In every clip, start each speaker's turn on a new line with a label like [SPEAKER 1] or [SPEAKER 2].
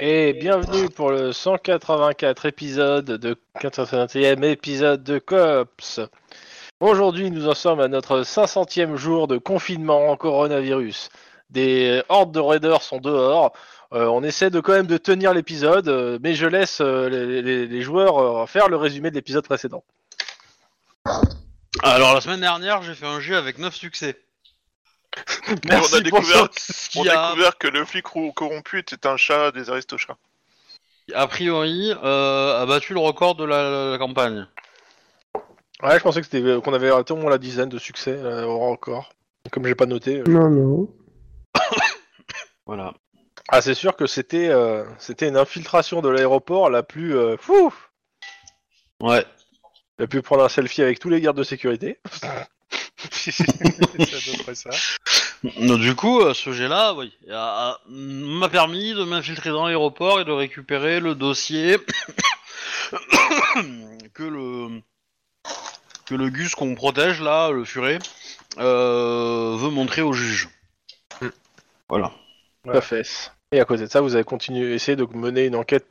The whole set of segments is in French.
[SPEAKER 1] Et bienvenue pour le 184 épisode de 451e épisode de Cops. Aujourd'hui, nous en sommes à notre 500e jour de confinement en coronavirus. Des euh, hordes de raiders sont dehors. Euh, on essaie de quand même de tenir l'épisode, euh, mais je laisse euh, les, les- les joueurs euh, faire le résumé de l'épisode précédent.
[SPEAKER 2] Alors la semaine dernière, j'ai fait un jeu avec 9 succès.
[SPEAKER 1] Merci
[SPEAKER 3] on a
[SPEAKER 1] pour
[SPEAKER 3] découvert-
[SPEAKER 2] Ce
[SPEAKER 3] On
[SPEAKER 2] qui
[SPEAKER 3] a
[SPEAKER 2] a,
[SPEAKER 3] découvert que le flic rou- corrompu était un chat des aristochats.
[SPEAKER 2] a priori, euh, a battu le record de la, la campagne.
[SPEAKER 1] ça. Ouais, je pensais que c'était euh, qu'on avait atteint au moins la dizaine de succès euh, au record. Comme j'ai pas noté. euh,
[SPEAKER 4] Non, non.
[SPEAKER 2] Voilà.
[SPEAKER 1] Ah, c'est sûr que c'était euh, c'était une infiltration de l'aéroport la plus euh, fou.
[SPEAKER 2] Ouais.
[SPEAKER 1] Il a pu prendre un selfie avec tous les gardes de sécurité.
[SPEAKER 3] C'est à peu près ça.
[SPEAKER 2] Donc, du coup, euh, ce jet-là, oui, a- a- m'a permis de m'infiltrer dans l'aéroport et de récupérer le dossier que le que le Gus qu'on protège là, le furet, euh, veut montrer au juge. Voilà.
[SPEAKER 1] La fesse. Et à côté de ça, vous avez continué essayé de mener une enquête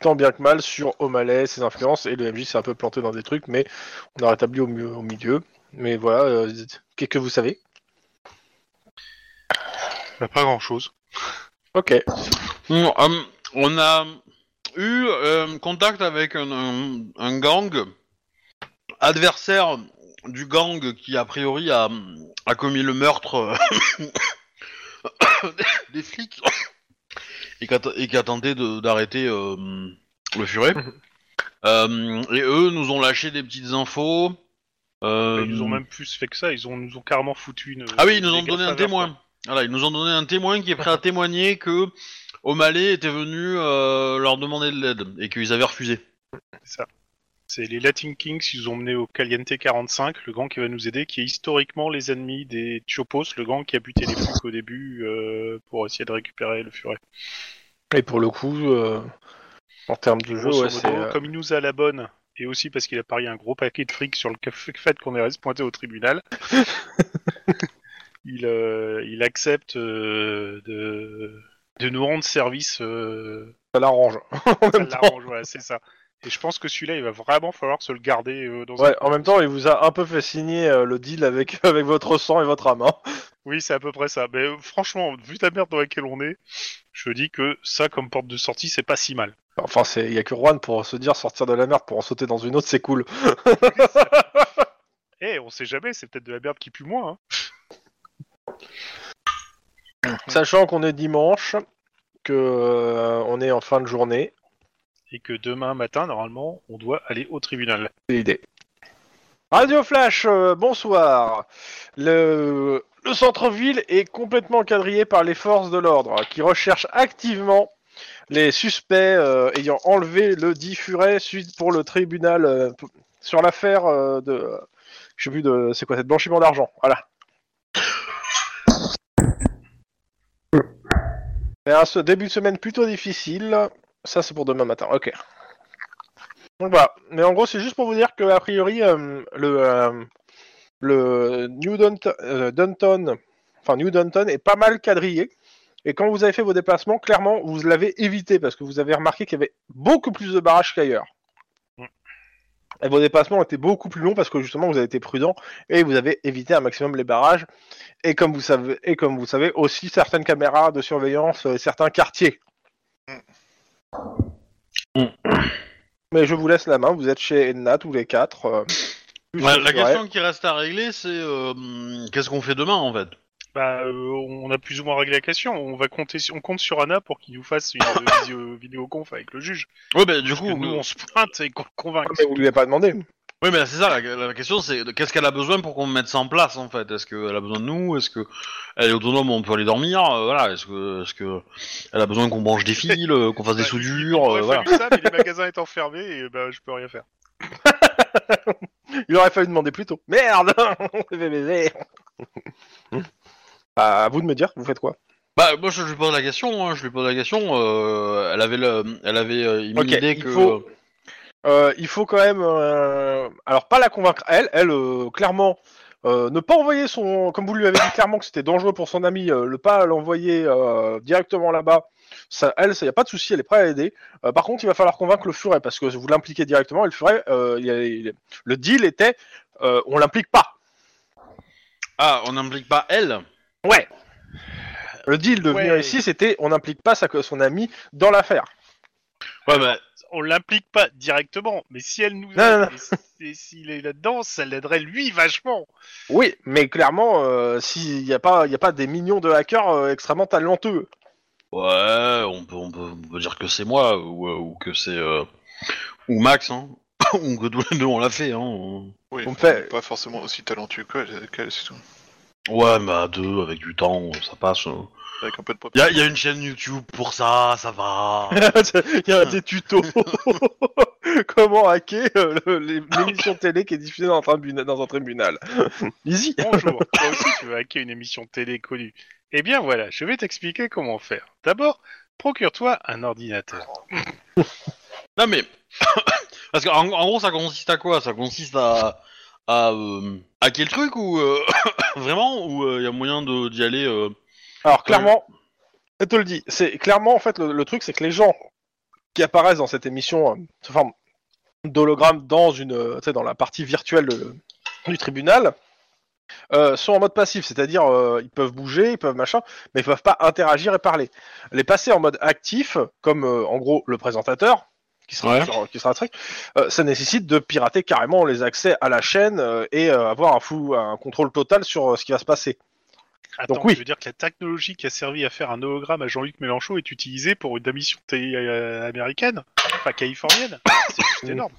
[SPEAKER 1] tant bien que mal sur O'Malley, ses influences, et le MJ s'est un peu planté dans des trucs, mais on a rétabli au, mi- au milieu. Mais voilà, euh, qu'est-ce que vous savez
[SPEAKER 3] pas grand chose.
[SPEAKER 1] Ok.
[SPEAKER 2] Mm, euh, on a eu euh, contact avec un, un- un gang adversaire du gang qui a priori a, a commis le meurtre euh, des flics et qui a, t- et qui a tenté de- d'arrêter euh, le furet.
[SPEAKER 5] Mhm.
[SPEAKER 2] Euh, et eux nous ont lâché des petites infos. euh,
[SPEAKER 5] Bah, Ils nous ont même plus fait que ça, ils ont, nous ont carrément foutu une.
[SPEAKER 2] ah oui, ils nous ont
[SPEAKER 5] des
[SPEAKER 2] donné un
[SPEAKER 5] gaffes
[SPEAKER 2] témoin. Voilà, ils nous ont donné un témoin qui est prêt à témoigner que O'Malley était venu euh, leur demander de l'aide et qu'ils avaient refusé.
[SPEAKER 5] inverses, c'est ça. C'est les Latin Kings qui nous ont menés au Caliente 45, le gang qui va nous aider, qui est historiquement les ennemis des Chopos, le gang qui a buté les flics au début euh, pour essayer de récupérer le furet.
[SPEAKER 1] Et pour le coup, euh, en termes de jeu,
[SPEAKER 5] Grosso
[SPEAKER 1] ouais,
[SPEAKER 5] modo,
[SPEAKER 1] c'est. euh,
[SPEAKER 5] comme il nous a la bonne, et aussi parce qu'il a parié un gros paquet de fric sur le caf- fait qu'on est resté pointé au tribunal, il, euh, il accepte euh, de, de nous rendre service euh,
[SPEAKER 1] Ça l'arrange. en
[SPEAKER 5] Ça
[SPEAKER 1] même temps.
[SPEAKER 5] l'arrange, voilà, c'est ça. Et je pense que celui-là, il va vraiment falloir se le garder euh, dans un...
[SPEAKER 1] Ouais, en même temps, il vous a un peu fait signer euh, le deal avec, avec votre sang et votre âme. hein.
[SPEAKER 5] Oui, c'est à peu près ça. Mais euh, franchement, vu la merde dans laquelle on est, je dis que ça, comme porte de sortie, c'est pas si mal.
[SPEAKER 1] Enfin, c'est- il y a que Juan pour se dire sortir de la merde pour en sauter dans une autre, c'est cool.
[SPEAKER 5] Eh, on sait jamais, c'est peut-être de la merde qui pue moins. hein.
[SPEAKER 1] Sachant qu'on est dimanche, que euh, on est en fin de journée,
[SPEAKER 5] Et que demain matin, normalement, on doit aller au tribunal.
[SPEAKER 1] c'est l'idée. Radio Flash, euh, bonsoir. Le, le centre-ville est complètement quadrillé par les forces de l'ordre qui recherchent activement les suspects euh, ayant enlevé le dit furet suite pour le tribunal euh, p- sur l'affaire euh, de. Je sais plus de. C'est quoi, c'est de blanchiment d'argent. Voilà. C'est un ce début de semaine plutôt difficile. Ça, c'est pour demain matin. Ok. Donc voilà. Mais en gros, c'est juste pour vous dire que a priori, euh, le euh, le New Dunt- euh, Dunton, enfin New Dunton est pas mal quadrillé. Et quand vous avez fait vos déplacements, clairement, vous l'avez évité parce que vous avez remarqué qu'il y avait beaucoup plus de barrages qu'ailleurs.
[SPEAKER 5] Mm.
[SPEAKER 1] Et vos déplacements étaient beaucoup plus longs parce que justement vous avez été prudent et vous avez évité un maximum les barrages. Et comme vous savez, et comme vous savez aussi certaines caméras de surveillance, euh, certains quartiers.
[SPEAKER 2] Mm.
[SPEAKER 1] Mais je vous laisse la main. Vous êtes chez Edna tous les quatre. euh, plus
[SPEAKER 2] Ouais,
[SPEAKER 1] le
[SPEAKER 2] la
[SPEAKER 1] furet.
[SPEAKER 2] question qui reste à régler, c'est euh, qu'est-ce qu'on fait demain en fait
[SPEAKER 5] Bah, euh, on a plus ou moins réglé la question. On va compter, on compte sur Anna pour qu'il nous fasse une euh, visio- vidéoconf avec le juge.
[SPEAKER 2] Ouais, bah, du
[SPEAKER 5] Que
[SPEAKER 2] coup,
[SPEAKER 5] nous, on se pointe et qu'on le convainque.
[SPEAKER 1] Ah, Mais vous lui avez pas demandé.
[SPEAKER 2] oui, mais c'est ça. La, la question, c'est de- qu'est-ce qu'elle a besoin pour qu'on mette ça en place en fait Est-ce qu'elle a besoin de nous Est-ce que elle est autonome On peut aller dormir Euh, Voilà. Est-ce que, est-ce que elle a besoin qu'on branche des fils, euh, qu'on fasse des
[SPEAKER 5] Ouais,
[SPEAKER 2] soudures
[SPEAKER 5] Ouais,
[SPEAKER 2] euh, Voilà.
[SPEAKER 5] fallu ça, mais les magasins étant fermés, et bah, je peux rien faire.
[SPEAKER 1] Il aurait fallu demander plus tôt. Merde Bah, à vous de me dire, vous faites quoi
[SPEAKER 2] Bah moi je je lui pose la question, hein, je lui pose la question. euh, elle avait, le, elle avait euh, il m'a
[SPEAKER 1] Ok,
[SPEAKER 2] idée
[SPEAKER 1] il
[SPEAKER 2] que.
[SPEAKER 1] faut- Euh, Il faut quand même... euh, Alors, pas la convaincre, elle. Elle, euh, clairement, euh, euh, ne pas envoyer son, comme vous lui avez dit clairement que c'était dangereux pour son ami, euh, le pas l'envoyer euh, directement là-bas. Ça, elle, ça y a pas de souci, elle est prête à aider. Euh, par contre, il va falloir convaincre le furet parce que vous l'impliquez directement. Et le furet, euh, il y a- il- le deal était, euh, on l'implique pas.
[SPEAKER 2] Ah, on n'implique pas elle
[SPEAKER 1] Ouais. Le deal de venir
[SPEAKER 5] Ouais.
[SPEAKER 1] ici, c'était, on n'implique pas sa, son ami dans l'affaire.
[SPEAKER 2] Ouais, bah,
[SPEAKER 5] On l'implique pas directement, mais si elle nous
[SPEAKER 1] Non,
[SPEAKER 5] aide,
[SPEAKER 1] non,
[SPEAKER 5] et s- et s'il est là-dedans, ça l'aiderait lui vachement.
[SPEAKER 1] Oui, mais clairement, euh, s'il n'y a pas, il y a pas des millions de hackers euh, extrêmement talentueux.
[SPEAKER 2] ouais, on peut, on peut, on peut dire que c'est moi, ou, euh, ou que c'est... euh, ou Max, hein. ou que tous les deux on l'a fait, hein.
[SPEAKER 3] Oui,
[SPEAKER 1] On fait-
[SPEAKER 3] Pas forcément aussi talentueux qu'elle, qu'elle, c'est tout.
[SPEAKER 2] Ouais, mais à deux, avec du temps, ça passe. hein.
[SPEAKER 3] Avec un peu de
[SPEAKER 2] Y a,
[SPEAKER 3] propre.
[SPEAKER 2] y a une chaîne YouTube pour ça, ça va.
[SPEAKER 1] Il y a des tutos. Comment hacker euh, le- les- l'émission télé qui est diffusée dans un tribunal. Dans un tribunal. Easy.
[SPEAKER 5] Bonjour, toi aussi tu veux hacker une émission télé connue. Eh bien voilà, je vais t'expliquer comment faire. D'abord, procure-toi un ordinateur.
[SPEAKER 2] Non mais parce qu'en en gros ça consiste à quoi Ça consiste à à euh, hacker le truc ou euh, vraiment ou il y a moyen de- d'y aller euh,
[SPEAKER 1] Alors clairement, je te le dis, c'est clairement en fait le, le truc, c'est que les gens qui apparaissent dans cette émission euh, sous forme d'hologramme dans une, euh, tu sais, dans la partie virtuelle de- du tribunal. euh, sont en mode passif, c'est-à-dire euh, ils peuvent bouger, ils peuvent machin, mais ils peuvent pas interagir et parler. Les passer en mode actif, comme euh, en gros le présentateur, qui sera,
[SPEAKER 2] Ouais.
[SPEAKER 1] sur- qui sera truc, euh, ça nécessite de pirater carrément les accès à la chaîne euh, et euh, avoir un flou, un contrôle total sur euh, ce qui va se passer.
[SPEAKER 5] Attends,
[SPEAKER 1] Donc oui.
[SPEAKER 5] je veux dire que la technologie qui a servi à faire un hologramme à Jean-Luc Mélenchon est utilisée pour une émission télé euh, américaine, enfin californienne. C'est juste
[SPEAKER 1] Mm.
[SPEAKER 5] énorme.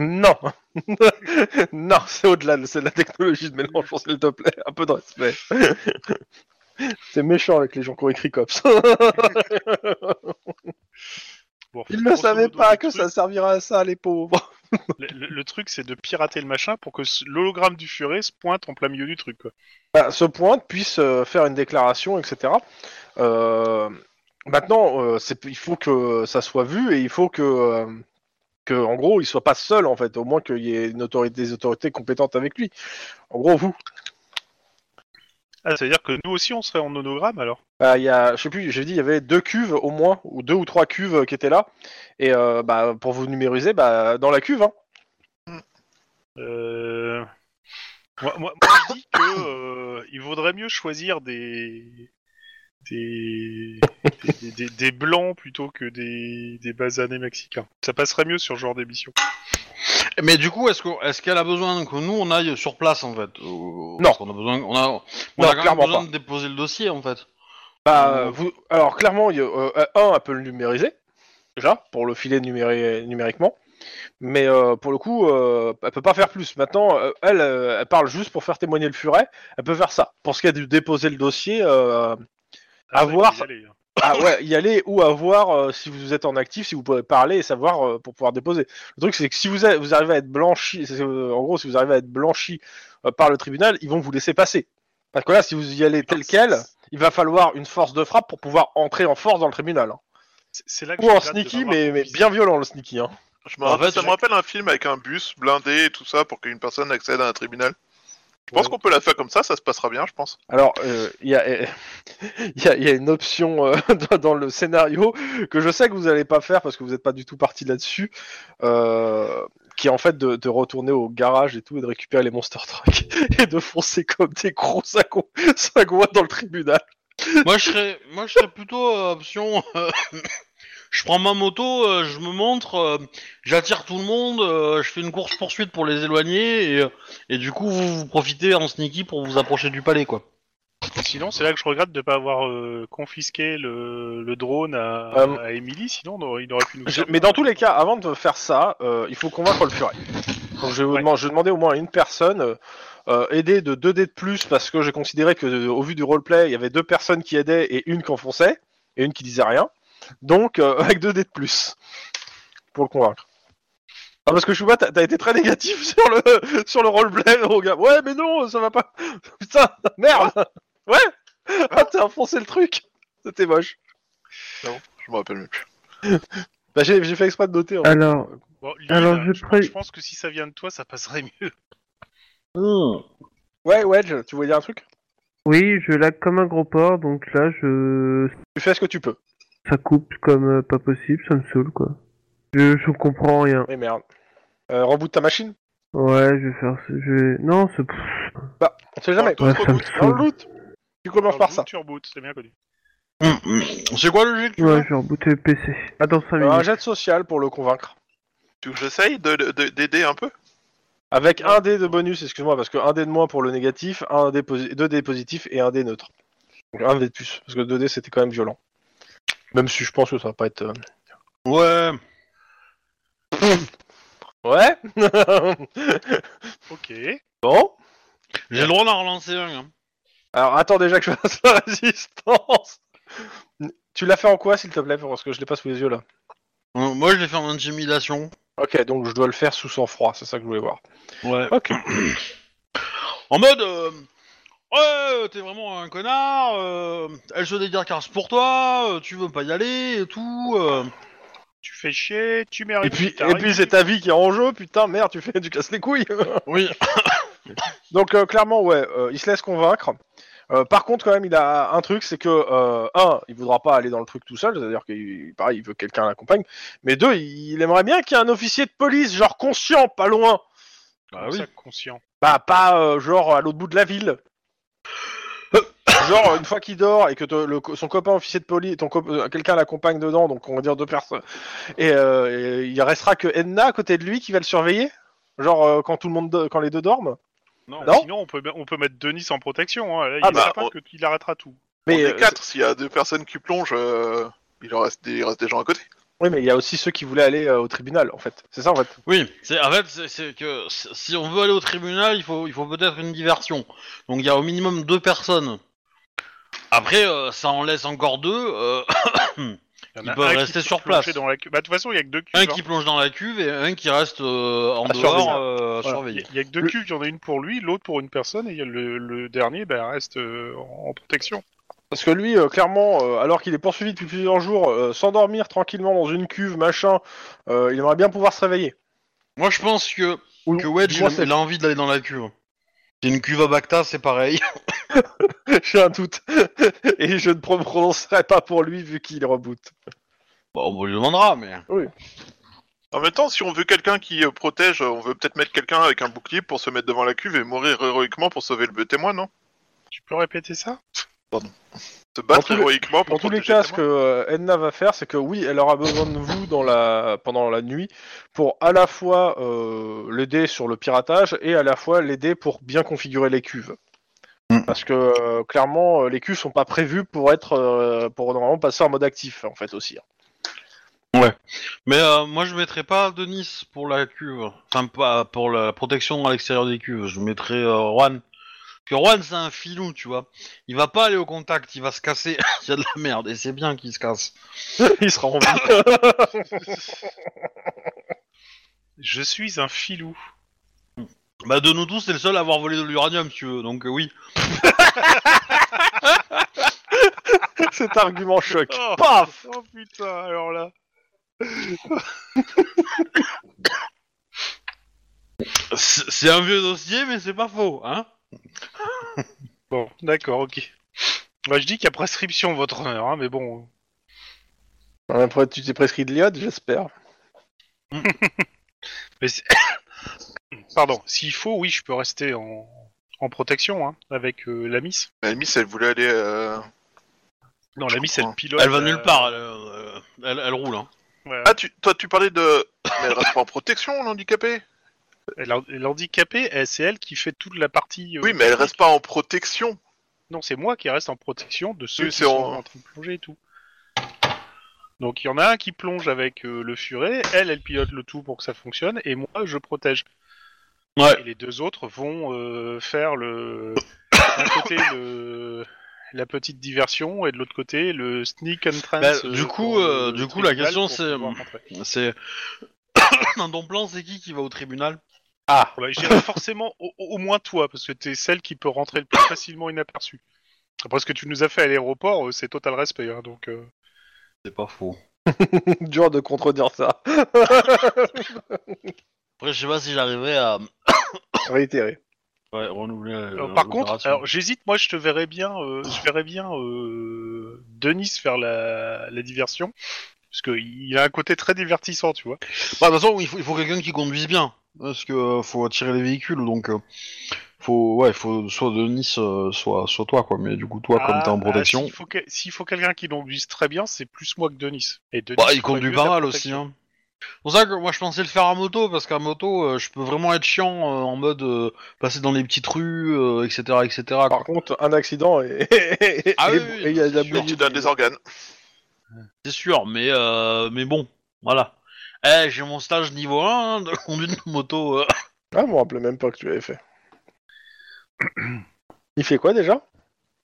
[SPEAKER 1] Non, non, c'est au-delà, de- c'est de la technologie de Mélenchon, s'il te plaît, un peu de respect. c'est méchant avec les gens qui ont écrit Cops.
[SPEAKER 5] Bon,
[SPEAKER 1] Ils ne
[SPEAKER 5] grosso
[SPEAKER 1] savaient
[SPEAKER 5] modo,
[SPEAKER 1] pas
[SPEAKER 5] le
[SPEAKER 1] que
[SPEAKER 5] truc-
[SPEAKER 1] ça servira à ça, les pauvres.
[SPEAKER 5] Le, le- le truc, c'est de pirater le machin pour que ce- l'hologramme du furet se pointe en plein milieu du truc. Quoi.
[SPEAKER 1] Bah, ce point puisse euh, faire une déclaration, etc. Euh, maintenant, euh, c'est- il faut que ça soit vu et il faut que, euh, que, en gros, il soit pas seul, en fait, au moins qu'il y ait une autorité, des autorités compétentes avec lui. En gros, vous.
[SPEAKER 5] Ah, c'est-à-dire que nous aussi, on serait en hologramme alors
[SPEAKER 1] Bah, il y a, je sais plus, j'ai dit, il y avait deux cuves au moins, ou deux ou trois cuves euh, qui étaient là. Et euh, bah, pour vous numériser, bah, dans la cuve, hein.
[SPEAKER 5] Euh, Moi, moi- moi, je dis que euh, il vaudrait mieux choisir des des, des, des- des- des blancs plutôt que des, des basanés mexicains. Ça passerait mieux sur ce genre d'émission.
[SPEAKER 2] Mais du coup est-ce que est-ce qu'elle a besoin que nous on aille sur place en fait ou-
[SPEAKER 1] Non.
[SPEAKER 2] parce qu'on a besoin on a
[SPEAKER 1] Non,
[SPEAKER 2] on a quand même
[SPEAKER 1] clairement
[SPEAKER 2] besoin
[SPEAKER 1] pas.
[SPEAKER 2] de déposer le dossier en fait.
[SPEAKER 1] Bah,
[SPEAKER 2] Mmh.
[SPEAKER 1] vous, alors clairement, il y a, euh, un, elle peut le numériser, déjà, pour le filer numéré- numériquement. Mais euh, pour le coup, euh, elle peut pas faire plus. Maintenant, euh, elle, euh, elle parle juste pour faire témoigner le furet. Elle peut faire ça. Pour ce qui est de déposer le dossier, euh, À
[SPEAKER 5] ouais,
[SPEAKER 1] voir.
[SPEAKER 5] mais allez, hein.
[SPEAKER 1] ah ouais, y aller ou avoir euh, si vous êtes en actif, si vous pouvez parler et savoir euh, pour pouvoir déposer. Le truc c'est que si vous, a- vous arrivez à être blanchi, c'est- euh, en gros si vous arrivez à être blanchi euh, par le tribunal, ils vont vous laisser passer. Parce que là, si vous y allez tel quel, il va falloir une force de frappe pour pouvoir entrer en force dans le tribunal. hein.
[SPEAKER 5] C'est- C'est là que
[SPEAKER 1] Ou
[SPEAKER 5] j'ai
[SPEAKER 1] en
[SPEAKER 5] hâte de
[SPEAKER 1] sneaky,
[SPEAKER 5] savoir
[SPEAKER 1] mais,
[SPEAKER 5] qu'on
[SPEAKER 1] mais
[SPEAKER 5] puisse-
[SPEAKER 1] bien violent le sneaky. Hein.
[SPEAKER 3] Je me
[SPEAKER 2] En
[SPEAKER 3] rappelle-
[SPEAKER 2] fait,
[SPEAKER 3] ça me
[SPEAKER 2] je-
[SPEAKER 3] rappelle un film avec un bus blindé et tout ça pour qu'une personne accède à un tribunal. Je pense
[SPEAKER 1] Ouais.
[SPEAKER 3] qu'on peut la faire comme ça, ça se passera bien, je pense.
[SPEAKER 1] Alors, euh, il y, a, euh, il y a- il y a une option euh, dans- dans le scénario que je sais que vous n'allez pas faire parce que vous n'êtes pas du tout parti là-dessus, euh, qui est en fait de, de retourner au garage et tout et de récupérer les Monster Truck et de foncer comme des gros sacs sagouins dans le tribunal.
[SPEAKER 2] moi je serais moi je serais plutôt euh, option euh, je prends ma moto, euh, je me montre, euh, j'attire tout le monde, euh, je fais une course poursuite pour les éloigner et, euh, et du coup vous, vous profitez en sneaky pour vous approcher du palais quoi.
[SPEAKER 5] Sinon, c'est là que je regrette de ne pas avoir euh, confisqué le, le drone à,
[SPEAKER 1] Euh,
[SPEAKER 5] à Emily, sinon on aurait- il aurait pu nous.
[SPEAKER 1] Je- mais dans tous les cas, avant de faire ça, euh, il faut convaincre le furet. Donc je, vais vous
[SPEAKER 5] Ouais.
[SPEAKER 1] demand- je vais demander au moins à une personne, euh, euh, aider de 2 dés de plus, parce que j'ai considéré que euh, au vu du roleplay, il y avait deux personnes qui aidaient et une qui enfonçait, et une qui disait rien. Donc euh, avec 2 dés de plus, pour le convaincre. Ah, parce que Chouba, t'as t'as été très négatif sur le, sur le roleplay, au gars. Ouais, mais non, ça va pas. Putain, merde Ouais Ah, t'as enfoncé le truc C'était moche.
[SPEAKER 3] Je me rappelle même plus.
[SPEAKER 1] Bah, j'ai j'ai fait exprès de noter. en fait.
[SPEAKER 4] Alors,
[SPEAKER 5] Bon, Lynn,
[SPEAKER 4] Alors, je
[SPEAKER 5] je,
[SPEAKER 4] pré-
[SPEAKER 5] je pense que si ça vient de toi, ça passerait mieux.
[SPEAKER 1] Ouais, Wedge, tu voulais dire un truc
[SPEAKER 4] Oui, je lag comme un gros porc, donc là, je...
[SPEAKER 1] Tu fais ce que tu peux.
[SPEAKER 4] ça coupe comme euh, pas possible, ça me saoule, quoi. Je, je comprends rien.
[SPEAKER 1] Mais merde. Euh, reboot ta machine
[SPEAKER 4] Ouais, je vais faire... ce- Je vais... Non, c'est...
[SPEAKER 1] Bah, on sait jamais.
[SPEAKER 4] Ouais, ça me saoule.
[SPEAKER 1] Reboot Tu commences par ça.
[SPEAKER 5] Turboot, c'est bien connu.
[SPEAKER 2] Hum, hum. C'est quoi le jet que tu
[SPEAKER 4] Ouais,
[SPEAKER 2] fais
[SPEAKER 4] je vais rebooter le PC. Ah, dans 5
[SPEAKER 1] Un
[SPEAKER 4] minutes.
[SPEAKER 1] jet de social pour le convaincre.
[SPEAKER 3] Tu veux que j'essaye de- de- de- d'aider un peu
[SPEAKER 1] Avec un dé de bonus, excuse-moi, parce que un dé de moins pour le négatif, un dé posi- deux dés positifs et un dé neutre. Donc un dé de plus, parce que deux dés c'était quand même violent. Même si je pense que ça va pas être. euh,
[SPEAKER 2] Ouais.
[SPEAKER 1] Ouais
[SPEAKER 5] Ok.
[SPEAKER 1] Bon
[SPEAKER 2] J'ai le droit d'en relancer un. hein.
[SPEAKER 1] Alors attends déjà que je fasse la résistance Tu l'as fait en quoi s'il te plaît Parce que je l'ai pas sous les yeux là.
[SPEAKER 2] Euh, Moi, je l'ai fait en intimidation.
[SPEAKER 1] Ok, donc je dois le faire sous sang-froid, c'est ça que je voulais voir.
[SPEAKER 2] Ouais.
[SPEAKER 1] Ok.
[SPEAKER 2] En mode, euh, ouais, t'es vraiment un connard, euh, elle se décarcasse pour toi, euh, tu veux pas y aller et tout. euh.
[SPEAKER 5] Tu fais chier, tu
[SPEAKER 3] Ah
[SPEAKER 1] Et
[SPEAKER 5] mérites.
[SPEAKER 1] puis, et
[SPEAKER 5] t'arrives.
[SPEAKER 1] puis c'est ta vie qui est en jeu, putain, merde, tu fais, tu casses les couilles.
[SPEAKER 2] Oui.
[SPEAKER 1] Donc euh, clairement, ouais, euh, il se laisse convaincre. Euh, par contre, quand même, il a un truc, c'est que euh, un, il voudra pas aller dans le truc tout seul, c'est-à-dire qu'il, pareil, il veut que quelqu'un l'accompagne. Mais deux, il aimerait bien qu'il y ait un officier de police, genre conscient, pas loin.
[SPEAKER 5] Comme
[SPEAKER 3] Ah
[SPEAKER 5] ça, conscient.
[SPEAKER 1] Bah pas euh, genre à l'autre bout de la ville. genre une fois qu'il dort et que te- le co- son copain officier de police, ton cop- euh, quelqu'un l'accompagne dedans, donc on va dire deux personnes. Et, euh, et il restera que Edna à côté de lui qui va le surveiller. Genre euh, quand tout le monde, do- quand les deux dorment.
[SPEAKER 5] Non,
[SPEAKER 1] Non
[SPEAKER 5] sinon on peut, on peut mettre Denis en protection. Hein. Là,
[SPEAKER 1] Ah
[SPEAKER 5] il
[SPEAKER 1] bah,
[SPEAKER 5] est certain
[SPEAKER 3] on-
[SPEAKER 5] que- qu'il arrêtera tout.
[SPEAKER 3] On
[SPEAKER 1] Mais
[SPEAKER 3] est
[SPEAKER 1] euh,
[SPEAKER 3] quatre, s'il y a deux personnes qui plongent, euh, il, en reste des, il reste des gens à côté.
[SPEAKER 1] Oui, mais il y a aussi ceux qui voulaient aller euh, au tribunal, en fait. C'est ça, en fait.
[SPEAKER 2] Oui, c'est en fait c'est- c'est que c- si on veut aller au tribunal, il faut il faut peut-être une diversion. Donc il y a au minimum deux personnes. Après, euh, ça en laisse encore deux. euh,
[SPEAKER 5] Il y en
[SPEAKER 2] Ils
[SPEAKER 5] a
[SPEAKER 2] peuvent
[SPEAKER 5] un qui
[SPEAKER 2] rester
[SPEAKER 5] peut
[SPEAKER 2] sur
[SPEAKER 5] plonger
[SPEAKER 2] place.
[SPEAKER 5] Dans la... cu- bah, de toute façon, il y a que deux cuves.
[SPEAKER 2] un
[SPEAKER 5] hein.
[SPEAKER 2] qui plonge dans la cuve et un qui reste euh, en
[SPEAKER 1] À surveiller.
[SPEAKER 2] dehors euh,
[SPEAKER 1] Voilà.
[SPEAKER 2] à
[SPEAKER 5] Il y
[SPEAKER 2] surveiller.
[SPEAKER 5] a- il y a que deux
[SPEAKER 1] Le-
[SPEAKER 5] cuves, il y en a une pour lui, l'autre pour une personne, et il y a le, le dernier bah, reste euh, en en protection.
[SPEAKER 1] Parce que lui, euh, clairement, euh, alors qu'il est poursuivi depuis plusieurs jours, euh, s'endormir tranquillement dans une cuve, machin, euh, il aimerait bien pouvoir se réveiller.
[SPEAKER 2] Moi, je pense que
[SPEAKER 1] Ou-
[SPEAKER 2] que Wedge
[SPEAKER 1] du
[SPEAKER 2] il,
[SPEAKER 1] moins,
[SPEAKER 2] a- il a envie d'aller dans la cuve. C'est une cuve à Bacta, c'est pareil.
[SPEAKER 1] c'est- J'ai un doute. Et je ne pro- prononcerai pas pour lui, vu qu'il reboot.
[SPEAKER 2] Bon, on lui demandera, mais.
[SPEAKER 3] En même temps, si on veut quelqu'un qui euh, protège, euh, on veut peut-être mettre quelqu'un avec un bouclier pour se mettre devant la cuve et mourir héroïquement pour sauver le témoin, non
[SPEAKER 5] Tu peux répéter ça
[SPEAKER 3] Se battre
[SPEAKER 1] tous les-
[SPEAKER 3] héroïquement pour
[SPEAKER 1] Dans tous les
[SPEAKER 3] protéger
[SPEAKER 1] cas,
[SPEAKER 3] le
[SPEAKER 1] ce
[SPEAKER 3] témoin
[SPEAKER 1] que euh, Edna va faire, c'est que oui, elle aura besoin de vous dans la... pendant la nuit pour à la fois euh, l'aider sur le piratage et à la fois l'aider pour bien configurer les cuves.
[SPEAKER 2] Mm.
[SPEAKER 1] Parce que euh, clairement, euh, les cuves sont pas prévues pour être euh, pour normalement passer en mode actif en fait aussi. hein.
[SPEAKER 2] Mais euh, moi, je mettrais pas Denis pour la cuve. Enfin, pas pour la protection à l'extérieur des cuves. Je mettrais euh, Juan. Parce que Juan, c'est un filou, tu vois. Il va pas aller au contact, il va se casser. il y a de la merde, et c'est bien qu'il se casse.
[SPEAKER 1] Il sera en vie.
[SPEAKER 5] Je suis un filou.
[SPEAKER 2] Bah, de nous tous, c'est le seul à avoir volé de l'uranium, si tu veux. Donc, euh, oui.
[SPEAKER 1] Cet argument choc.
[SPEAKER 5] Oh,
[SPEAKER 1] Paf
[SPEAKER 5] oh, putain, alors là.
[SPEAKER 2] C'est c'est un vieux dossier, mais c'est pas faux, hein.
[SPEAKER 5] Bon, d'accord, ok. Bah, je dis qu'il y a prescription, votre honneur, hein, mais bon.
[SPEAKER 1] Ouais, après, Ah, tu t'es prescrit de l'iode, j'espère.
[SPEAKER 5] Mais c'est- Pardon, s'il faut, oui, je peux rester en, en protection hein, avec euh, la Miss.
[SPEAKER 3] La Miss, elle voulait aller. euh,
[SPEAKER 5] Non, la Miss,
[SPEAKER 3] comprends.
[SPEAKER 5] elle pilote.
[SPEAKER 2] elle va
[SPEAKER 5] euh,
[SPEAKER 2] nulle part, elle, euh, elle- elle roule, hein.
[SPEAKER 5] voilà.
[SPEAKER 3] Ah, tu, toi, tu parlais de. Mais elle reste pas en protection, l'handicapée
[SPEAKER 5] Elle- L'handicapée, elle- c'est elle qui fait toute la partie. euh,
[SPEAKER 3] Oui, mais elle reste pas en protection.
[SPEAKER 5] Non, c'est moi qui reste en protection de ceux
[SPEAKER 3] Oui,
[SPEAKER 5] qui
[SPEAKER 3] c'est
[SPEAKER 5] sont
[SPEAKER 3] en-
[SPEAKER 5] en... train de plonger et tout. Donc il y en a un qui plonge avec euh, le furet, elle, elle pilote le tout pour que ça fonctionne, et moi, je protège.
[SPEAKER 2] Ouais.
[SPEAKER 5] Et les deux autres vont euh, faire le... d'un côté le... la petite diversion, et de l'autre côté le sneak entrance.
[SPEAKER 2] Bah, du coup, euh, du coup, la question, c'est- hum,
[SPEAKER 5] c'est...
[SPEAKER 2] C'est. Dans ton plan, c'est qui qui va au tribunal
[SPEAKER 5] forcément au, au moins toi, parce que t'es celle qui peut rentrer le plus facilement inaperçue. Après ce que tu nous as fait à l'aéroport, euh, c'est total respect, hein, donc... euh,
[SPEAKER 2] C'est pas faux.
[SPEAKER 1] Dur de contredire ça.
[SPEAKER 2] Après, je sais pas si j'arriverai à.
[SPEAKER 1] Réitéré.
[SPEAKER 2] Ouais, renouveler. euh,
[SPEAKER 5] Euh, par contre,
[SPEAKER 2] l'opération.
[SPEAKER 5] alors j'hésite, moi je te verrais bien, euh, je verrais bien euh, Denis faire la, la diversion, parce qu'il a un côté très divertissant, tu vois.
[SPEAKER 2] Bah, de toute façon, il faut, il faut quelqu'un qui conduise bien. Parce que euh, faut attirer les véhicules, donc euh, faut ouais, faut soit Denis, euh, soit soit toi quoi. Mais du coup toi, comme
[SPEAKER 5] Ah,
[SPEAKER 2] t'es en
[SPEAKER 5] ah,
[SPEAKER 2] protection,
[SPEAKER 5] S'il faut, que- s'il faut quelqu'un qui conduise très bien, c'est plus moi que Denis. Et Denis
[SPEAKER 2] bah
[SPEAKER 5] ferait
[SPEAKER 2] il conduit
[SPEAKER 5] mieux
[SPEAKER 2] pas
[SPEAKER 5] la
[SPEAKER 2] mal aussi.
[SPEAKER 5] protection.
[SPEAKER 2] Hein. C'est pour ça que moi je pensais le faire à moto parce qu'à moto euh, je peux vraiment être chiant euh, en mode euh, passer dans les petites rues, euh, etc., etc. quoi.
[SPEAKER 1] Par contre, un accident et et-
[SPEAKER 2] Ah
[SPEAKER 1] et-
[SPEAKER 2] oui, oui,
[SPEAKER 1] et il y a de la
[SPEAKER 2] c'est
[SPEAKER 1] bouillie.
[SPEAKER 3] Sortie d'un des organes.
[SPEAKER 2] C'est sûr, mais euh, mais bon, voilà. Eh, j'ai mon stage niveau 1 hein, de conduite de moto. euh.
[SPEAKER 1] Ah, je me rappelais même pas que tu l'avais fait. Il fait quoi déjà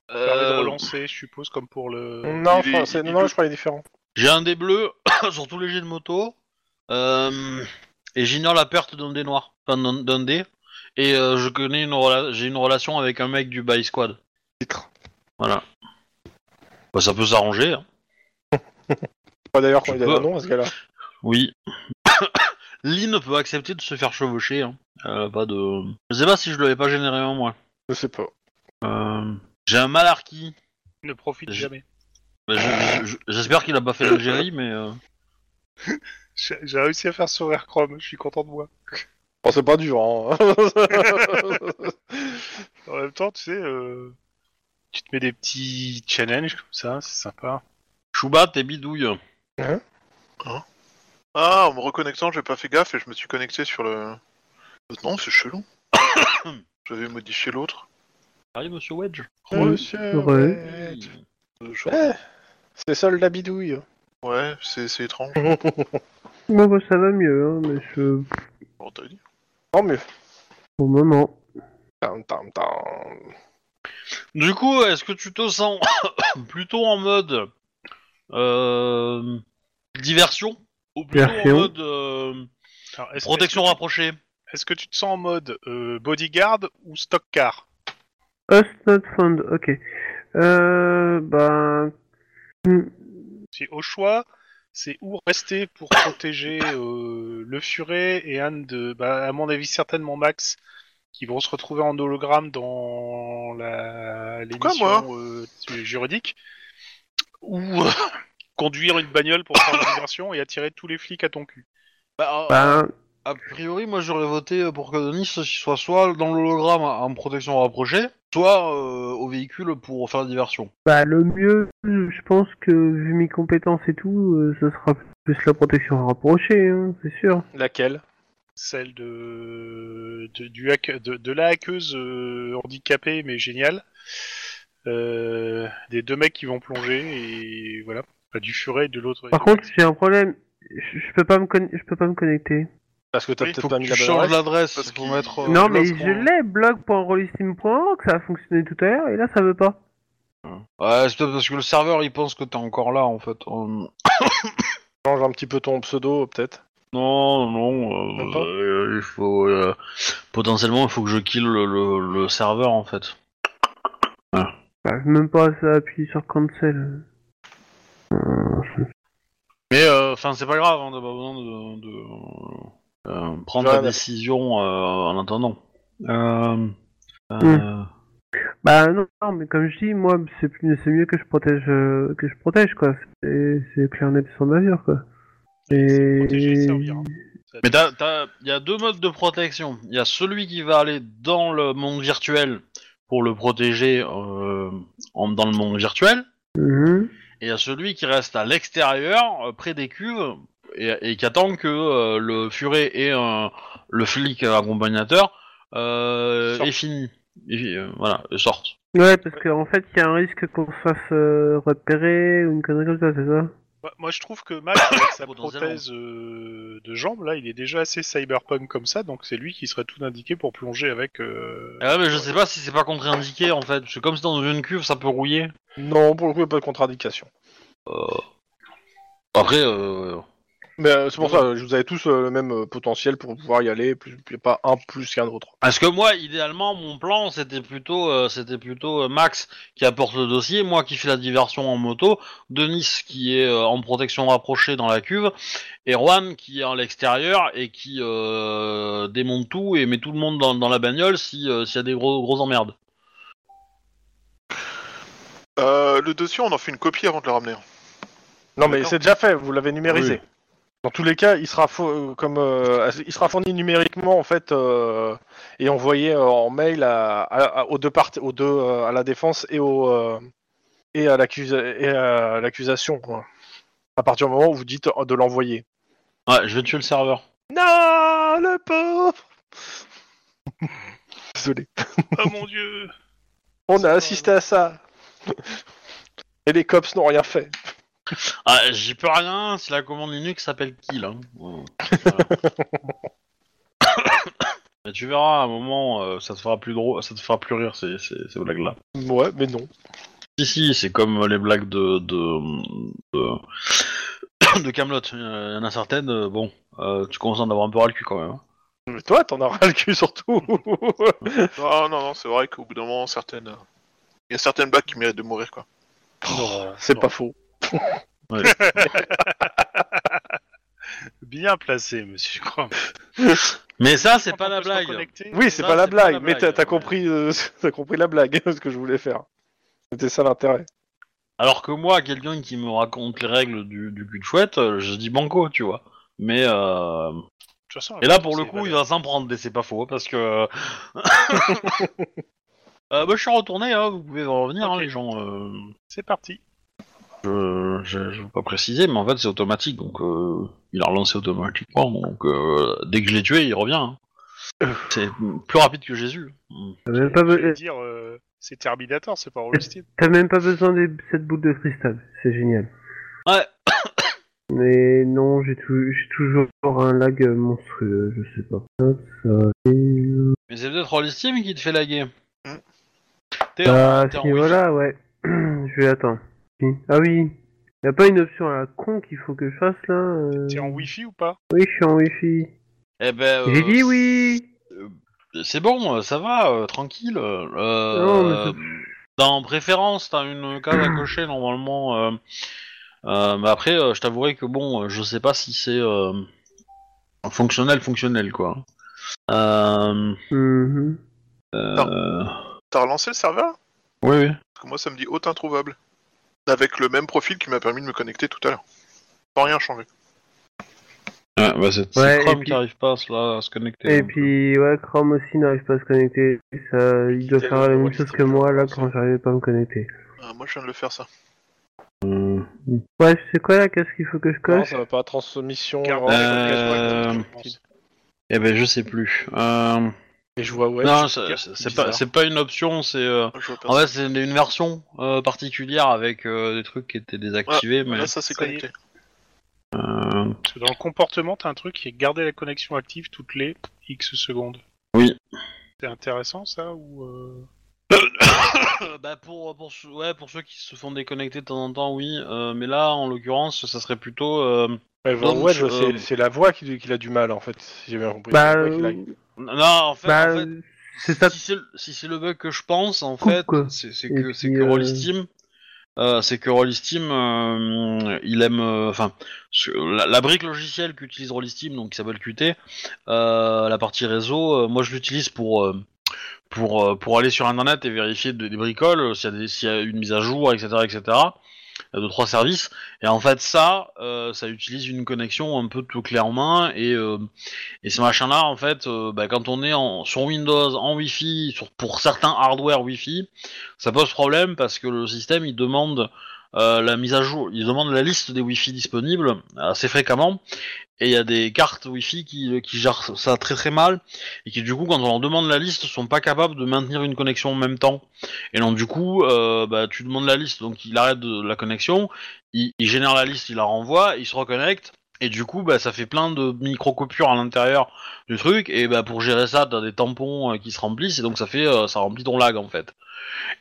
[SPEAKER 5] Permet de
[SPEAKER 2] Euh,
[SPEAKER 5] relancer, je suppose, comme pour le.
[SPEAKER 2] Mm.
[SPEAKER 1] Non,
[SPEAKER 3] il est-
[SPEAKER 1] je crois- c'est-
[SPEAKER 3] il-
[SPEAKER 1] non,
[SPEAKER 3] il-
[SPEAKER 1] je crois qu'il est différent.
[SPEAKER 2] J'ai un dé bleu sur tous les jets de moto. euh, et j'ignore la perte d'un dé noir. Enfin, d'un- d'un dé. Et euh, je connais une rela- j'ai une relation avec un mec du Buy Squad.
[SPEAKER 1] Titre.
[SPEAKER 2] Voilà. Bah, ça peut s'arranger. hein.
[SPEAKER 1] Pas d'ailleurs quand
[SPEAKER 2] Tu
[SPEAKER 1] il a le
[SPEAKER 2] peux.
[SPEAKER 1] nom à ce gars-là.
[SPEAKER 2] Oui. Lynn peut accepter de se faire chevaucher. hein. Elle a pas de. Je sais pas si je l'avais pas généré en moi.
[SPEAKER 1] Je sais pas.
[SPEAKER 2] Euh, J'ai un malarky.
[SPEAKER 5] Ne profite
[SPEAKER 2] Je-
[SPEAKER 5] jamais.
[SPEAKER 2] Bah, je- je- J'espère qu'il a pas fait l'Algérie, mais. euh,
[SPEAKER 5] J'ai j'ai réussi à faire sourire Chrome, je suis content de moi.
[SPEAKER 1] Bon, c'est pas dur, hein.
[SPEAKER 5] En même temps, tu sais, euh, tu te mets des petits challenges comme ça, c'est sympa.
[SPEAKER 2] Chouba, t'es bidouille.
[SPEAKER 3] Ah, en me reconnectant, j'ai pas fait gaffe et je me suis connecté sur le. Non, c'est chelou. J'avais modifié l'autre.
[SPEAKER 2] Allez, monsieur Wedge.
[SPEAKER 1] Monsieur
[SPEAKER 4] Ouais.
[SPEAKER 1] Red.
[SPEAKER 3] Euh, je-
[SPEAKER 1] Eh, C'est seul la bidouille.
[SPEAKER 3] Ouais, c'est c'est étrange.
[SPEAKER 4] Bon, bah, ça va mieux, hein, mais je...
[SPEAKER 3] Bon, t'as dit.
[SPEAKER 1] Tant mieux.
[SPEAKER 4] Pour le moment.
[SPEAKER 1] Tam, tam, tam.
[SPEAKER 2] Du coup, est-ce que tu te sens plutôt en mode euh, diversion ou plutôt
[SPEAKER 4] Diversion.
[SPEAKER 2] en mode euh,
[SPEAKER 5] Alors, est-ce-
[SPEAKER 2] protection
[SPEAKER 5] est-ce que,
[SPEAKER 2] rapprochée
[SPEAKER 5] est-ce que tu te sens en mode euh, bodyguard ou stock car
[SPEAKER 4] Us not found, ok. Euh, bah... hmm,
[SPEAKER 5] Si au choix, c'est ou rester pour protéger euh, le furet et Anne de, bah, à mon avis certainement Max, qui vont se retrouver en hologramme dans la
[SPEAKER 3] Pourquoi moi
[SPEAKER 5] l'émission euh, juridique, ou euh, conduire une bagnole pour faire une diversion et attirer tous les flics à ton cul.
[SPEAKER 4] Bah,
[SPEAKER 2] A priori, moi j'aurais voté euh, pour que Denis soit soit dans l'hologramme en protection rapprochée, soit euh, au véhicule pour faire diversion.
[SPEAKER 4] bah, le mieux, je pense que, vu mes compétences et tout, euh, ce sera plus la protection rapprochée, hein, c'est sûr.
[SPEAKER 1] Laquelle
[SPEAKER 5] celle de, de, du hack- de, de la hackeuse euh, handicapée mais géniale, Euh, des deux mecs qui vont plonger et voilà, Enfin, du furet et de l'autre.
[SPEAKER 4] Par contre, j'ai un problème, je je peux pas me conne- je peux pas me connecter.
[SPEAKER 1] Parce que t'as
[SPEAKER 3] Oui,
[SPEAKER 1] peut-être
[SPEAKER 2] Faut
[SPEAKER 1] pas
[SPEAKER 2] que
[SPEAKER 1] mis
[SPEAKER 2] tu
[SPEAKER 1] la bonne
[SPEAKER 2] changes
[SPEAKER 1] adresse.
[SPEAKER 2] l'adresse
[SPEAKER 3] parce
[SPEAKER 2] pour
[SPEAKER 3] qu'il-
[SPEAKER 2] mettre. euh,
[SPEAKER 4] non, mais
[SPEAKER 2] l'autre
[SPEAKER 4] Oh, je
[SPEAKER 2] en-
[SPEAKER 4] l'ai, blog.rollistim.org, ça a fonctionné tout à l'heure, et là, ça veut pas.
[SPEAKER 2] Ouais, c'est peut-être parce que le serveur il pense que t'es encore là en fait. Euh,
[SPEAKER 1] Change un petit peu ton pseudo, peut-être.
[SPEAKER 2] Non, non,
[SPEAKER 1] Même
[SPEAKER 2] euh,
[SPEAKER 1] pas
[SPEAKER 2] euh, il faut. euh, potentiellement, il faut que je kill le, le- le serveur en fait.
[SPEAKER 4] Bah, même pas, ça appuie sur cancel. Euh,
[SPEAKER 2] Mais, euh, enfin, c'est pas grave, hein, on n'a pas besoin de, de, euh, prendre
[SPEAKER 1] Ouais,
[SPEAKER 2] la
[SPEAKER 1] mais-
[SPEAKER 2] décision euh, en attendant. Euh, euh,
[SPEAKER 4] Bah non, non, mais comme je dis, moi, c'est plus, c'est mieux que je protège, euh, que je protège quoi. C'est c'est clair, net, sans bavure quoi. Et
[SPEAKER 5] protéger et servir, hein.
[SPEAKER 2] Mais t'as- t'as- il y a deux modes de protection. Il y a celui qui va aller dans le monde virtuel pour le protéger euh, en- dans le monde virtuel.
[SPEAKER 4] Mhm.
[SPEAKER 2] Et il y a celui qui reste à l'extérieur, euh, près des cuves, et, et qui attend que euh, le furet et euh, le flic accompagnateur euh,
[SPEAKER 5] Sortent.
[SPEAKER 2] aient fini. Et, euh, voilà, sortent.
[SPEAKER 4] Ouais, parce qu'en fait, il y a un risque qu'on se fasse euh, repérer ou une connerie comme ça, c'est ça
[SPEAKER 5] Moi- Moi je trouve que Max, avec sa
[SPEAKER 2] Potentiellement.
[SPEAKER 5] prothèse euh, de jambe, là, il est déjà assez cyberpunk comme ça, donc c'est lui qui serait tout indiqué pour plonger avec. euh,
[SPEAKER 2] Ah ouais, mais je sais pas si c'est pas contre-indiqué en fait, parce que comme c'est dans une cuve, ça peut rouiller.
[SPEAKER 1] Non, pour le coup, il y a pas de contradiction.
[SPEAKER 2] Après, euh,
[SPEAKER 1] Mais euh, c'est pour ça, je vous avais tous euh, le même euh, potentiel pour pouvoir y aller, plus, plus- pas un plus qu'un autre.
[SPEAKER 2] Parce que moi, idéalement, mon plan, c'était plutôt, euh, c'était plutôt euh, Max qui apporte le dossier, moi qui fais la diversion en moto, Denis qui est euh, en protection rapprochée dans la cuve, et Juan qui est à l'extérieur et qui euh, démonte tout et met tout le monde dans, dans la bagnole si, euh, s'il y a des gros, gros emmerdes.
[SPEAKER 3] Euh, le dossier, on en fait une copie avant de le ramener.
[SPEAKER 1] Non, mais
[SPEAKER 3] D'accord.
[SPEAKER 1] c'est déjà fait, vous l'avez numérisé. Dans tous les cas, il sera, fo- euh, comme, euh, il sera fourni numériquement en fait euh, et envoyé euh, en mail à, à- à- aux deux parties, aux deux, euh, à la défense et au euh, et à l'accusa- et à l'accusation. quoi. à partir du moment où vous dites euh, de l'envoyer.
[SPEAKER 2] Ouais, je vais tuer le serveur.
[SPEAKER 1] Non, le pauvre. Désolé.
[SPEAKER 5] Oh mon dieu
[SPEAKER 1] On a assisté à ça. Et les cops n'ont rien fait.
[SPEAKER 2] Ah, j'y peux rien si la commande Linux s'appelle kill. Hein. Ouais. Mais tu verras, à un moment, euh, ça te fera plus drôle, ça te fera plus rire ces, ces, ces blagues-là.
[SPEAKER 1] Ouais, mais non.
[SPEAKER 2] Si, si, c'est comme les blagues de de de, de Camelot. Il y en a certaines, euh, bon, euh, tu commences à en avoir un peu ras le cul quand même. hein.
[SPEAKER 1] Mais toi, t'en as ras le cul surtout.
[SPEAKER 3] Ah, Non, non, non, c'est vrai qu'au bout d'un moment, certaines. euh, Il y a certaines blagues qui méritent de mourir, quoi.
[SPEAKER 1] C'est pas faux.
[SPEAKER 5] Bien placé, monsieur Chrome.
[SPEAKER 2] Mais ça, c'est pas la
[SPEAKER 5] On peut se
[SPEAKER 2] blague.
[SPEAKER 5] reconnecter
[SPEAKER 1] Oui, c'est
[SPEAKER 2] Ça,
[SPEAKER 1] pas la
[SPEAKER 2] c'est pas
[SPEAKER 1] blague,
[SPEAKER 2] la
[SPEAKER 1] mais t'as
[SPEAKER 2] blague,
[SPEAKER 1] t'as
[SPEAKER 2] ouais.
[SPEAKER 1] compris, euh, t'as compris la blague, ce que je voulais faire. C'était ça l'intérêt.
[SPEAKER 2] Alors que moi, quelqu'un qui me raconte les règles du, du cul de chouette, euh, je dis banco, tu vois. Mais euh,
[SPEAKER 5] De toute façon,
[SPEAKER 2] Et là, pour le
[SPEAKER 5] c'est
[SPEAKER 2] coup, il
[SPEAKER 5] valable.
[SPEAKER 2] va s'en prendre, mais c'est pas faux, parce que... Euh, bah, je suis retourné, hein, vous pouvez en revenir, hein,
[SPEAKER 5] Ok.
[SPEAKER 2] les gens. euh,
[SPEAKER 5] C'est parti.
[SPEAKER 2] je, je, je veux pas préciser, mais en fait, c'est automatique, donc euh, il a relancé automatiquement, donc euh, dès que je l'ai tué, il revient. hein. C'est plus rapide que Jésus.
[SPEAKER 4] T'as même, pas
[SPEAKER 5] Je
[SPEAKER 4] be-
[SPEAKER 5] vais dire, euh, c'est Terminator, c'est pas Rollersteam.
[SPEAKER 4] t'as même pas besoin de cette boule de cristal, c'est génial.
[SPEAKER 2] Ouais.
[SPEAKER 4] Mais non, j'ai tou- j'ai toujours un lag monstrueux, je sais pas. Hop, ça, et, euh,
[SPEAKER 2] Mais c'est peut-être Rollistim qui te fait laguer.
[SPEAKER 3] Hmm.
[SPEAKER 2] T'es en-
[SPEAKER 4] bah,
[SPEAKER 2] t'es
[SPEAKER 4] à
[SPEAKER 2] en
[SPEAKER 4] ce niveau-là, ouais. je vais attendre. Ah oui, y a pas une option à la con qu'il faut que je fasse là euh,
[SPEAKER 5] T'es en Wi-Fi ou pas
[SPEAKER 4] Oui, je suis en wifi.
[SPEAKER 2] Wi-Fi. Eh ben, euh,
[SPEAKER 4] J'ai dit oui
[SPEAKER 2] C'est bon, euh, ça va, euh, tranquille. euh,
[SPEAKER 4] Non, Oh, mais
[SPEAKER 2] dans préférence, t'as une case à cocher normalement. euh, euh, mais après, euh, je t'avouerai que bon, euh, je sais pas si c'est euh, fonctionnel, fonctionnel quoi. Euh,
[SPEAKER 4] Mhm.
[SPEAKER 2] euh,
[SPEAKER 3] T'as relancé le serveur
[SPEAKER 2] oui, oui.
[SPEAKER 3] Parce que moi, ça me dit haute introuvable. Avec le même profil qui m'a permis de me connecter tout à l'heure. Sans rien changer.
[SPEAKER 2] Ouais, bah, c'est c'est
[SPEAKER 4] Ouais, et
[SPEAKER 2] Chrome
[SPEAKER 4] puis-
[SPEAKER 2] qui arrive pas à se, là, à se connecter.
[SPEAKER 4] Et
[SPEAKER 2] donc.
[SPEAKER 4] puis, ouais, Chrome aussi n'arrive pas à se connecter. Ça, il doit
[SPEAKER 3] Quitter
[SPEAKER 4] faire la
[SPEAKER 3] le
[SPEAKER 4] même
[SPEAKER 3] rôle,
[SPEAKER 4] chose
[SPEAKER 3] c'est
[SPEAKER 4] que
[SPEAKER 3] toujours
[SPEAKER 4] moi, là,
[SPEAKER 3] comme ça.
[SPEAKER 4] quand j'arrivais pas à me connecter.
[SPEAKER 3] Ah, moi, je viens de le faire, ça.
[SPEAKER 2] Euh,
[SPEAKER 4] Bref, c'est quoi, là Qu'est-ce qu'il faut que je
[SPEAKER 1] Non,
[SPEAKER 4] coche
[SPEAKER 1] ça va pas, transmission.
[SPEAKER 5] Garde-
[SPEAKER 2] Euh,
[SPEAKER 5] je pense.
[SPEAKER 2] eh ben, je sais plus. Euh,
[SPEAKER 1] Et je vois ouais.
[SPEAKER 2] non, c'est c'est
[SPEAKER 1] bizarre.
[SPEAKER 2] pas, c'est pas une option, c'est. euh,
[SPEAKER 3] Je vois
[SPEAKER 2] En
[SPEAKER 3] personne.
[SPEAKER 2] fait, c'est une- une version euh, particulière avec euh, des trucs qui étaient désactivés, mais
[SPEAKER 3] Là, ça s'est
[SPEAKER 5] Ça y est.
[SPEAKER 3] connecté.
[SPEAKER 2] euh,
[SPEAKER 5] Parce que dans le comportement, t'as un truc qui est garder la connexion active toutes les X secondes.
[SPEAKER 2] Oui.
[SPEAKER 5] C'est intéressant ça ou euh,
[SPEAKER 2] bah pour pour ceux- ouais pour ceux qui se font déconnecter de temps en temps, oui. euh, mais là, en l'occurrence, ça serait plutôt euh,
[SPEAKER 1] Ouais, Van
[SPEAKER 2] donc,
[SPEAKER 1] Wedge,
[SPEAKER 2] euh,
[SPEAKER 1] c'est- c'est la voix qui, qui a du mal en fait, si j'ai bien compris.
[SPEAKER 4] Bah,
[SPEAKER 1] C'est la voix qui lag.
[SPEAKER 4] euh,
[SPEAKER 2] non en fait,
[SPEAKER 4] bah,
[SPEAKER 2] en fait,
[SPEAKER 4] c'est ça.
[SPEAKER 2] si c'est le- si c'est le bug que je pense en
[SPEAKER 4] Coupe,
[SPEAKER 2] fait,
[SPEAKER 4] quoi.
[SPEAKER 2] c'est c'est
[SPEAKER 4] Et
[SPEAKER 2] que c'est
[SPEAKER 4] puis,
[SPEAKER 2] que
[SPEAKER 4] euh,
[SPEAKER 2] Rollisteam, euh, c'est que Rollisteam, euh, il aime euh, enfin ce- la, la brique logicielle qu'utilise Rollisteam donc qui s'appelle Qt, euh, la partie réseau, euh, moi je l'utilise pour euh, pour, euh, pour aller sur internet et vérifier de- des bricoles, euh, s'il y, a des- s'il y a une mise à jour, etc. etc. euh, de trois services. Et en fait, ça, euh, ça utilise une connexion un peu tout clé en main. Et, euh, et ce machin-là, en fait, euh, bah, quand on est en, sur Windows, en Wi-Fi, sur, pour certains hardware Wi-Fi, ça pose problème parce que le système, il demande euh, la mise à jour, il demande la liste des Wi-Fi disponibles assez fréquemment. Et il y a des cartes Wi-Fi qui, qui gèrent ça très très mal et qui du coup quand on leur demande la liste sont pas capables de maintenir une connexion en même temps. Et donc du coup, euh, bah, tu demandes la liste, donc il arrête de, la connexion, il, il génère la liste, il la renvoie, il se reconnecte. Et du coup, bah, ça fait plein de micro-coupures à l'intérieur du truc. Et bah, pour gérer ça, t'as des tampons euh, qui se remplissent. Et donc, ça fait, euh, ça remplit ton lag, en fait.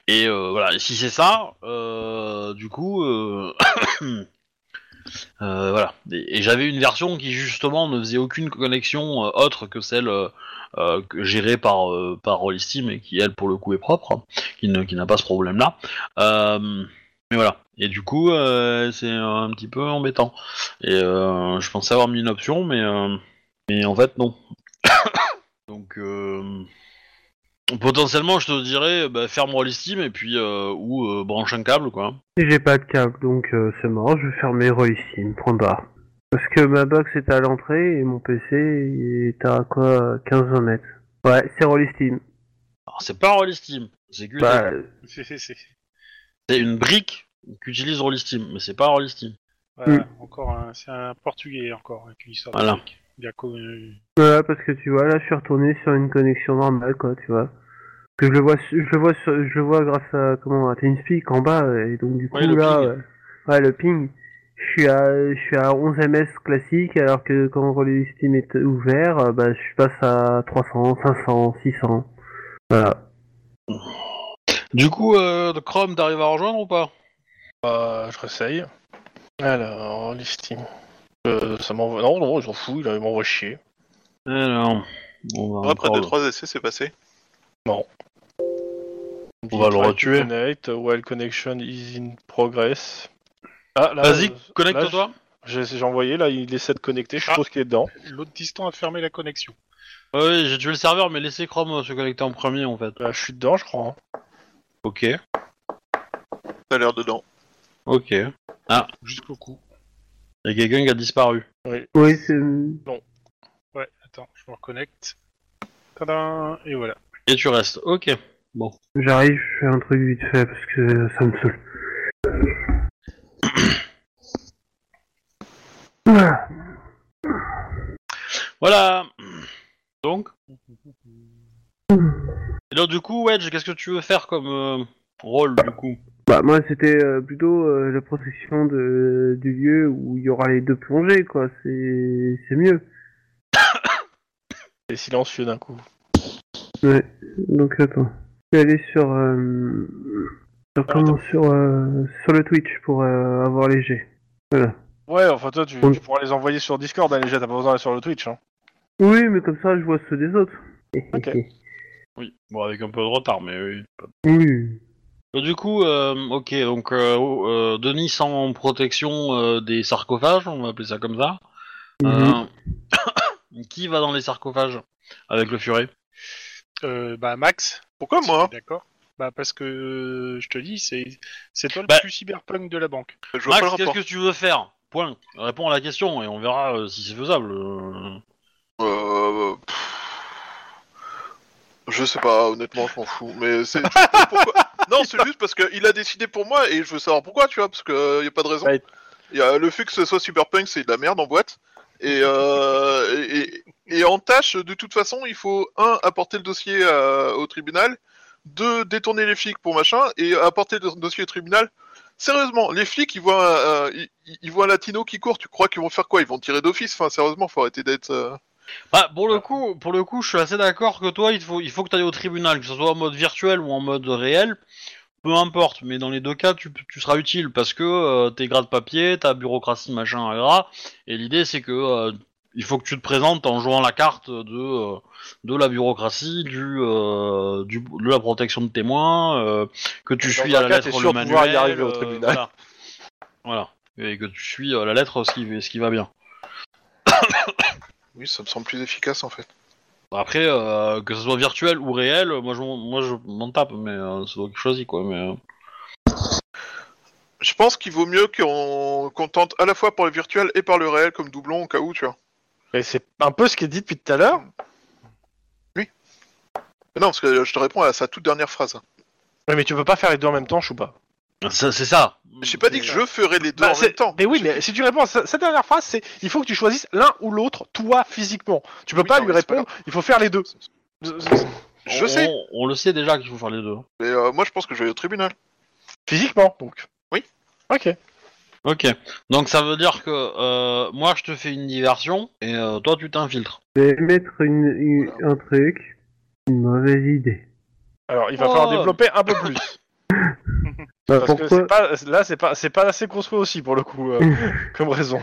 [SPEAKER 2] Et euh, voilà. Et si c'est ça, euh, du coup, euh, Euh, voilà. Et, et j'avais une version qui justement ne faisait aucune connexion euh, autre que celle euh, euh, que- gérée par euh, par Rollistim et qui elle pour le coup est propre, hein, qui ne qui n'a pas ce problème là. mais voilà. Et du coup euh, c'est un petit peu embêtant. Et euh, je pensais avoir mis une option, mais euh, mais en fait non. Donc euh, potentiellement je te dirais bah, ferme Rollistim et puis euh, ou euh, branche un câble quoi.
[SPEAKER 4] Et j'ai pas de câble, donc euh, c'est mort, je vais fermer Rollistime, point barre. Parce que ma box est à l'entrée et mon PC est à quoi 15 mètres. Ouais, c'est Rollistime.
[SPEAKER 2] Alors, c'est pas Rollistim, c'est que
[SPEAKER 4] Bah,
[SPEAKER 5] C'est- c'est- c'est-
[SPEAKER 2] c'est une brique qu'utilise Rollistim, mais c'est pas Rollistim.
[SPEAKER 5] voilà, encore un, c'est un portugais encore hein, qui sort de
[SPEAKER 2] Hmm. Voilà.
[SPEAKER 5] Afrique. bien connu.
[SPEAKER 4] voilà, parce que tu vois, là je suis retourné sur une connexion normale, quoi, tu vois. Que je le vois, su- je le vois, sur- je le vois grâce à comment à TeamSpeak en bas, et donc du coup
[SPEAKER 2] Ouais, le
[SPEAKER 4] là,
[SPEAKER 2] ping.
[SPEAKER 4] ouais, ouais, le ping. Je suis à, je suis à 11 ms classique, alors que quand Rollistime est ouvert, euh, bah je passe à 300, 500, 600. Voilà.
[SPEAKER 2] Du coup, euh, Chrome, t'arrives à rejoindre ou pas
[SPEAKER 1] Euh, je réessaye. Alors, listing. Euh, ça m'envoie. Non, non, j'en fous, il m'envoie chier.
[SPEAKER 2] Alors, on va,
[SPEAKER 3] Après
[SPEAKER 2] encore
[SPEAKER 3] 2-3 essais, c'est passé.
[SPEAKER 1] On
[SPEAKER 2] va le retuer.
[SPEAKER 1] Connect, while connection is in progress. Ah,
[SPEAKER 2] le-
[SPEAKER 1] là,
[SPEAKER 2] Vas-y,
[SPEAKER 1] euh,
[SPEAKER 2] connecte-toi.
[SPEAKER 1] J'ai j'ai envoyé, là, il essaie de connecter, je
[SPEAKER 5] Ah.
[SPEAKER 1] suppose qu'il est dedans.
[SPEAKER 5] L'autre distant a fermé la connexion.
[SPEAKER 2] Oui, j'ai tué le serveur, mais laissez Chrome euh, se connecter en premier en fait.
[SPEAKER 1] Là, je suis dedans, je crois. hein.
[SPEAKER 2] Ok,
[SPEAKER 3] T'as l'air dedans.
[SPEAKER 2] ok. Il
[SPEAKER 5] Jusqu'au cou.
[SPEAKER 2] y a quelqu'un qui a disparu.
[SPEAKER 4] Oui, c'est.
[SPEAKER 5] Ouais, attends, je me reconnecte. Tadam Et voilà.
[SPEAKER 2] Et tu restes. Ok. Bon.
[SPEAKER 4] J'arrive, je fais un truc vite fait parce que ça me saoule. Ah,
[SPEAKER 2] Voilà. Donc. Et donc du coup, Wedge, qu'est-ce que tu veux faire comme euh, rôle du coup
[SPEAKER 4] Bah moi c'était euh, plutôt euh, la protection de, du lieu où il y aura les deux plongées quoi, c'est c'est mieux.
[SPEAKER 1] Il est silencieux d'un coup.
[SPEAKER 4] Ouais. Donc attends, je vais aller sur euh, sur comment sur euh, sur le Twitch pour euh, avoir les jets. Voilà.
[SPEAKER 1] Ouais, enfin, toi, tu,
[SPEAKER 4] Oui.
[SPEAKER 1] tu pourras les envoyer sur Discord, hein, les jets, t'as pas besoin d'aller sur le Twitch. Hein.
[SPEAKER 4] Oui, mais comme ça je vois ceux des autres.
[SPEAKER 1] Ok.
[SPEAKER 2] Oui. Bon, avec un peu de retard, mais oui.
[SPEAKER 4] Oui.
[SPEAKER 2] Donc, Du coup, euh, ok, donc euh, oh, euh, Denis en protection euh, des sarcophages, on va appeler ça comme ça.
[SPEAKER 4] Mhm.
[SPEAKER 1] Ah.
[SPEAKER 2] Euh, qui va dans les sarcophages avec le furet
[SPEAKER 5] Euh, bah, Max.
[SPEAKER 3] Pourquoi
[SPEAKER 5] si
[SPEAKER 3] moi hein
[SPEAKER 5] t'es D'accord. Bah, parce que euh, je te dis, c'est c'est toi le
[SPEAKER 2] Bah.
[SPEAKER 5] plus cyberpunk de la banque.
[SPEAKER 3] Je vois
[SPEAKER 2] Max,
[SPEAKER 3] pas le
[SPEAKER 2] qu'est-ce
[SPEAKER 3] rapport.
[SPEAKER 2] que tu veux faire Point. Réponds à la question et on verra euh, si c'est faisable. Euh,
[SPEAKER 3] Euh, pff. Je sais pas, honnêtement, je m'en fous. Mais c'est. je sais pas pourquoi. Non, c'est juste parce qu'il a décidé pour moi et je veux savoir pourquoi, tu vois, parce qu'il n'y a pas de raison.
[SPEAKER 1] Ouais.
[SPEAKER 3] Y a le fait que ce soit Cyberpunk, c'est de la merde en boîte. Et, euh, et, et- et en tâche, de toute façon, il faut un apporter le dossier euh, au tribunal, deux détourner les flics pour machin et apporter le dossier au tribunal. Sérieusement, les flics, ils voient, euh, ils, ils- ils voient un latino qui court, tu crois qu'ils vont faire quoi Ils vont tirer d'office. Enfin, sérieusement, faut arrêter d'être. euh,
[SPEAKER 2] Bah, pour le coup, pour le coup, je suis assez d'accord que toi, il te faut, il faut que tu ailles au tribunal, que ce soit en mode virtuel ou en mode réel, peu importe. Mais dans les deux cas, tu, tu seras utile parce que euh, t'es gras de papier, ta bureaucratie machin à gras. Et l'idée, c'est que euh, il faut que tu te présentes en jouant la carte de euh, de la bureaucratie, du, euh, du de la protection de témoins, euh, que tu
[SPEAKER 1] Dans
[SPEAKER 2] suis
[SPEAKER 1] un
[SPEAKER 2] à la
[SPEAKER 1] cas,
[SPEAKER 2] lettre
[SPEAKER 1] t'es
[SPEAKER 2] le
[SPEAKER 1] sûr de pouvoir
[SPEAKER 2] manuel.
[SPEAKER 1] y arriver au
[SPEAKER 2] euh,
[SPEAKER 1] tribunal.
[SPEAKER 2] voilà. Voilà. Et que tu suis euh, la lettre ce qui, ce qui va bien.
[SPEAKER 3] Oui, ça me semble plus efficace en fait.
[SPEAKER 2] Après, euh, que ce soit virtuel ou réel, moi je, m'en- moi, je m'en tape, mais euh, c'est toi qui choisis quoi. Mais, euh.
[SPEAKER 3] Je pense qu'il vaut mieux qu'on qu'on tente à la fois par le virtuel et par le réel comme doublon au cas où, tu vois.
[SPEAKER 1] Et c'est un peu ce qui est dit depuis tout à l'heure.
[SPEAKER 3] Mais non, parce que euh, je te réponds à sa toute dernière phrase.
[SPEAKER 1] Ouais, mais tu peux pas faire les deux en même temps, je sais pas.
[SPEAKER 2] euh, Ça, c'est ça.
[SPEAKER 3] J'ai pas dit que je ferais les deux
[SPEAKER 1] Bah,
[SPEAKER 3] en
[SPEAKER 1] c'est-
[SPEAKER 3] même temps.
[SPEAKER 1] Mais oui, mais si tu réponds à sa- cette dernière phrase, c'est il faut que tu choisisses l'un ou l'autre, toi, physiquement. Tu peux
[SPEAKER 3] Oui,
[SPEAKER 1] pas
[SPEAKER 3] non,
[SPEAKER 1] lui
[SPEAKER 3] mais c'est pas
[SPEAKER 1] répondre, il faut faire les deux.
[SPEAKER 3] Je
[SPEAKER 2] On-
[SPEAKER 3] sais,
[SPEAKER 2] On, on le sait déjà qu'il faut faire les deux.
[SPEAKER 3] mais euh, moi je pense que je vais au tribunal.
[SPEAKER 1] Physiquement, donc.
[SPEAKER 3] Oui.
[SPEAKER 1] Ok.
[SPEAKER 2] Ok. Donc ça veut dire que euh, moi je te fais une diversion et euh, toi tu t'infiltres.
[SPEAKER 4] Je vais mettre une, une- un truc. Une mauvaise idée.
[SPEAKER 1] Alors, il va
[SPEAKER 2] Oh.
[SPEAKER 1] falloir développer un peu plus.
[SPEAKER 3] Euh,
[SPEAKER 4] Bah,
[SPEAKER 1] Parce que
[SPEAKER 4] pourquoi
[SPEAKER 1] c'est pas, là, c'est pas, c'est pas assez construit aussi pour le coup, euh, comme raison.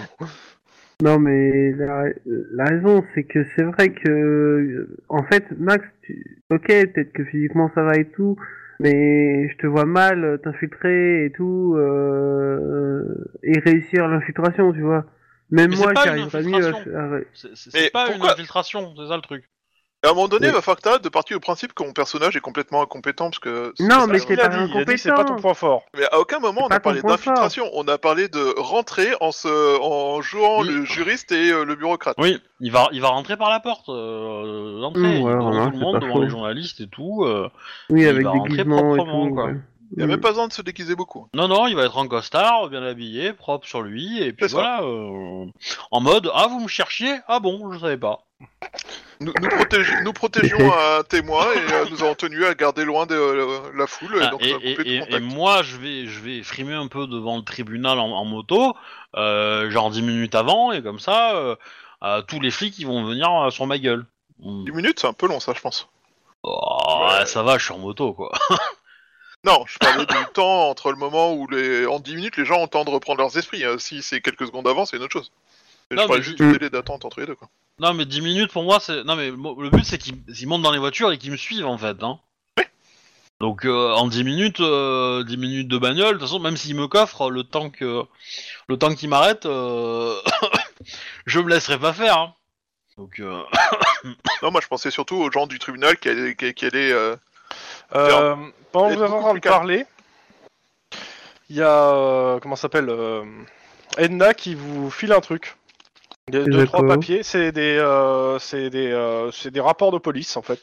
[SPEAKER 4] Non, mais la, la raison, c'est que c'est vrai que, euh, en fait, Max, tu- ok, peut-être que physiquement ça va et tout, mais je te vois mal euh, t'infiltrer et tout, euh, et réussir l'infiltration, tu vois. Même
[SPEAKER 2] Mais c'est
[SPEAKER 4] moi,
[SPEAKER 2] pas une
[SPEAKER 4] j'arriverais mieux à
[SPEAKER 2] infiltration.
[SPEAKER 4] faire-
[SPEAKER 2] C'est- C'est
[SPEAKER 3] Mais
[SPEAKER 2] c'est pas une
[SPEAKER 3] pourquoi
[SPEAKER 2] infiltration, c'est ça le truc.
[SPEAKER 3] À un moment donné,
[SPEAKER 4] Oui.
[SPEAKER 3] il va falloir que t'arrêtes de partir au principe que mon personnage est complètement incompétent parce que.
[SPEAKER 4] Non,
[SPEAKER 3] c'est-
[SPEAKER 4] mais
[SPEAKER 1] C'est ce
[SPEAKER 4] t'es
[SPEAKER 1] qu'il a
[SPEAKER 4] pas
[SPEAKER 1] dit, Bah, il a dit que c'est pas ton
[SPEAKER 4] incompétent.
[SPEAKER 1] point fort.
[SPEAKER 3] Mais à aucun moment on
[SPEAKER 4] pas
[SPEAKER 3] a
[SPEAKER 4] ton
[SPEAKER 3] parlé
[SPEAKER 4] point
[SPEAKER 3] d'infiltration, on a parlé de rentrer en se en jouant
[SPEAKER 2] Oui.
[SPEAKER 3] le juriste et euh, le bureaucrate.
[SPEAKER 2] Oui, il va, il va rentrer par la porte euh, d'entrée,
[SPEAKER 4] Mmh, ouais,
[SPEAKER 2] devant
[SPEAKER 4] voilà,
[SPEAKER 2] tout le
[SPEAKER 4] c'est
[SPEAKER 2] monde,
[SPEAKER 4] pas
[SPEAKER 2] devant
[SPEAKER 4] faux.
[SPEAKER 2] les journalistes et tout. euh,
[SPEAKER 4] Oui,
[SPEAKER 2] Il
[SPEAKER 4] avec
[SPEAKER 2] va
[SPEAKER 4] des
[SPEAKER 2] rentrer
[SPEAKER 4] glissements et
[SPEAKER 2] proprement,
[SPEAKER 4] tout.
[SPEAKER 2] quoi.
[SPEAKER 4] ouais.
[SPEAKER 3] Il n'y a même pas besoin de se déguiser beaucoup.
[SPEAKER 2] Non, non, il va être en costard, bien habillé, propre sur lui, et puis
[SPEAKER 3] C'est ça.
[SPEAKER 2] voilà, euh, en mode ah vous me cherchiez, ah bon, je savais pas.
[SPEAKER 3] Nous, nous, protég- nous protégions un témoin et euh, nous avons tenu à garder loin de euh, la foule et
[SPEAKER 2] Ah,
[SPEAKER 3] donc
[SPEAKER 2] et,
[SPEAKER 3] on a coupé
[SPEAKER 2] et-
[SPEAKER 3] tout
[SPEAKER 2] et- et
[SPEAKER 3] contact.
[SPEAKER 2] moi je vais, je vais frimer un peu devant le tribunal en, en moto, euh, genre 10 minutes avant, et comme ça euh, euh, tous les flics ils vont venir euh, sur ma gueule. Mm.
[SPEAKER 3] 10 minutes, c'est un peu long ça, je pense.
[SPEAKER 2] Oh,
[SPEAKER 3] Ouais.
[SPEAKER 2] ça va, je suis en moto quoi.
[SPEAKER 3] Non, je parlais du temps entre le moment où les en 10 minutes les gens ont le temps de reprendre leurs esprits. Euh, Si c'est quelques secondes avant, c'est une autre chose. Et
[SPEAKER 2] Non,
[SPEAKER 3] je parlais
[SPEAKER 2] mais
[SPEAKER 3] juste
[SPEAKER 4] je-
[SPEAKER 3] du délai d'attente entre les deux quoi.
[SPEAKER 2] Non, mais 10 minutes pour moi, c'est. Non, mais mo- le but c'est qu'ils ils montent dans les voitures et qu'ils me suivent en fait. Hein. Donc euh, en 10 minutes, euh, 10 minutes de bagnole, de toute façon, même s'ils me coffrent, le temps que le temps qu'ils m'arrêtent, euh, je me laisserai pas faire. hein. Donc euh,
[SPEAKER 3] Non, moi je pensais surtout aux gens du tribunal qui allaient, qui, qui allaient, euh,
[SPEAKER 1] Euh, pendant que
[SPEAKER 3] Vous
[SPEAKER 1] vous
[SPEAKER 3] êtes
[SPEAKER 1] êtes en
[SPEAKER 3] beaucoup
[SPEAKER 1] train de
[SPEAKER 3] plus calme.
[SPEAKER 1] parler, il y a. euh, comment ça s'appelle euh, Edna qui vous file un truc. Des, deux, trois
[SPEAKER 4] D'accord.
[SPEAKER 1] papiers. C'est des, euh, c'est des, euh, c'est des rapports de police en fait.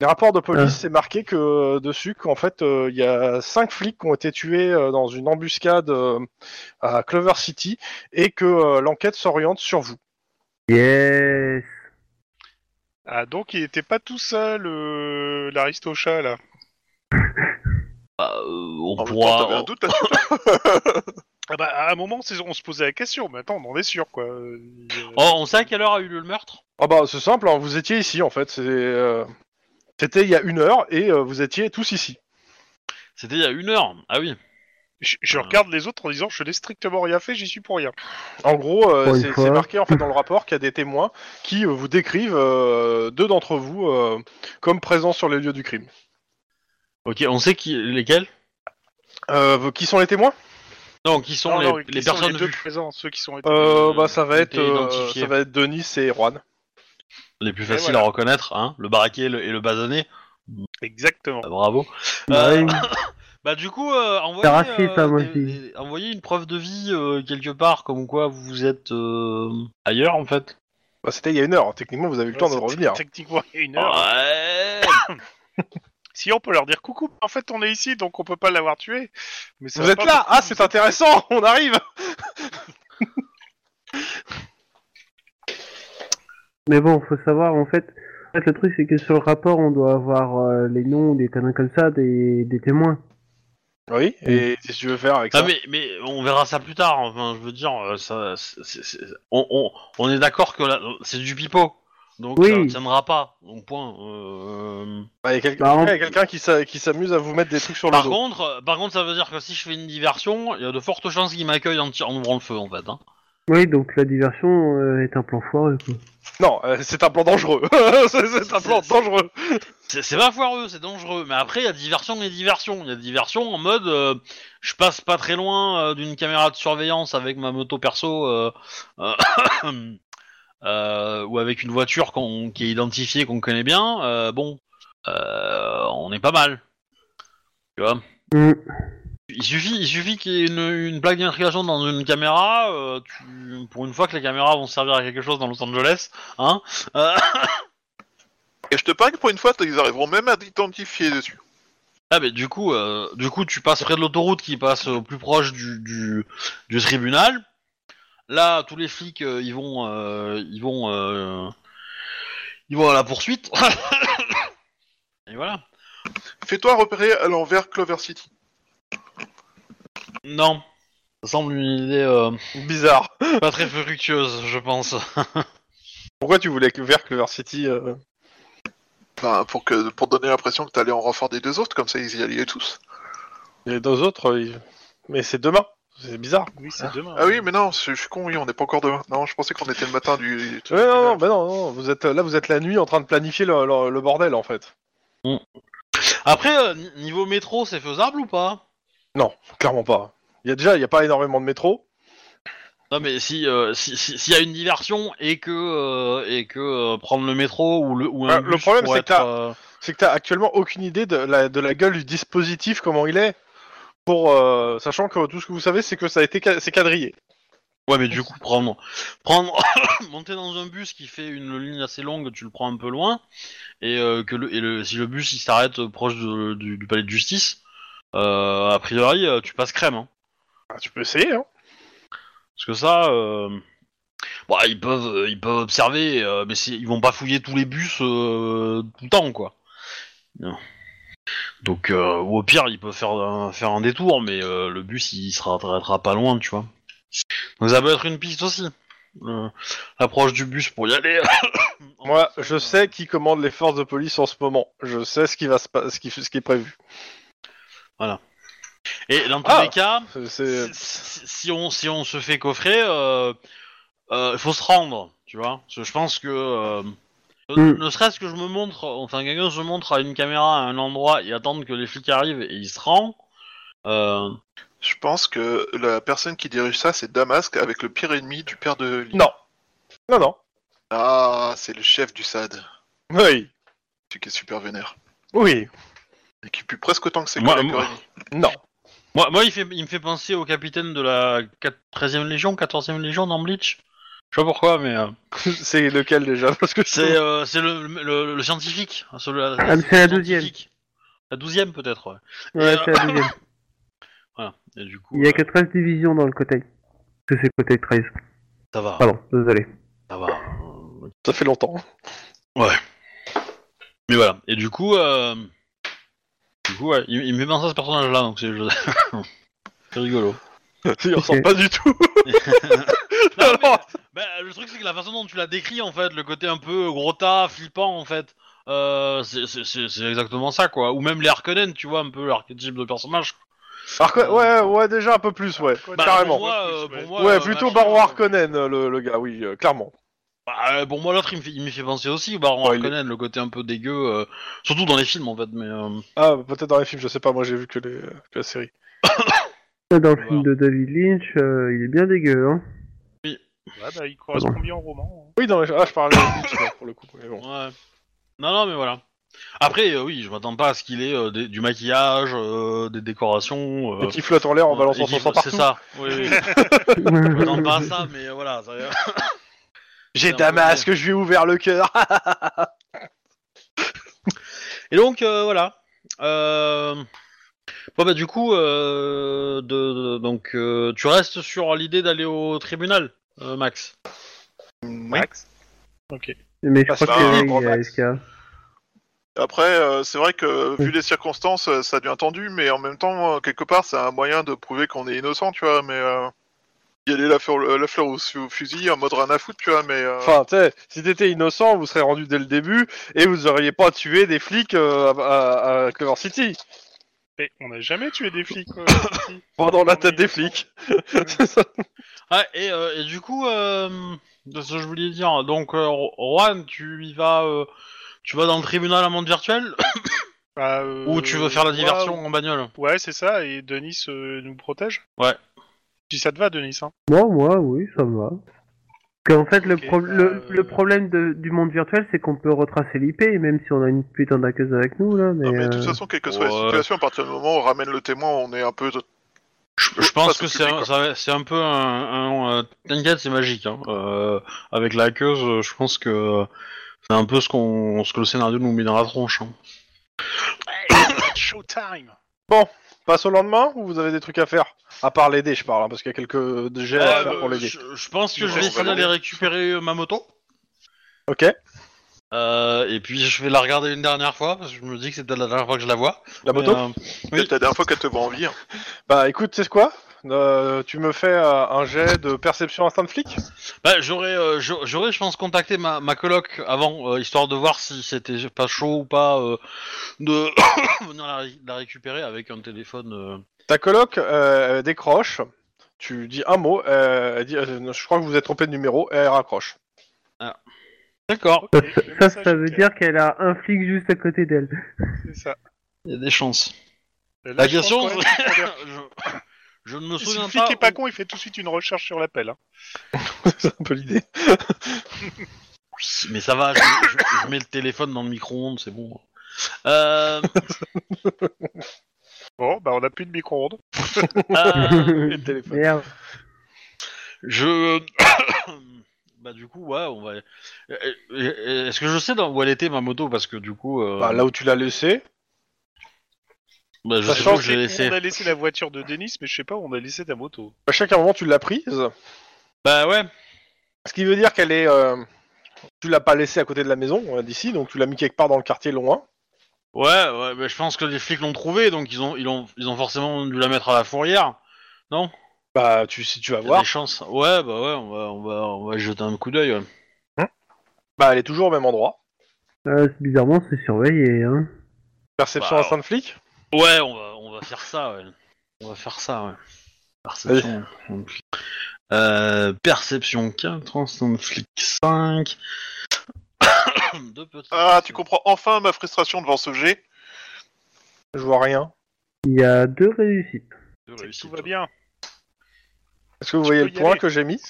[SPEAKER 1] Les rapports de police, c'est marqué que euh, dessus qu'en fait euh, il y a cinq flics qui ont été tués euh, dans une embuscade euh, à Clover City et que euh, l'enquête s'oriente sur vous.
[SPEAKER 4] Yes
[SPEAKER 5] Ah, donc il était pas tout seul, euh, l'aristochat, là.
[SPEAKER 2] bah, euh, on
[SPEAKER 3] En même temps,
[SPEAKER 2] pourra.
[SPEAKER 3] t'avais un doute là-dessus.
[SPEAKER 5] Ah bah, à un moment, c'est- on se posait la question, mais attends, on en est sûr, quoi. Euh, il, euh,
[SPEAKER 2] Oh, on sait à quelle heure a eu lieu le meurtre
[SPEAKER 1] Ah bah c'est simple, hein, vous étiez ici en fait. c'est, euh, C'était il y a une heure et euh, vous étiez tous ici.
[SPEAKER 2] C'était il y a une heure. Ah oui.
[SPEAKER 5] Je, je
[SPEAKER 2] Ah.
[SPEAKER 5] regarde les autres en disant, je n'ai strictement rien fait, j'y suis pour rien.
[SPEAKER 1] En gros, euh,
[SPEAKER 4] Pour une
[SPEAKER 1] c'est
[SPEAKER 4] fois.
[SPEAKER 1] c'est marqué en fait dans le rapport qu'il y a des témoins qui euh, vous décrivent euh, deux d'entre vous euh, comme présents sur les lieux du crime.
[SPEAKER 2] Ok, on sait qui, lesquels
[SPEAKER 1] Euh, vous- qui sont les témoins
[SPEAKER 2] Non, qui sont
[SPEAKER 5] Non,
[SPEAKER 2] les,
[SPEAKER 5] non,
[SPEAKER 2] les
[SPEAKER 5] qui sont
[SPEAKER 2] personnes
[SPEAKER 5] les deux
[SPEAKER 2] vues,
[SPEAKER 5] présents, ceux qui sont.
[SPEAKER 1] euh, Bah ça va
[SPEAKER 2] ont
[SPEAKER 1] être,
[SPEAKER 2] été
[SPEAKER 1] euh,
[SPEAKER 2] identifiés.
[SPEAKER 1] ça va être Denis et Juan.
[SPEAKER 2] les plus
[SPEAKER 5] Et
[SPEAKER 2] faciles
[SPEAKER 5] voilà.
[SPEAKER 2] à reconnaître, hein, le baraqué et le, et le basané.
[SPEAKER 5] Exactement.
[SPEAKER 2] Ah, bravo.
[SPEAKER 4] Bah oui.
[SPEAKER 2] Bah du coup, euh, envoyez,
[SPEAKER 4] C'est raciste,
[SPEAKER 2] euh,
[SPEAKER 4] hein, moi
[SPEAKER 2] des-
[SPEAKER 4] aussi.
[SPEAKER 2] des- envoyez une preuve de vie euh, quelque part, comme quoi vous êtes euh, ailleurs en fait.
[SPEAKER 1] Bah, C'était il y a une heure. Techniquement, vous avez eu le temps de
[SPEAKER 5] Ouais, c'est
[SPEAKER 1] revenir. hein.
[SPEAKER 5] Techniquement, il y a une
[SPEAKER 2] Ah.
[SPEAKER 5] heure.
[SPEAKER 2] Ouais.
[SPEAKER 5] Si on peut leur dire coucou, en fait, on est ici, donc on peut pas l'avoir tué. Mais ça
[SPEAKER 1] Vous
[SPEAKER 5] va
[SPEAKER 1] êtes
[SPEAKER 5] pas
[SPEAKER 1] là Ah, c'est intéressant. On arrive.
[SPEAKER 4] Mais bon, faut savoir, en fait, en fait, le truc, c'est que sur le rapport, on doit avoir euh, les noms, des conneries comme ça, des, des témoins.
[SPEAKER 1] Oui. Et qu'est-ce que tu veux faire avec
[SPEAKER 2] Ah,
[SPEAKER 1] ça
[SPEAKER 2] mais mais on verra ça plus tard. Enfin, je veux dire, euh, ça, c'est- c'est- c'est- on, on, on est d'accord que là, c'est du pipeau, donc
[SPEAKER 4] Oui.
[SPEAKER 2] ça ne tiendra pas. Donc point. Euh,
[SPEAKER 1] Bah, Il y a quel-
[SPEAKER 4] Bah, on-
[SPEAKER 1] il y a quelqu'un qui s'a- qui s'amuse à vous mettre des trucs sur le
[SPEAKER 2] Par
[SPEAKER 1] dos.
[SPEAKER 2] contre, euh, par contre, ça veut dire que si je fais une diversion, il y a de fortes chances qu'ils m'accueillent en, ti- en ouvrant le feu en fait. hein.
[SPEAKER 4] Oui, donc la diversion euh, est un plan foireux, quoi.
[SPEAKER 1] Non, euh, c'est un plan dangereux. c'est c'est un plan
[SPEAKER 2] C'est- c'est-
[SPEAKER 1] dangereux.
[SPEAKER 2] C'est c'est pas foireux, c'est dangereux. Mais après, il y a diversion et diversion. Il y a diversion en mode, euh, je passe pas très loin euh, d'une caméra de surveillance avec ma moto perso euh, euh, euh, ou avec une voiture qu'on- qui est identifiée, qu'on connaît bien. euh, bon, euh, on est pas mal. Tu vois
[SPEAKER 4] Mm.
[SPEAKER 2] il suffit, il suffit qu'il y ait une, une plaque d'immatriculation dans une caméra. euh, tu- pour une fois que les caméras vont servir à quelque chose dans Los Angeles, hein euh,
[SPEAKER 3] Et je te parie que pour une fois, ils arriveront même à t'identifier dessus.
[SPEAKER 2] Ah mais du coup, euh, du coup, tu passes près de l'autoroute qui passe au plus proche du, du, du tribunal. Là, tous les flics, euh, ils vont, euh, ils vont, euh, ils vont à la poursuite. Et voilà.
[SPEAKER 3] Fais-toi repérer à l'envers Clover City.
[SPEAKER 2] Non, ça semble une idée euh,
[SPEAKER 1] Bizarre.
[SPEAKER 2] pas très fructueuse, je pense.
[SPEAKER 1] Pourquoi tu voulais que vers Clover City euh,
[SPEAKER 3] Ben, Enfin, pour, que, pour donner l'impression que t'allais en renfort des deux autres, comme ça ils y allaient tous.
[SPEAKER 1] Les deux autres, euh, ils- mais c'est demain. C'est bizarre.
[SPEAKER 5] Oui, c'est demain.
[SPEAKER 3] Ah oui, mais non, je je suis con, oui, on n'est pas encore demain. Non, je pensais qu'on était le matin du. du truc.
[SPEAKER 1] Ouais, non, non, bah non, non, vous êtes là, vous êtes la nuit en train de planifier le, le- le bordel en fait.
[SPEAKER 2] Après, euh, ni- niveau métro, c'est faisable ou pas
[SPEAKER 1] Non, clairement pas. Il y a déjà, il y a pas énormément de métro.
[SPEAKER 2] Non, mais si euh, si- si- s'il y a une diversion et que euh, et que euh, prendre le métro ou le ou un
[SPEAKER 1] Ah, le
[SPEAKER 2] bus
[SPEAKER 1] problème,
[SPEAKER 2] pour
[SPEAKER 1] c'est
[SPEAKER 2] être,
[SPEAKER 1] que t'as-
[SPEAKER 2] euh,
[SPEAKER 1] C'est que t'as actuellement aucune idée de la, de la gueule du dispositif, comment il est. Pour euh, sachant que tout ce que vous savez, c'est que ça a été ca- c'est quadrillé.
[SPEAKER 2] ouais, mais du coup prendre prendre monter dans un bus qui fait une ligne assez longue, tu le prends un peu loin et euh, que le, et le si le bus il s'arrête proche de- du, du palais de justice, euh, a priori euh, tu passes crème. hein.
[SPEAKER 1] Ah, tu peux essayer, hein.
[SPEAKER 2] Parce que ça, euh, bah, ils peuvent, euh, ils peuvent observer, euh, mais c'est- ils vont pas fouiller tous les bus euh, tout le temps, quoi. Non. Donc, euh, ou au pire, ils peuvent faire un, faire un détour, mais euh, le bus, il se rattrapera pas loin, tu vois. Donc ça peut être une piste aussi. le- L'approche du bus pour y aller.
[SPEAKER 1] Moi, je sais qui commande les forces de police en ce moment. Je sais ce qui va se pa- ce qui, ce qui est prévu.
[SPEAKER 2] Et dans tous
[SPEAKER 1] Ah.
[SPEAKER 2] les cas,
[SPEAKER 1] C'est- C'est
[SPEAKER 2] si, si- si on, si on se fait coffrer, il faut se rendre, tu vois. Parce que je pense que. euh, ne-
[SPEAKER 4] Mm.
[SPEAKER 2] Ne serait-ce que je me montre, enfin quelqu'un se montre à une caméra à un endroit et attendre que les flics arrivent et il se rend. euh,
[SPEAKER 3] Je pense que la personne qui dirige ça, c'est Damasque avec le pire ennemi du père de. Lee.
[SPEAKER 1] non, non, non.
[SPEAKER 3] Ah, c'est le chef du SAD,
[SPEAKER 1] Oui,
[SPEAKER 3] celui qui est super vénère.
[SPEAKER 1] oui,
[SPEAKER 3] Et qui pue presque autant que ses
[SPEAKER 2] Moi,
[SPEAKER 3] collègues.
[SPEAKER 2] moi-
[SPEAKER 3] Aurélie.
[SPEAKER 1] non.
[SPEAKER 2] Moi, moi il, fait, il me fait penser au capitaine de la 4- 13e Légion, 14e Légion dans Bleach. Je sais pas pourquoi, mais. euh,
[SPEAKER 1] c'est lequel déjà Parce que je-
[SPEAKER 2] c'est euh, c'est le, le- le scientifique. hein, celui-
[SPEAKER 4] Mm. Ah, mais c'est la douzième.
[SPEAKER 2] scientifique. La 12e peut-être, ouais.
[SPEAKER 4] Ouais,
[SPEAKER 2] Et,
[SPEAKER 4] c'est la deuxième.
[SPEAKER 2] Voilà. Et du coup,
[SPEAKER 4] Il y a
[SPEAKER 2] euh,
[SPEAKER 4] que 13 divisions dans le Koteï. Que c'est Koteï 13.
[SPEAKER 2] ça va.
[SPEAKER 4] Pardon, désolé.
[SPEAKER 2] Ça va. euh,
[SPEAKER 1] ça fait longtemps.
[SPEAKER 2] Mais voilà. Et du coup, euh... du coup, ouais, il, il me fait penser à ce personnage-là, donc c'est je- c'est rigolo.
[SPEAKER 1] Il ressemble
[SPEAKER 4] Ok.
[SPEAKER 1] pas du tout.
[SPEAKER 2] Non, mais,
[SPEAKER 1] Alors,
[SPEAKER 2] bah, le truc, c'est que la façon dont tu l'as décrit, en fait, le côté un peu gros tas, flippant, en fait, euh, c'est- c'est c'est- c'est exactement ça, quoi. Ou même les Harkonnen, tu vois, un peu l'archétype de personnage.
[SPEAKER 1] Harko- ouais, ouais, déjà un peu plus, ouais,
[SPEAKER 2] Bah,
[SPEAKER 1] carrément.
[SPEAKER 2] Pour moi, euh, pour moi,
[SPEAKER 1] ouais,
[SPEAKER 2] euh,
[SPEAKER 1] plutôt
[SPEAKER 2] machin,
[SPEAKER 1] Baron
[SPEAKER 2] euh,
[SPEAKER 1] Harkonnen, euh, le, le gars, oui, euh, clairement.
[SPEAKER 2] bah, euh, pour moi, l'autre, il me fait- il m'y fait penser aussi, au Baron
[SPEAKER 1] Ouais, il est-
[SPEAKER 2] Harkonnen, le côté un peu dégueu, euh, surtout dans les films, en fait, mais... euh,
[SPEAKER 1] Ah, peut-être dans les films, je sais pas, moi j'ai vu que, les, euh, que la série.
[SPEAKER 4] Là, Dans le
[SPEAKER 2] Voilà.
[SPEAKER 4] film de David Lynch, euh, il est bien dégueu, hein.
[SPEAKER 5] Ouais, bah, il correspond bien au roman. hein.
[SPEAKER 1] Oui, dans les... Ah, je parlais de Bleach, là, pour le coup, mais bon.
[SPEAKER 2] Ouais. Non, non, mais voilà. Après, euh, oui, je m'attends pas à ce qu'il ait euh, des- du maquillage, euh, des décorations. euh,
[SPEAKER 1] Et qui flotte en l'air en balançant
[SPEAKER 2] et qui-
[SPEAKER 1] son sang partout.
[SPEAKER 2] C'est ça. Oui, oui. je m'attends pas à ça, mais euh, voilà. ça-
[SPEAKER 1] J'ai
[SPEAKER 2] C'est un
[SPEAKER 1] Damas, que je lui ai ouvert le cœur.
[SPEAKER 2] Et donc, euh, voilà. Euh, Bon, bah, du coup, euh, de, de- donc, euh, tu restes sur l'idée d'aller au tribunal, euh, Max.
[SPEAKER 3] Mm,
[SPEAKER 5] Max Ok.
[SPEAKER 4] Mais je
[SPEAKER 1] Parce
[SPEAKER 4] crois
[SPEAKER 3] que,
[SPEAKER 4] que
[SPEAKER 1] euh,
[SPEAKER 4] oui,
[SPEAKER 1] grand
[SPEAKER 4] il y a
[SPEAKER 1] max.
[SPEAKER 4] SK.
[SPEAKER 3] Après, euh, c'est vrai que vu les circonstances, euh, ça devient tendu, mais en même temps, euh, quelque part, c'est un moyen de prouver qu'on est innocent, tu vois. Mais euh, y aller la fleur, euh, la fleur au, au fusil en mode rien à foutre, tu vois. Mais euh,
[SPEAKER 1] Enfin, tu sais, si t'étais innocent, vous serez rendu dès le début et vous auriez pas tué des flics euh, à, à- à Clover City.
[SPEAKER 5] Mais on n'a jamais tué des flics. quoi, ici.
[SPEAKER 1] Pendant la tête des flics. C'est ça.
[SPEAKER 2] Ah, et, euh, et du coup, euh, de ce que je voulais dire, donc, euh, Juan, tu y vas, euh, tu vas dans le tribunal à monde virtuel
[SPEAKER 5] Bah, euh,
[SPEAKER 2] ou tu veux faire la
[SPEAKER 5] ouais,
[SPEAKER 2] diversion en bagnole
[SPEAKER 5] Ouais, c'est ça, et Denis euh, nous protège
[SPEAKER 2] Ouais.
[SPEAKER 5] Si ça te va, Denis. Hein.
[SPEAKER 4] Moi, moi, oui, ça me va. Qu'en fait, le,
[SPEAKER 5] Ok,
[SPEAKER 4] pro-
[SPEAKER 5] bah,
[SPEAKER 4] le, le
[SPEAKER 5] euh,
[SPEAKER 4] problème de- du monde virtuel, c'est qu'on peut retracer l'IP, même si on a une putain d'accueuse avec nous, là, mais...
[SPEAKER 3] non, mais de
[SPEAKER 4] euh,
[SPEAKER 3] toute façon, quelle que soit
[SPEAKER 2] ouais.
[SPEAKER 3] la situation, à partir du moment où on ramène le témoin, on est un peu.
[SPEAKER 2] Je pense
[SPEAKER 3] Face au
[SPEAKER 2] que c'est
[SPEAKER 3] public,
[SPEAKER 2] un,
[SPEAKER 3] quoi.
[SPEAKER 2] ça va- c'est un peu un. un, euh, T'inquiète, c'est magique. Hein. Euh, avec la queuse, euh, je pense que c'est un peu ce, qu'on ce que le scénario nous met dans la tronche. hein.
[SPEAKER 5] Showtime
[SPEAKER 1] Passe au lendemain ou vous avez des trucs à faire À part l'aider, je parle, hein, parce qu'il y a quelques jets à
[SPEAKER 2] Euh,
[SPEAKER 1] faire pour l'aider.
[SPEAKER 2] je, je pense que
[SPEAKER 3] Ouais,
[SPEAKER 2] je
[SPEAKER 3] on
[SPEAKER 2] vais
[SPEAKER 3] va
[SPEAKER 2] essayer
[SPEAKER 3] l'aider.
[SPEAKER 2] d'aller récupérer euh, ma moto.
[SPEAKER 1] Ok.
[SPEAKER 2] Euh, et puis je vais la regarder une dernière fois, parce que je me dis que c'est peut-être la dernière fois que je la vois.
[SPEAKER 1] La
[SPEAKER 2] Mais,
[SPEAKER 1] moto
[SPEAKER 2] euh,
[SPEAKER 3] Peut-être la dernière fois qu'elle te voit en vie. hein.
[SPEAKER 1] Bah écoute, c'est quoi Euh, tu me fais euh, un jet de perception instant flic
[SPEAKER 2] Bah, j'aurais, euh, j'a- j'aurais, je pense, contacté ma, ma coloc avant, euh, histoire de voir si c'était pas chaud ou pas, euh, de venir la, ré- la récupérer avec un téléphone. euh.
[SPEAKER 1] Ta coloc euh, elle décroche, tu dis un mot, euh, elle dit euh, Je crois que vous vous êtes trompé de numéro, et elle raccroche.
[SPEAKER 2] D'accord,
[SPEAKER 4] Ça,
[SPEAKER 5] Le
[SPEAKER 4] ça,
[SPEAKER 5] message
[SPEAKER 4] ça veut
[SPEAKER 5] est-
[SPEAKER 4] dire qu'elle a un flic juste à côté d'elle.
[SPEAKER 5] C'est ça.
[SPEAKER 2] il y a des chances.
[SPEAKER 5] Là,
[SPEAKER 2] La
[SPEAKER 5] Bah, je pense
[SPEAKER 2] question,
[SPEAKER 5] quand même qu'il faut dire-
[SPEAKER 2] je, je ne me
[SPEAKER 5] Si
[SPEAKER 2] souviens
[SPEAKER 5] le flic
[SPEAKER 2] pas.
[SPEAKER 5] est pas con, il fait tout de suite une recherche sur l'appel. hein.
[SPEAKER 1] C'est un peu l'idée.
[SPEAKER 2] où- Mais ça va, je, je- je mets le téléphone dans le micro-ondes, c'est bon. Euh,
[SPEAKER 5] Bon, bah on a plus de micro-ondes.
[SPEAKER 2] euh,
[SPEAKER 1] téléphone.
[SPEAKER 4] Merde.
[SPEAKER 2] Je. bah, du coup, ouais, on va. Euh, euh, Est-ce que je sais dans où elle était ma moto Parce que du coup. euh,
[SPEAKER 1] Bah, là où tu l'as laissé,
[SPEAKER 2] bah, je sais
[SPEAKER 1] sachant
[SPEAKER 2] pas
[SPEAKER 1] que
[SPEAKER 2] où je l'ai laissé.
[SPEAKER 5] On a laissé la voiture de Denis, mais je sais pas où on a laissé ta moto.
[SPEAKER 1] à chaque moment tu l'as prise,
[SPEAKER 2] Bah, ouais.
[SPEAKER 1] ce qui veut dire qu'elle est. euh, tu l'as pas laissée à côté de la maison euh, d'ici, donc tu l'as mis quelque part dans le quartier loin.
[SPEAKER 2] Ouais, ouais, mais je pense que les flics l'ont trouvée, donc ils ont, ils, ont, ils ont forcément dû la mettre à la fourrière. Non
[SPEAKER 1] Bah, tu, si tu vas
[SPEAKER 2] Il y a
[SPEAKER 1] voir,
[SPEAKER 2] des chances. Ouais, bah, ouais, on va, on va, on va jeter un coup d'œil. ouais.
[SPEAKER 1] bah, elle est toujours au même endroit.
[SPEAKER 4] Euh, c'est- bizarrement, c'est surveillé. Hein.
[SPEAKER 1] Perception
[SPEAKER 2] Bah,
[SPEAKER 1] instant flic
[SPEAKER 2] Ouais, on va, on va faire ça, ouais. On va faire ça, ouais. Perception. Euh, perception 4, instant flic 5. Deux petits.
[SPEAKER 3] Ah, tu comprends enfin ma frustration devant ce G.
[SPEAKER 1] Je vois rien.
[SPEAKER 4] Il y a deux réussites.
[SPEAKER 2] Deux
[SPEAKER 5] C'est que
[SPEAKER 2] réussites,
[SPEAKER 5] Tout va
[SPEAKER 2] ouais.
[SPEAKER 5] bien.
[SPEAKER 1] Est-ce que vous
[SPEAKER 5] Tu
[SPEAKER 1] voyez
[SPEAKER 5] peux
[SPEAKER 1] le
[SPEAKER 5] y
[SPEAKER 1] point
[SPEAKER 5] aller.
[SPEAKER 1] que j'ai mis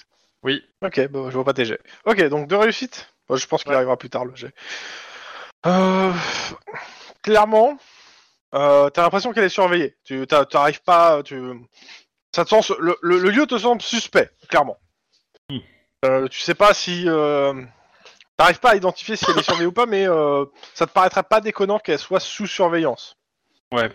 [SPEAKER 2] Oui.
[SPEAKER 1] Ok, bah, je vois pas tes jets. Ok, donc deux réussites. Bon, je pense qu'il
[SPEAKER 5] Ouais.
[SPEAKER 1] arrivera plus tard le jet. Euh, Clairement, euh, t'as l'impression qu'elle est surveillée. Tu t'as- t'arrives pas. Tu... Ça te sens, le, le- le lieu te semble suspect, clairement.
[SPEAKER 2] Hmm.
[SPEAKER 1] Euh, tu sais pas si. euh, T'arrives pas à identifier si elle est surveillée ou pas, mais euh, ça te paraîtrait pas déconnant qu'elle soit sous surveillance.
[SPEAKER 2] Ouais.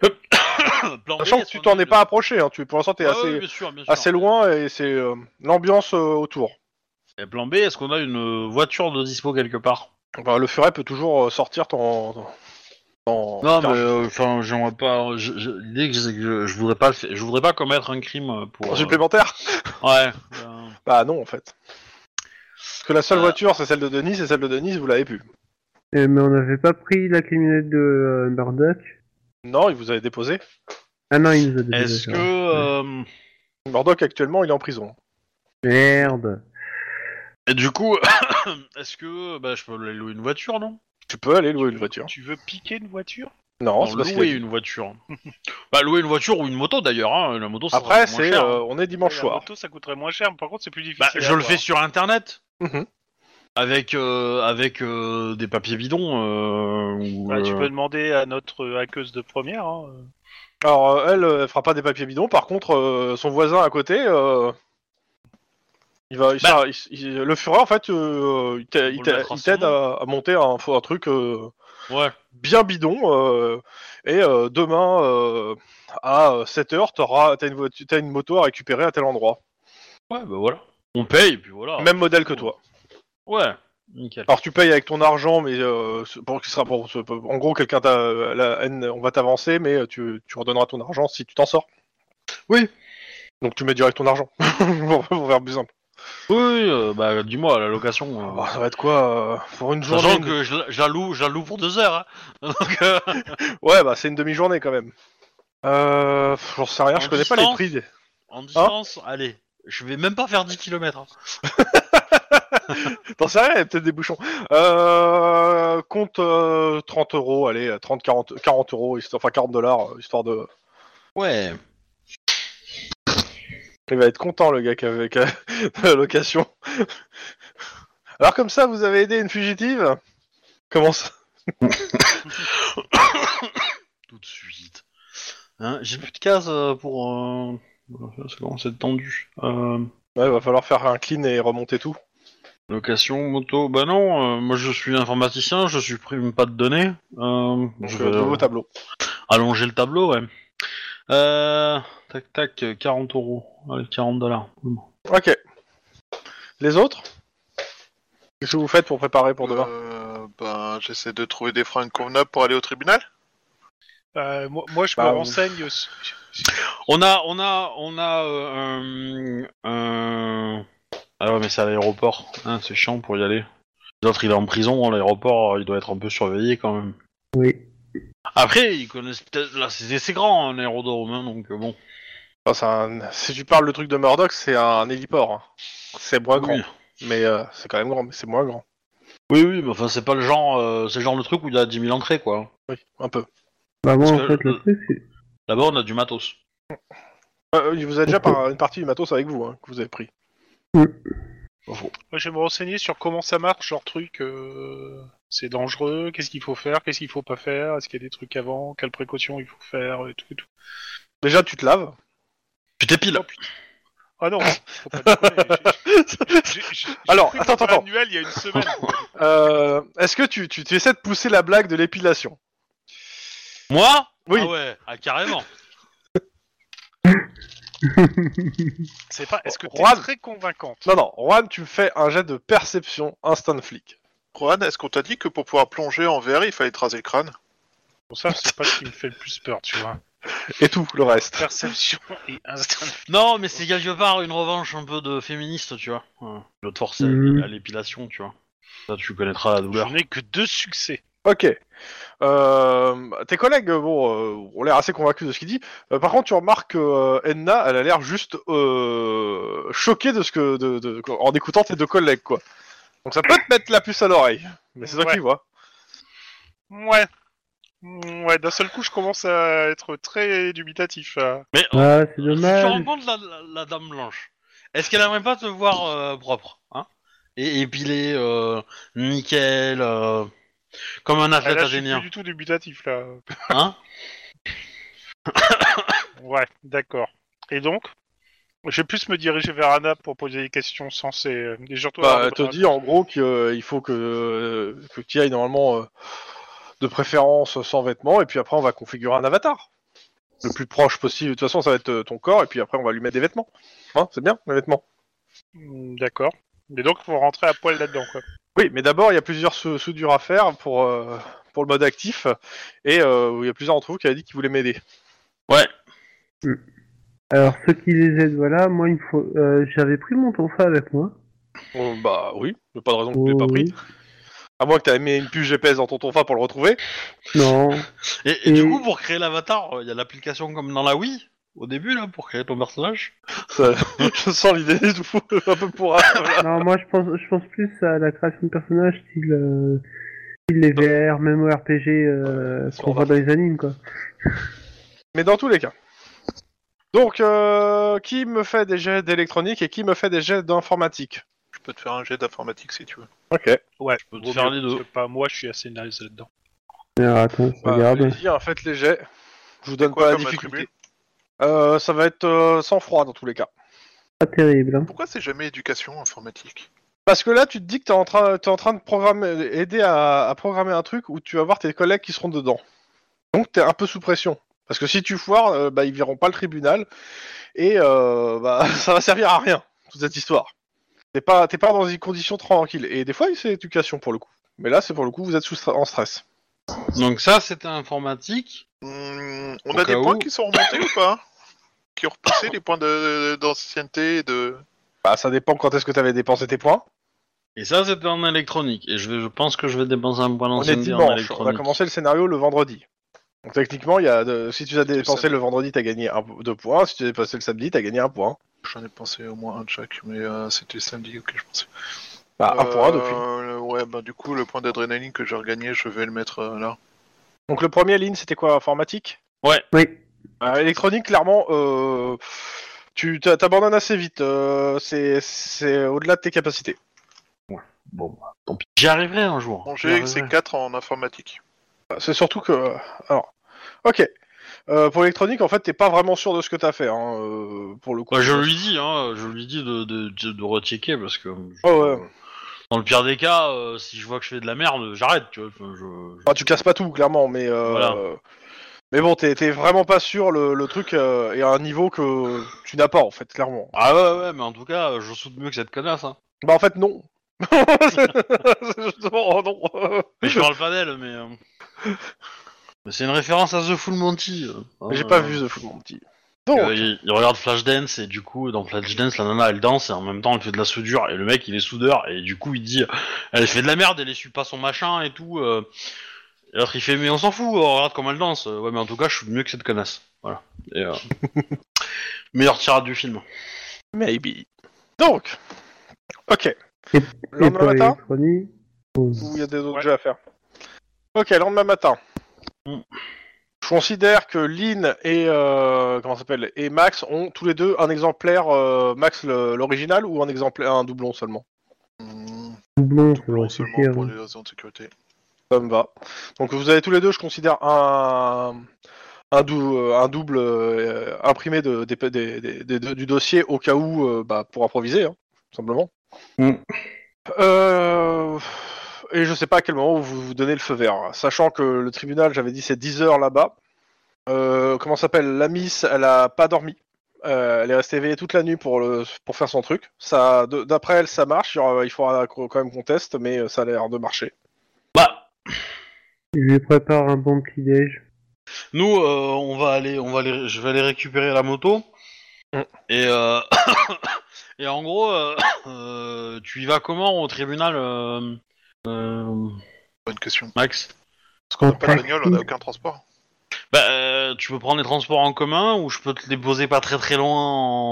[SPEAKER 2] Plan B,
[SPEAKER 1] Sachant que
[SPEAKER 2] est-ce
[SPEAKER 1] tu
[SPEAKER 2] qu'on
[SPEAKER 1] t'en
[SPEAKER 2] a-
[SPEAKER 1] es pas approché, hein, tu, pour l'instant t'es
[SPEAKER 2] Ah oui,
[SPEAKER 1] assez,
[SPEAKER 2] bien sûr, bien sûr.
[SPEAKER 1] assez loin et c'est euh, l'ambiance euh, autour.
[SPEAKER 2] Et Eh, plan B, est-ce qu'on a une euh, voiture de dispo quelque part
[SPEAKER 1] Bah, le furet peut toujours euh, sortir ton. ton- ton-
[SPEAKER 2] Non, mais
[SPEAKER 1] ton-
[SPEAKER 2] euh, enfin, j'aimerais pas. je- je- L'idée, c'est que je, je voudrais pas, le fa- je voudrais pas commettre un crime euh, pour.
[SPEAKER 1] ton
[SPEAKER 2] euh,
[SPEAKER 1] supplémentaire
[SPEAKER 2] Ouais. euh,
[SPEAKER 1] Bah non, en fait. Parce que la seule
[SPEAKER 2] Euh.
[SPEAKER 1] voiture, c'est celle de Denis, et celle de Denis, vous l'avez pu.
[SPEAKER 4] Euh, mais on n'avait pas pris la camionnette de euh, Murdoch.
[SPEAKER 1] Non, il vous avait déposé.
[SPEAKER 4] Ah non, il nous a donné
[SPEAKER 2] Est-ce
[SPEAKER 4] ça.
[SPEAKER 2] que euh,
[SPEAKER 1] Murdoch, actuellement, il est en prison.
[SPEAKER 4] Merde.
[SPEAKER 2] et du coup, est-ce que bah, je peux lui louer une voiture, non
[SPEAKER 1] Tu peux aller louer une voiture.
[SPEAKER 5] Tu veux piquer une voiture
[SPEAKER 1] Non,
[SPEAKER 2] Non,
[SPEAKER 1] c'est pas ce qu'il a
[SPEAKER 2] louer
[SPEAKER 1] dit.
[SPEAKER 2] une voiture. bah, louer une voiture ou une moto d'ailleurs. Hein. La moto, ça
[SPEAKER 1] Après,
[SPEAKER 2] sera moins
[SPEAKER 1] c'est.
[SPEAKER 2] cher. hein.
[SPEAKER 1] euh, on est dimanche
[SPEAKER 5] Eh, La
[SPEAKER 1] soir.
[SPEAKER 5] moto, ça coûterait moins cher, mais par contre, c'est plus difficile.
[SPEAKER 2] Bah,
[SPEAKER 5] à
[SPEAKER 2] je le
[SPEAKER 5] avoir.
[SPEAKER 2] fais sur Internet.
[SPEAKER 1] Mhm.
[SPEAKER 2] Avec euh, avec euh, des papiers bidons. euh, ou,
[SPEAKER 5] Bah, Tu
[SPEAKER 2] euh,
[SPEAKER 5] peux demander à notre hackeuse de première. hein.
[SPEAKER 1] Alors, euh, elle, euh, elle fera pas des papiers bidons. Par contre, euh, son voisin à côté. euh, Il va, il
[SPEAKER 2] Bah.
[SPEAKER 1] sera- il- il- le Führer, en fait, euh, il t'a- il
[SPEAKER 2] On le
[SPEAKER 1] t'a-
[SPEAKER 2] mettra
[SPEAKER 1] il t'aide
[SPEAKER 2] son
[SPEAKER 1] à, à monter un, un truc euh,
[SPEAKER 2] Ouais.
[SPEAKER 1] bien bidon. euh, et euh, demain, euh, à 7h, t'auras, t'as, une voiture- t'as une moto à récupérer à tel endroit.
[SPEAKER 2] Ouais, bah voilà. On paye, puis voilà.
[SPEAKER 1] Même modèle que toi.
[SPEAKER 2] Ouais, nickel. Ah
[SPEAKER 1] Alors tu payes avec ton argent, mais euh, ce- pour qu'il sera pour, ce- pour- en gros quelqu'un t'a euh, la haine, on va t'avancer, mais euh, tu, tu redonneras ton argent si tu t'en sors.
[SPEAKER 2] Oui.
[SPEAKER 1] Donc tu mets direct ton argent. pour, pour faire plus simple.
[SPEAKER 2] Oui, euh, bah dis-moi, la location. euh,
[SPEAKER 1] Oh, ça va être quoi euh, pour une journée
[SPEAKER 2] Sachant
[SPEAKER 1] une-
[SPEAKER 2] que je, la- je la loue, je la loue pour deux heures. hein. Donc, euh,
[SPEAKER 1] Ouais, bah c'est une demi-journée quand même. Euh, pff, j'en sais rien,
[SPEAKER 2] En
[SPEAKER 1] je connais pas les
[SPEAKER 2] distance
[SPEAKER 1] prix. des-
[SPEAKER 2] en
[SPEAKER 1] Hein
[SPEAKER 2] distance, allez, je vais même pas faire hein. 10 km.
[SPEAKER 1] T'en sais rien, il y a peut-être des bouchons. Euh, compte euh, 30 euros, allez, 30, 40, 40 euros, histoire- enfin 40 dollars, euh, histoire de.
[SPEAKER 2] Ouais.
[SPEAKER 1] Il va être content, le gars, qui avait- qui a la location. Alors, comme ça, vous avez aidé une fugitive Comment ça
[SPEAKER 2] Tout de suite. Hein, J'ai plus de cases euh, pour. Euh... C'est bon, c'est tendu. Euh,
[SPEAKER 1] Ouais, va falloir faire un clean et remonter tout.
[SPEAKER 2] location, moto. Bah non, euh, moi je suis informaticien, je supprime pas de données. Euh,
[SPEAKER 1] Donc,
[SPEAKER 2] je
[SPEAKER 1] euh,
[SPEAKER 2] vais,
[SPEAKER 1] nouveau
[SPEAKER 2] euh,
[SPEAKER 1] tableau.
[SPEAKER 2] allonger le tableau, ouais. Euh, tac tac, euh, 40 euros. Allez, 40 dollars.
[SPEAKER 1] Ok. Les autres Qu'est-ce que vous faites pour préparer pour demain
[SPEAKER 3] Euh, ben, j'essaie de trouver des fringues convenables pour aller au tribunal.
[SPEAKER 5] Euh, moi, moi, je
[SPEAKER 1] Bah,
[SPEAKER 5] me renseigne s-
[SPEAKER 2] On a, on a, on a euh, un- un- Ah ouais, mais c'est à l'aéroport. Hein, c'est chiant pour y aller. L'autre, il est en prison. À l'aéroport, il doit être un peu surveillé quand même.
[SPEAKER 4] Oui.
[SPEAKER 2] Après, ils connaissent peut-être. Là, c'est c'est grand, un aérodrome, hein, donc euh, bon.
[SPEAKER 1] Enfin, c'est un- Si tu parles le truc de Murdoch, c'est un héliport. hein. C'est moins grand.
[SPEAKER 2] Oui.
[SPEAKER 1] Mais euh, c'est quand même grand, mais c'est moins grand.
[SPEAKER 2] Oui, oui, mais enfin, c'est pas le genre. euh, c'est le genre de truc où il y a 10 000 entrées, quoi.
[SPEAKER 1] Oui, un peu.
[SPEAKER 4] Bah
[SPEAKER 2] Parce
[SPEAKER 4] moi en
[SPEAKER 2] que-
[SPEAKER 4] fait le truc c'est...
[SPEAKER 2] Là-bas, on a du matos.
[SPEAKER 1] Euh, il vous a déjà par une partie du matos avec vous, hein, que vous avez pris.
[SPEAKER 5] Moi, je vais me renseigner sur comment ça marche, leur truc. euh, C'est dangereux, qu'est-ce qu'il faut faire, qu'est-ce qu'il faut pas faire, est-ce qu'il y a des trucs avant, quelles précautions il faut faire, et tout, et tout.
[SPEAKER 1] Déjà, tu te laves.
[SPEAKER 2] Tu t'épiles.
[SPEAKER 5] Ah non, faut pas déconner. j'ai- j'ai- j'ai- j'ai
[SPEAKER 1] Alors,
[SPEAKER 5] cru que
[SPEAKER 1] attends,
[SPEAKER 5] dans
[SPEAKER 1] attends.
[SPEAKER 5] Manuel, il y a une semaine.
[SPEAKER 1] Euh, Est-ce que tu, tu, tu essaies de pousser la blague de l'épilation
[SPEAKER 2] Moi
[SPEAKER 1] Oui.
[SPEAKER 2] Ah ouais, ah, carrément.
[SPEAKER 5] C'est pas. Est-ce que t'es
[SPEAKER 1] Juan.
[SPEAKER 5] très convaincante
[SPEAKER 1] Non, non, Juan, tu me fais un jet de perception instant flic.
[SPEAKER 3] Juan, est-ce qu'on t'a dit que pour pouvoir plonger en verre, il fallait te raser le crâne
[SPEAKER 5] Bon, ça, c'est pas ce qui me fait le plus peur, tu vois.
[SPEAKER 1] Et tout le reste.
[SPEAKER 5] Perception et instinct.
[SPEAKER 2] Non, mais c'est quelque part une revanche un peu de féministe, tu vois. Ouais. L'autre force, c'est
[SPEAKER 4] Mhm.
[SPEAKER 2] à l'épilation, tu vois. Ça, tu connaîtras la douleur.
[SPEAKER 5] J'en ai que deux succès.
[SPEAKER 1] Ok. Euh, tes collègues, bon, euh, ont l'air assez convaincus de ce qu'il dit. Euh, par contre, tu remarques que euh, Enna, elle a l'air juste euh, choquée de ce que, de, de- en écoutant tes deux collègues, quoi. Donc ça peut te mettre la puce à l'oreille, mais c'est toi
[SPEAKER 5] Ouais.
[SPEAKER 1] qui vois.
[SPEAKER 5] Ouais. Mm, Ouais, d'un seul coup, je commence à être très dubitatif. euh.
[SPEAKER 2] Mais euh,
[SPEAKER 4] Ah c'est
[SPEAKER 2] si tu
[SPEAKER 4] dommage.
[SPEAKER 2] rencontres la, la- la dame blanche, est-ce qu'elle aimerait pas te voir euh, propre hein Et épilé, euh, nickel, euh, comme un
[SPEAKER 5] Ah,
[SPEAKER 2] athlète
[SPEAKER 5] là, je suis plus
[SPEAKER 2] athénien.
[SPEAKER 5] du tout dubitatif là.
[SPEAKER 2] Hein
[SPEAKER 5] Ouais, d'accord. Et donc, je vais plus me diriger vers Anna pour poser des questions sensées. euh, Et surtout,
[SPEAKER 1] Bah,
[SPEAKER 5] alors,
[SPEAKER 1] elle te
[SPEAKER 5] bah,
[SPEAKER 1] dit en gros qu'il faut que, euh, que tu y ailles normalement euh, de préférence euh, sans vêtements, et puis après on va configurer un avatar. Le plus proche possible, de toute façon ça va être euh, ton corps, et puis après on va lui mettre des vêtements. Hein, c'est bien, les vêtements.
[SPEAKER 5] mm, D'accord. Mais donc, faut rentrer à poil là-dedans, quoi.
[SPEAKER 1] Oui, mais d'abord il y a plusieurs sou- soudures à faire pour, euh, pour le mode actif, et euh, il y a plusieurs d'entre vous qui avaient dit qu'ils voulaient m'aider.
[SPEAKER 2] Ouais.
[SPEAKER 4] Alors ceux qui les aident voilà, moi il me faut... euh, j'avais pris mon tonfa avec moi.
[SPEAKER 1] Euh, bah oui, y a pas de raison que tu l'aies
[SPEAKER 4] Oh,
[SPEAKER 1] pas pris.
[SPEAKER 4] oui.
[SPEAKER 1] À moins que tu aies mis une puce GPS dans ton tonfa pour le retrouver.
[SPEAKER 4] Non.
[SPEAKER 2] Et, et du
[SPEAKER 4] Et-
[SPEAKER 2] coup, pour créer l'avatar, euh, il y a l'application comme dans la Wii, au début, là, pour créer ton personnage.
[SPEAKER 1] Ça- je sens l'idée du fou un peu pour
[SPEAKER 4] non, moi je pense, je pense plus à la création de personnages style, euh, style les VR, même au RPG euh,
[SPEAKER 1] Ouais,
[SPEAKER 4] qu'on
[SPEAKER 1] on
[SPEAKER 4] voit
[SPEAKER 1] va-
[SPEAKER 4] dans les animes quoi.
[SPEAKER 1] Mais dans tous les cas. Donc, euh, qui me fait des jets d'électronique et qui me fait des jets d'informatique
[SPEAKER 3] Je peux te faire un jet d'informatique si tu veux.
[SPEAKER 1] Ok.
[SPEAKER 5] Ouais, je
[SPEAKER 2] peux te faire les deux.
[SPEAKER 5] Pas moi, je suis assez naze là-dedans.
[SPEAKER 4] Alors attends, je regarde.
[SPEAKER 1] allez-y, hein, faites les jets. Je vous donne
[SPEAKER 3] quoi
[SPEAKER 1] pas la
[SPEAKER 3] comme
[SPEAKER 1] difficulté.
[SPEAKER 3] attribut
[SPEAKER 1] Euh, ça va être euh, sans froid dans tous les cas.
[SPEAKER 4] Pas terrible. Hein.
[SPEAKER 3] Pourquoi c'est jamais éducation informatique
[SPEAKER 1] Parce que là, tu te dis que t'es en train, t'es en train de programmer, aider à, à programmer un truc où tu vas voir tes collègues qui seront dedans. Donc, t'es un peu sous pression. Parce que si tu foires, euh, bah, ils verront pas le tribunal et euh, bah, ça va servir à rien toute cette histoire. T'es pas, t'es pas dans une condition tranquille. Et des fois, c'est éducation pour le coup. Mais là, c'est pour le coup, vous êtes sous stra- en stress.
[SPEAKER 2] Donc ça, c'était informatique.
[SPEAKER 3] Hmm, On
[SPEAKER 2] Au
[SPEAKER 3] a des
[SPEAKER 2] cas
[SPEAKER 3] points
[SPEAKER 2] où.
[SPEAKER 3] qui sont remontés ou pas Qui ont repoussé les points de- d'ancienneté et de...
[SPEAKER 1] Bah, ça dépend quand est-ce que t'avais dépensé tes points.
[SPEAKER 2] Et ça, c'était en électronique. Et je, vais, je pense que je vais dépenser un point
[SPEAKER 1] On est
[SPEAKER 2] d'ancienneté en
[SPEAKER 1] dimanche. On a
[SPEAKER 2] électronique.
[SPEAKER 1] commencé le scénario le vendredi. Donc techniquement, il y a de- si tu as dépensé
[SPEAKER 3] samedi.
[SPEAKER 1] le vendredi, t'as gagné un, deux points. Si tu as dépensé le samedi, t'as gagné un point.
[SPEAKER 3] J'en ai pensé au moins un de chaque, mais euh, c'était samedi ok, je pensais.
[SPEAKER 1] Bah, un point depuis.
[SPEAKER 3] Euh, Ouais, bah du coup, le point d'adrénaline que j'ai regagné, je vais le mettre euh, là.
[SPEAKER 1] Donc le premier ligne, c'était quoi Informatique
[SPEAKER 4] Oui.
[SPEAKER 1] Euh, Électronique, clairement, euh, tu t'a- t'abandonnes assez vite. euh, c'est- c'est au-delà de tes capacités.
[SPEAKER 2] Bon, bah, tant pis. J'y arriverai un jour.
[SPEAKER 3] Mon
[SPEAKER 2] J'y
[SPEAKER 3] G,
[SPEAKER 2] arriverai.
[SPEAKER 3] c'est 4 en informatique.
[SPEAKER 1] Bah, C'est surtout que... euh, Alors, ok. Euh, pour l'électronique, en fait, t'es pas vraiment sûr de ce que t'as fait, hein, euh, pour le coup.
[SPEAKER 2] Bah, je lui dis, hein, je lui dis de, de, de, de rechecker parce que. euh, je-
[SPEAKER 1] Ah Ouais, ouais.
[SPEAKER 2] Dans le pire des cas, euh, si je vois que je fais de la merde, j'arrête, tu vois. Enfin, je- je-
[SPEAKER 1] Enfin, tu casses pas tout, clairement, mais... euh,
[SPEAKER 2] Voilà.
[SPEAKER 1] Mais bon, t'es t'es vraiment pas sûr, le, le truc euh, est à un niveau que tu n'as pas, en fait, clairement.
[SPEAKER 2] Ah ouais, ouais, mais en tout cas, euh, je saute mieux que cette connasse. Hein.
[SPEAKER 1] Bah, en fait, non. C'est justement, oh non.
[SPEAKER 2] Mais je parle pas d'elle, mais. euh, mais c'est une référence à The Full Monty. euh.
[SPEAKER 1] J'ai
[SPEAKER 2] Ah,
[SPEAKER 1] pas
[SPEAKER 2] euh,
[SPEAKER 1] vu The Full Monty. Donc,
[SPEAKER 2] Euh, il, il regarde Flashdance et du coup dans Flashdance la nana elle danse et en même temps elle fait de la soudure et le mec il est soudeur et du coup il dit elle fait de la merde elle essuie pas son machin et tout euh. et l'autre il fait mais on s'en fout on regarde comment elle danse ouais mais en tout cas je suis mieux que cette connasse voilà et euh... meilleure tirade du film
[SPEAKER 1] maybe. Donc, ok.
[SPEAKER 4] Et,
[SPEAKER 1] Le lendemain
[SPEAKER 4] pour
[SPEAKER 1] matin
[SPEAKER 4] l'électronique, on-
[SPEAKER 1] Ou il y a des autres
[SPEAKER 5] Ouais.
[SPEAKER 1] jeux à faire. Ok, lendemain matin.
[SPEAKER 2] Mm.
[SPEAKER 1] Je considère que Lynn et euh, comment ça s'appelle et Max ont tous les deux un exemplaire euh, Max le- l'original ou un exemplaire un doublon seulement. Hmm.
[SPEAKER 4] doublon,
[SPEAKER 3] Mmh,
[SPEAKER 4] ça
[SPEAKER 3] doublon
[SPEAKER 4] va
[SPEAKER 3] seulement
[SPEAKER 4] suffire.
[SPEAKER 3] pour les raisons de sécurité.
[SPEAKER 1] Ça me va. Donc vous avez tous les deux, je considère un un, dou- un double euh, imprimé de, des- des- des- des- du dossier au cas où euh, bah, pour improviser hein, tout simplement.
[SPEAKER 2] Mm.
[SPEAKER 1] Euh, et je sais pas à quel moment vous vous donnez le feu vert, sachant que le tribunal, j'avais dit c'est 10 heures là-bas. Euh, comment ça s'appelle La miss, elle a pas dormi. Euh, elle est restée éveillée toute la nuit pour, le, pour faire son truc. Ça, de- d'après elle, ça marche. Il y aura- il faudra qu'on- quand même qu'on teste, mais euh, ça a l'air de marcher.
[SPEAKER 2] bah
[SPEAKER 4] Je lui prépare un bon petit déj.
[SPEAKER 2] nous euh, on va aller on va aller je vais aller récupérer la moto
[SPEAKER 1] Mm.
[SPEAKER 2] et euh... et en gros euh, euh, tu y vas comment au tribunal euh, euh,
[SPEAKER 3] Bonne question.
[SPEAKER 2] Max
[SPEAKER 3] Parce qu'on n'a
[SPEAKER 4] En
[SPEAKER 3] pas de
[SPEAKER 4] taxi.
[SPEAKER 3] bagnole, on n'a aucun transport.
[SPEAKER 2] Bah, euh, tu peux prendre les transports en commun ou je peux te déposer pas très très loin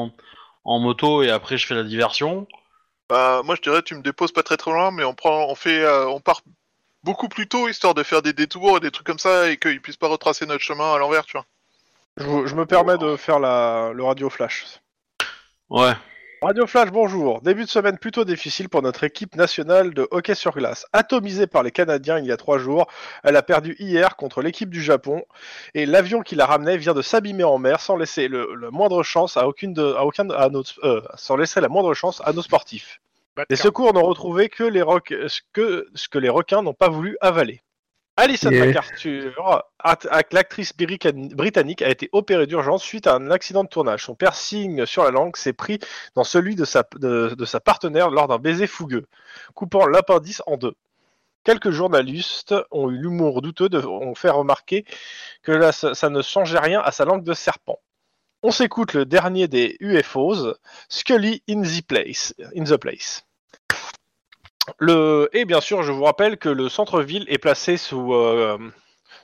[SPEAKER 2] en, en moto et après je fais la diversion.
[SPEAKER 3] Bah, moi je dirais, tu me déposes pas très très loin, mais on prend, on fait, euh, on part beaucoup plus tôt histoire de faire des détours et des trucs comme ça et qu'ils puissent pas retracer notre chemin à l'envers, tu vois.
[SPEAKER 1] Je, je me permets de faire la, le radio flash.
[SPEAKER 2] Ouais.
[SPEAKER 1] Radio Flash, bonjour. Début de semaine plutôt difficile pour notre équipe nationale de hockey sur glace. Atomisée par les Canadiens il y a trois jours, elle a perdu hier contre l'équipe du Japon et l'avion qui la ramenait vient de s'abîmer en mer sans laisser le, le moindre chance à aucune de, à aucun à nos, euh, sans laisser la moindre chance à nos sportifs. Les secours n'ont retrouvé que les roc- euh, ce que ce que les requins n'ont pas voulu avaler. Alison
[SPEAKER 4] Yeah.
[SPEAKER 1] MacArthur, at- at- l'actrice brican- britannique, a été opérée d'urgence suite à un accident de tournage. Son piercing sur la langue s'est pris dans celui de sa, de, de sa partenaire lors d'un baiser fougueux, coupant l'appendice en deux. Quelques journalistes ont eu l'humour douteux de ont fait remarquer que là, ça, ça ne changeait rien à sa langue de serpent. On s'écoute le dernier des UFOs, Scully in the place. In the place. Le... Et bien sûr, je vous rappelle que le centre-ville est placé sous, euh,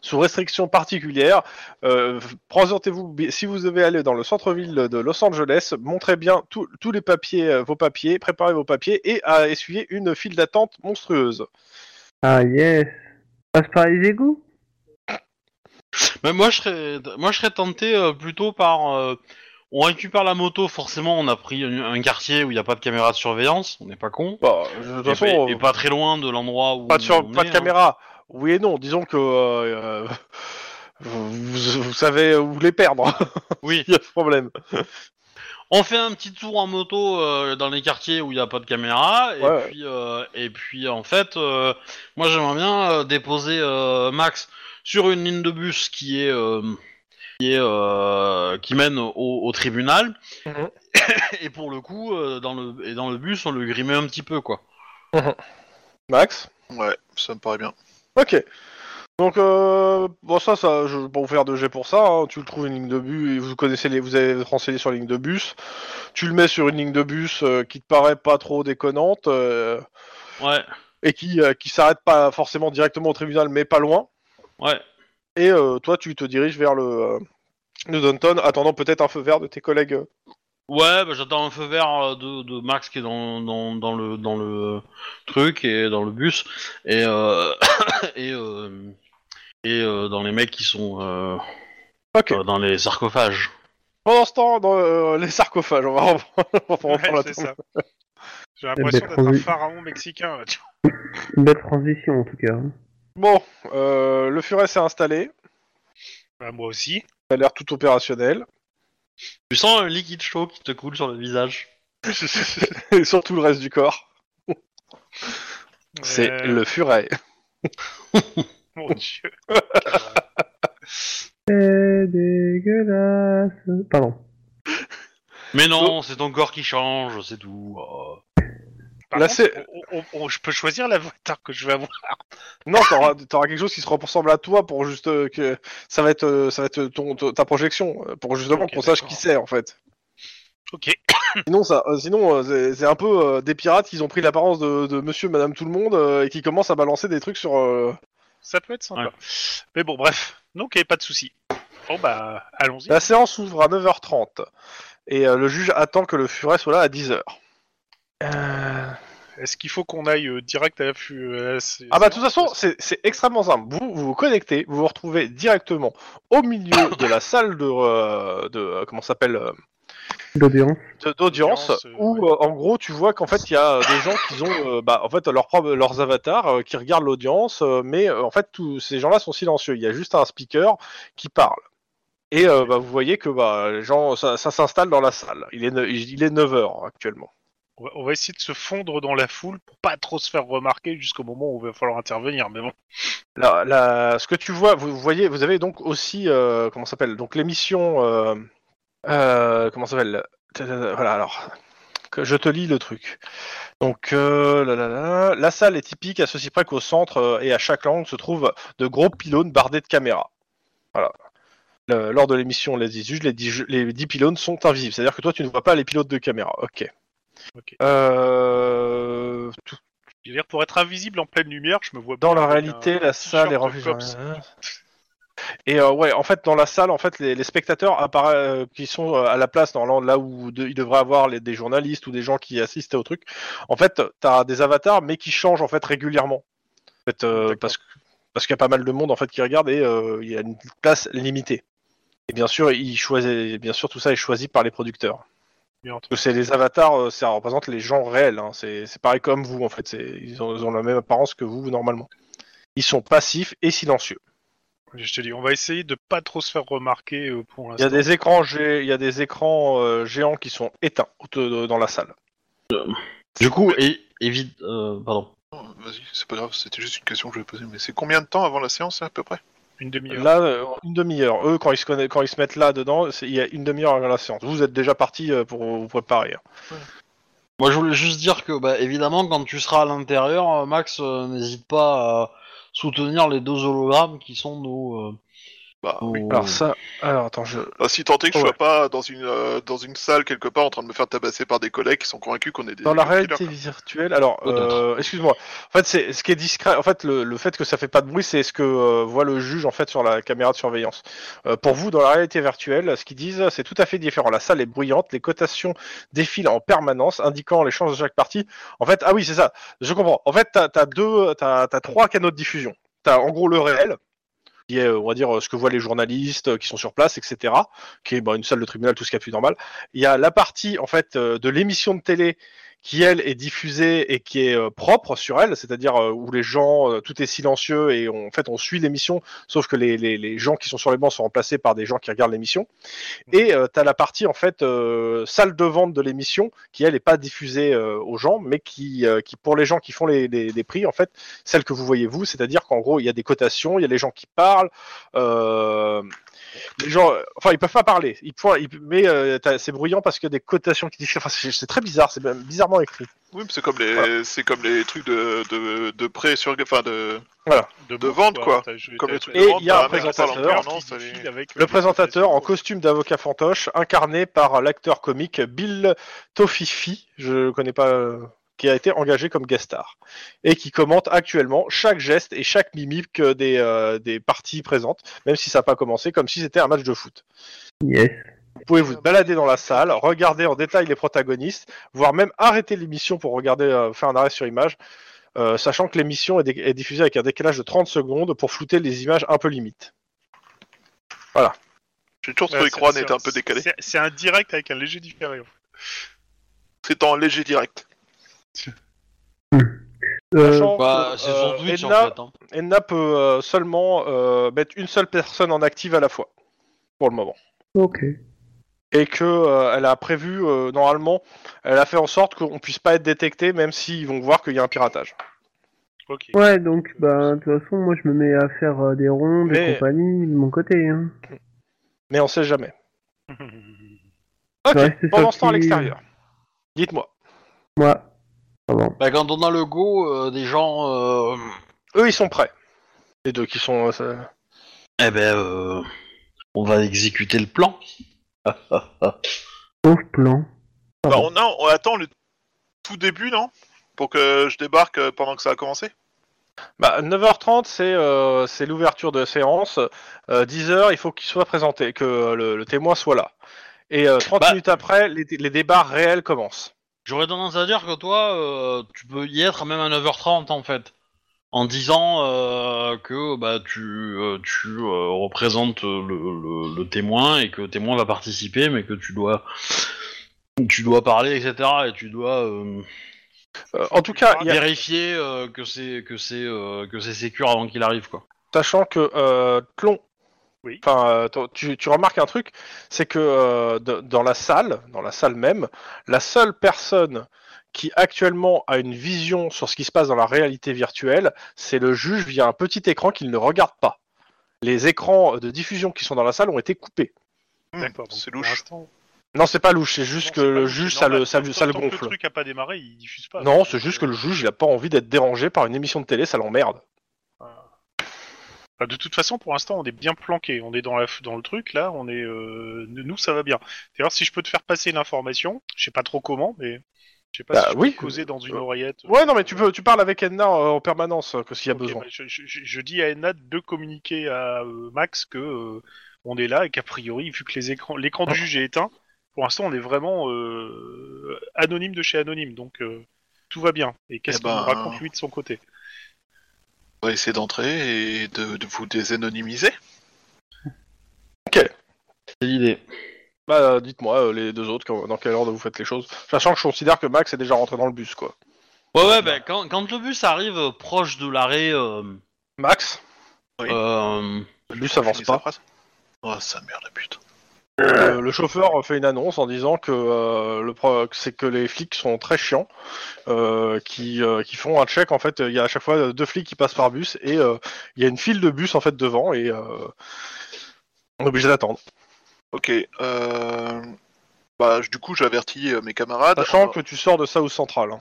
[SPEAKER 1] sous restriction particulière. Euh, Présentez-vous, bi- si vous devez aller dans le centre-ville de Los Angeles, montrez bien tout- tous les papiers, euh, vos papiers, préparez vos papiers et à essuyer une file d'attente monstrueuse.
[SPEAKER 4] Ah yes Passe par les égouts
[SPEAKER 2] Mais moi je serais, moi je serais tenté euh, plutôt par. euh, on récupère la moto, forcément on a pris un, un quartier où il n'y a pas de caméra de surveillance, on n'est pas con.
[SPEAKER 1] Bah, de toute
[SPEAKER 2] Et,
[SPEAKER 1] façon,
[SPEAKER 2] et-
[SPEAKER 1] euh,
[SPEAKER 2] et pas très loin de l'endroit où.
[SPEAKER 1] pas de, sur-
[SPEAKER 2] on
[SPEAKER 1] pas de
[SPEAKER 2] est, hein.
[SPEAKER 1] caméra. Oui et non, disons que euh, euh, vous, vous savez où les perdre,
[SPEAKER 2] hein. Oui.
[SPEAKER 1] il y a ce problème.
[SPEAKER 2] On fait un petit tour en moto euh, dans les quartiers où il n'y a pas de caméra. Et,
[SPEAKER 1] Ouais.
[SPEAKER 2] puis, euh, et puis, en fait, euh, moi j'aimerais bien euh, déposer euh, Max sur une ligne de bus qui est. euh, qui, est, euh, qui mène au, au tribunal.
[SPEAKER 1] Mhm.
[SPEAKER 2] et pour le coup, euh, dans, le, et dans le bus, on le grimait un petit peu, quoi.
[SPEAKER 1] Max
[SPEAKER 3] Ouais, ça me paraît bien.
[SPEAKER 1] Ok. Donc, euh, bon, ça, ça, je vais pas vous faire de jet pour ça. hein. Tu le trouves une ligne de bus, et vous connaissez les, vous avez renseigné sur la ligne de bus. Tu le mets sur une ligne de bus euh, qui te paraît pas trop déconnante euh,
[SPEAKER 2] Ouais,
[SPEAKER 1] et qui, euh, qui s'arrête pas forcément directement au tribunal, mais pas loin.
[SPEAKER 2] ouais.
[SPEAKER 1] Et euh, toi, tu te diriges vers le, euh, le Downton, attendant peut-être un feu vert de tes collègues. euh.
[SPEAKER 2] Ouais, bah, j'attends un feu vert euh, de, de Max qui est dans, dans, dans le, dans le truc et dans le bus et euh, et, euh, et euh, dans les mecs qui sont euh,
[SPEAKER 1] Ok.
[SPEAKER 2] euh, dans les sarcophages.
[SPEAKER 1] Pendant ce temps, dans euh, les sarcophages, on va reprendre, on va reprendre la
[SPEAKER 5] c'est
[SPEAKER 1] tournure.
[SPEAKER 5] ça. J'ai l'impression d'être un
[SPEAKER 4] transi-
[SPEAKER 5] pharaon mexicain. là, tu vois.
[SPEAKER 4] Une belle transition en tout cas.
[SPEAKER 1] Bon, euh, le furet s'est installé.
[SPEAKER 5] Bah, moi aussi.
[SPEAKER 1] Ça a l'air tout opérationnel.
[SPEAKER 2] Tu sens un liquide chaud qui te coule sur le visage.
[SPEAKER 1] et sur tout le reste du corps. C'est
[SPEAKER 5] Euh,
[SPEAKER 1] le furet.
[SPEAKER 5] Mon dieu.
[SPEAKER 4] C'est dégueulasse. Pardon.
[SPEAKER 2] Mais non, c'est ton corps qui change, c'est tout. euh.
[SPEAKER 5] Par
[SPEAKER 1] Là,
[SPEAKER 5] contre,
[SPEAKER 1] c'est-
[SPEAKER 5] on- on- on- je peux choisir l'avatar que je vais avoir.
[SPEAKER 1] Non, t'auras t'auras quelque chose qui se ressemble à toi pour juste euh, que ça va être euh, ça va être ton, ton- ta projection euh, pour justement
[SPEAKER 5] Ok,
[SPEAKER 1] qu'on sache
[SPEAKER 5] d'accord. Hmm.
[SPEAKER 1] qui c'est en fait.
[SPEAKER 5] Ok.
[SPEAKER 1] Sinon ça euh, sinon euh, c'est- c'est un peu euh, des pirates qui ont pris l'apparence de, de Monsieur Madame tout le monde euh, et qui commencent à balancer des trucs sur. euh,
[SPEAKER 5] Ça peut être sympa. Mais bon, bref. Ok, pas de souci. Bon bah, allons-y.
[SPEAKER 1] La séance s'ouvre à 9h30 et euh, le juge attend que le furet soit là à 10h.
[SPEAKER 5] Est-ce qu'il faut qu'on aille euh, direct à la fu- à la sé-
[SPEAKER 1] Ah bah de toute
[SPEAKER 5] séance
[SPEAKER 1] façon, c'est c'est extrêmement simple. Vous, vous vous connectez, vous vous retrouvez directement au milieu de la salle de, euh, de euh, comment ça s'appelle euh,
[SPEAKER 4] d'audience.
[SPEAKER 1] de- d'audience
[SPEAKER 5] D'audience, euh,
[SPEAKER 1] où euh, en gros tu vois qu'en fait il y a euh, des gens qui ont euh, bah, en fait leurs propres- leurs avatars euh, qui regardent l'audience euh, mais euh, en fait tous ces gens-là sont silencieux. Il y a juste un speaker qui parle. Et euh, bah, vous voyez que bah, les gens ça, ça s'installe dans la salle. Il est ne- il est 9h actuellement.
[SPEAKER 5] On va, on va essayer de se fondre dans la foule pour pas trop se faire remarquer jusqu'au moment où il va falloir intervenir. Mais bon.
[SPEAKER 1] La- la- ce que tu vois, vous vous voyez, vous avez donc aussi euh, comment ça s'appelle donc l'émission euh, euh, comment ça s'appelle Tadada, voilà alors que je te lis le truc. Donc euh, là, là, là, la salle est typique à ceci près qu'au centre euh, et à chaque langue se trouvent de gros pylônes bardés de caméras. Voilà. Le- lors de l'émission Les 10 juges, les 10, ju- les 10 pylônes sont invisibles. C'est-à-dire que toi, tu ne vois pas les pilotes de caméra. Ok.
[SPEAKER 5] Ok.
[SPEAKER 1] Euh, tout-
[SPEAKER 5] Je veux dire, pour être invisible en pleine lumière, je me vois.
[SPEAKER 1] dans la
[SPEAKER 5] bien avec
[SPEAKER 1] réalité,
[SPEAKER 5] un
[SPEAKER 1] la salle est
[SPEAKER 5] t-shirt de
[SPEAKER 1] remplie.
[SPEAKER 5] cops.
[SPEAKER 1] Et euh, ouais, en fait, dans la salle, en fait, les, les spectateurs appara- euh, qui sont euh, à la place, normalement, là où de- il devrait avoir les- des journalistes ou des gens qui assistent au truc, en fait, t'as des avatars, mais qui changent en fait régulièrement. En fait, euh,
[SPEAKER 5] D'accord.
[SPEAKER 1] parce que- parce qu'il y a pas mal de monde en fait qui regarde et euh, il y a une place limitée. Et bien sûr, il choisit, bien sûr, tout ça est choisi par les producteurs.
[SPEAKER 5] Bien entendu.
[SPEAKER 1] Parce que c'est les avatars, euh, ça représente les gens réels. hein. C'est c'est pareil comme vous en fait. C'est- Ils ont, ils ont la même apparence que vous normalement. Ils sont passifs et silencieux.
[SPEAKER 5] Je te dis, on va essayer de pas trop se faire remarquer euh, pour
[SPEAKER 1] Il y
[SPEAKER 5] l'instant.
[SPEAKER 1] a des écrans, gé- il y a des écrans euh, géants qui sont éteints au- de- dans la salle.
[SPEAKER 2] Du coup, et, évite. euh, pardon.
[SPEAKER 3] Oh, Vas-y, c'est pas grave, c'était juste une question que je voulais poser. Mais c'est combien de temps avant la séance, là, à peu près
[SPEAKER 5] Une demi-heure.
[SPEAKER 1] Là, euh, une demi-heure. Eux, quand ils se conna- quand ils se mettent là dedans, c'est- il y a une demi-heure avant la séance. Vous êtes déjà partis euh, pour vous préparer. hein.
[SPEAKER 2] Moi, je voulais juste dire que, bah, évidemment, quand tu seras à l'intérieur, euh, Max, euh, n'hésite pas à soutenir les deux hologrammes qui sont nos. euh,
[SPEAKER 3] Bah,
[SPEAKER 2] nos-
[SPEAKER 1] Alors ça, alors attends, je,
[SPEAKER 3] Bah, si tant est que je
[SPEAKER 1] Ouais.
[SPEAKER 3] sois pas dans une, euh, dans une salle quelque part en train de me faire tabasser par des collègues qui sont convaincus qu'on est des.
[SPEAKER 1] Dans la
[SPEAKER 3] killers.
[SPEAKER 1] réalité virtuelle, alors,
[SPEAKER 2] Peut-être.
[SPEAKER 1] euh, excuse-moi. En fait, c'est ce qui est discret. En fait, le, le fait que ça fait pas de bruit, c'est ce que euh, voit le juge en fait sur la caméra de surveillance. Euh, pour vous, dans la réalité virtuelle, ce qu'ils disent, c'est tout à fait différent. La salle est bruyante, les cotations défilent en permanence, indiquant les chances de chaque partie. En fait, ah oui, c'est ça. Je comprends. En fait, t'as as deux, t'as t'as trois canaux de diffusion. T'as en gros le réel. Qui est, euh, on va dire, euh, ce que voient les journalistes euh, qui sont sur place, etc. Qui est bah, une salle de tribunal, tout ce qu'il y a de plus normal. Il y a la partie, en fait, euh, de l'émission de télé qui elle est diffusée et qui est euh, propre sur elle, c'est-à-dire euh, où les gens, euh, tout est silencieux et on- en fait on suit l'émission, sauf que les, les, les gens qui sont sur les bancs sont remplacés par des gens qui regardent l'émission. Et euh, t'as la partie en fait euh, salle de vente de l'émission qui elle est pas diffusée euh, aux gens, mais qui, euh, qui pour les gens qui font les, les, les prix en fait, celle que vous voyez vous, c'est-à-dire qu'en gros il y a des cotations, il y a les gens qui parlent. Euh, les gens, euh, enfin, ils peuvent pas parler. Ils, font- ils- mais euh, t'as- c'est bruyant parce qu'il y a des cotations qui diffèrent. Enfin, c'est c'est très bizarre, c'est même bizarrement écrit.
[SPEAKER 3] Oui, mais c'est comme, les... c'est comme les trucs de, de, de prêt sur. Enfin, de. de
[SPEAKER 5] vente,
[SPEAKER 3] vente, quoi.
[SPEAKER 5] T'as- je-
[SPEAKER 3] Comme
[SPEAKER 5] t'as-
[SPEAKER 3] les trucs
[SPEAKER 5] t'as-
[SPEAKER 1] Et il y a
[SPEAKER 5] t'as
[SPEAKER 1] un
[SPEAKER 5] mec qui
[SPEAKER 1] présentateur.
[SPEAKER 5] parle en permanence,
[SPEAKER 3] Qui
[SPEAKER 5] qui
[SPEAKER 3] défile
[SPEAKER 5] défile avec, euh,
[SPEAKER 1] Le présentateur en
[SPEAKER 5] des-
[SPEAKER 1] costume d'avocat fantoche, incarné par l'acteur comique Bill Tofifi, je le connais pas, euh, qui a été engagé comme guest star, et qui commente actuellement chaque geste et chaque mimique euh, des, euh, des parties présentes, même si ça n'a pas commencé, comme si c'était un match de foot.
[SPEAKER 4] Yes.
[SPEAKER 1] Vous pouvez vous balader dans la salle, regarder en détail les protagonistes, voire même arrêter l'émission pour regarder, euh, faire un arrêt sur image, euh, sachant que l'émission est, dé- est diffusée avec un décalage de 30 secondes pour flouter les images un peu limites.
[SPEAKER 3] J'ai toujours trouvé
[SPEAKER 5] Ouais,
[SPEAKER 3] que Juan
[SPEAKER 5] c'est-
[SPEAKER 3] était un
[SPEAKER 5] c'est-
[SPEAKER 3] peu décalé.
[SPEAKER 5] c'est- C'est un direct avec un léger différé. en fait.
[SPEAKER 3] C'est en léger direct.
[SPEAKER 4] Euh,
[SPEAKER 1] Sachant
[SPEAKER 2] Bah,
[SPEAKER 1] que,
[SPEAKER 2] c'est
[SPEAKER 1] euh,
[SPEAKER 2] sur Twitch,
[SPEAKER 1] Edna-
[SPEAKER 2] en fait. hein.
[SPEAKER 1] Edna peut euh, seulement euh, mettre une seule personne en active à la fois, pour le moment.
[SPEAKER 4] ok.
[SPEAKER 1] Et que euh, elle a prévu, euh, normalement, elle a fait en sorte qu'on puisse pas être détecté, même s'ils vont voir qu'il y a un piratage.
[SPEAKER 5] Ok.
[SPEAKER 4] Ouais, donc, bah, de toute façon, moi, je me mets à faire euh, des rondes
[SPEAKER 1] Mais-
[SPEAKER 4] et compagnie de mon côté. Hein.
[SPEAKER 1] Mais on sait jamais.
[SPEAKER 5] Hum,
[SPEAKER 1] Ok,
[SPEAKER 4] Ouais, c'est
[SPEAKER 1] pendant
[SPEAKER 4] ça
[SPEAKER 1] ce temps à
[SPEAKER 4] qui-
[SPEAKER 1] l'extérieur. Dites-moi.
[SPEAKER 4] Moi, ça va.
[SPEAKER 2] Bah, quand on a le go euh, des gens, euh,
[SPEAKER 1] Eux, ils sont prêts. Les deux qui sont. euh, ça-
[SPEAKER 2] eh ben, euh, on va exécuter le plan.
[SPEAKER 4] Sauf plan. Ah
[SPEAKER 3] Bah,
[SPEAKER 4] bon.
[SPEAKER 3] on, a, on attend le tout début, non Pour que je débarque euh, pendant que ça a commencé
[SPEAKER 1] Bah, 9h30, c'est euh, c'est l'ouverture de la séance. Euh, 10h, il faut qu'il soit présenté, que euh, le, le témoin soit là. Et euh, 30
[SPEAKER 2] Bah.
[SPEAKER 1] minutes après, les, les débats réels commencent.
[SPEAKER 2] J'aurais tendance à dire que toi, euh, tu peux y être même à 9h30 en fait. En disant euh, que bah, tu, euh, tu euh, représentes le, le- le témoin et que le témoin va participer, mais que tu dois, tu dois parler, etc. Et tu dois euh,
[SPEAKER 1] Euh, en tout cas, il y a-
[SPEAKER 2] vérifier euh, que c'est que c'est euh, que c'est sécure avant qu'il arrive quoi.
[SPEAKER 1] sachant que euh, Tlon,
[SPEAKER 5] Oui.
[SPEAKER 1] enfin, euh, ton- tu, tu remarques un truc, c'est que euh, de- dans la salle, dans la salle même, la seule personne qui actuellement a une vision sur ce qui se passe dans la réalité virtuelle, c'est le juge via un petit écran qu'il ne regarde pas. Les écrans de diffusion qui sont dans la salle ont été coupés.
[SPEAKER 5] D'accord, donc
[SPEAKER 3] Hmm, c'est
[SPEAKER 5] pour
[SPEAKER 3] louche.
[SPEAKER 5] l'instant-
[SPEAKER 1] Non, c'est pas louche, c'est juste que
[SPEAKER 5] Non, c'est pas
[SPEAKER 1] le
[SPEAKER 5] louche,
[SPEAKER 1] juge,
[SPEAKER 5] c'est
[SPEAKER 1] ça le,
[SPEAKER 5] normal,
[SPEAKER 1] ça,
[SPEAKER 5] tant-
[SPEAKER 1] le- ça le
[SPEAKER 5] tant que
[SPEAKER 1] gonfle.
[SPEAKER 5] Le truc a pas démarré, il diffuse pas.
[SPEAKER 1] Non,
[SPEAKER 5] Donc,
[SPEAKER 1] c'est juste
[SPEAKER 5] euh,
[SPEAKER 1] que le juge, il a pas envie d'être dérangé par une émission de télé, ça l'emmerde.
[SPEAKER 5] Bah, de toute façon, pour l'instant, on est bien planqué. On est dans, la, f- dans le truc, là, on est. euh, Nous, ça va bien. D'ailleurs, si je peux te faire passer l'information, je sais pas trop comment, mais je sais pas
[SPEAKER 1] Bah,
[SPEAKER 5] si je
[SPEAKER 1] oui.
[SPEAKER 5] peux te causer dans une
[SPEAKER 1] Euh,
[SPEAKER 5] oreillette.
[SPEAKER 1] Ouais, non, mais tu, peux, tu parles avec Edna euh, en permanence, euh, que s'il y a
[SPEAKER 5] Ok,
[SPEAKER 1] besoin.
[SPEAKER 5] bah, je, je- je- je dis à Enad de communiquer à euh, Max que euh, on est là et qu'a priori, vu que les écrans, l'écran du juge est éteint, pour l'instant, on est vraiment euh, anonyme de chez anonyme, donc euh, tout va bien. Et qu'est-ce
[SPEAKER 3] Eh
[SPEAKER 5] qu'il
[SPEAKER 3] ben,
[SPEAKER 5] nous raconte lui de son côté
[SPEAKER 3] On va essayer d'entrer et de, de vous désanonymiser.
[SPEAKER 2] C'est l'idée.
[SPEAKER 1] Bah, euh, dites-moi, euh, les deux autres, quand- dans quelle ordre vous faites les choses. Sachant que je considère que Max est déjà rentré dans le bus, quoi.
[SPEAKER 2] Ouais ouais bah, quand, quand le bus arrive euh, proche de l'arrêt, euh,
[SPEAKER 1] Max,
[SPEAKER 3] Oui.
[SPEAKER 2] euh,
[SPEAKER 1] le bus avance
[SPEAKER 3] Finis sa
[SPEAKER 1] pas.
[SPEAKER 3] phrase. Oh, sa mère la pute.
[SPEAKER 1] Euh, le chauffeur fait une annonce en disant que, euh, le pro- que c'est que les flics sont très chiants, euh, qui, euh, qui font un check. En fait, il y a à chaque fois euh, deux flics qui passent par bus et euh, il y a une file de bus en fait devant et euh, on est obligé d'attendre.
[SPEAKER 3] Ok. Euh... Bah, je- du coup, j'avertis euh, mes camarades.
[SPEAKER 1] Sachant
[SPEAKER 3] Euh,
[SPEAKER 1] que tu sors de South Central. hein.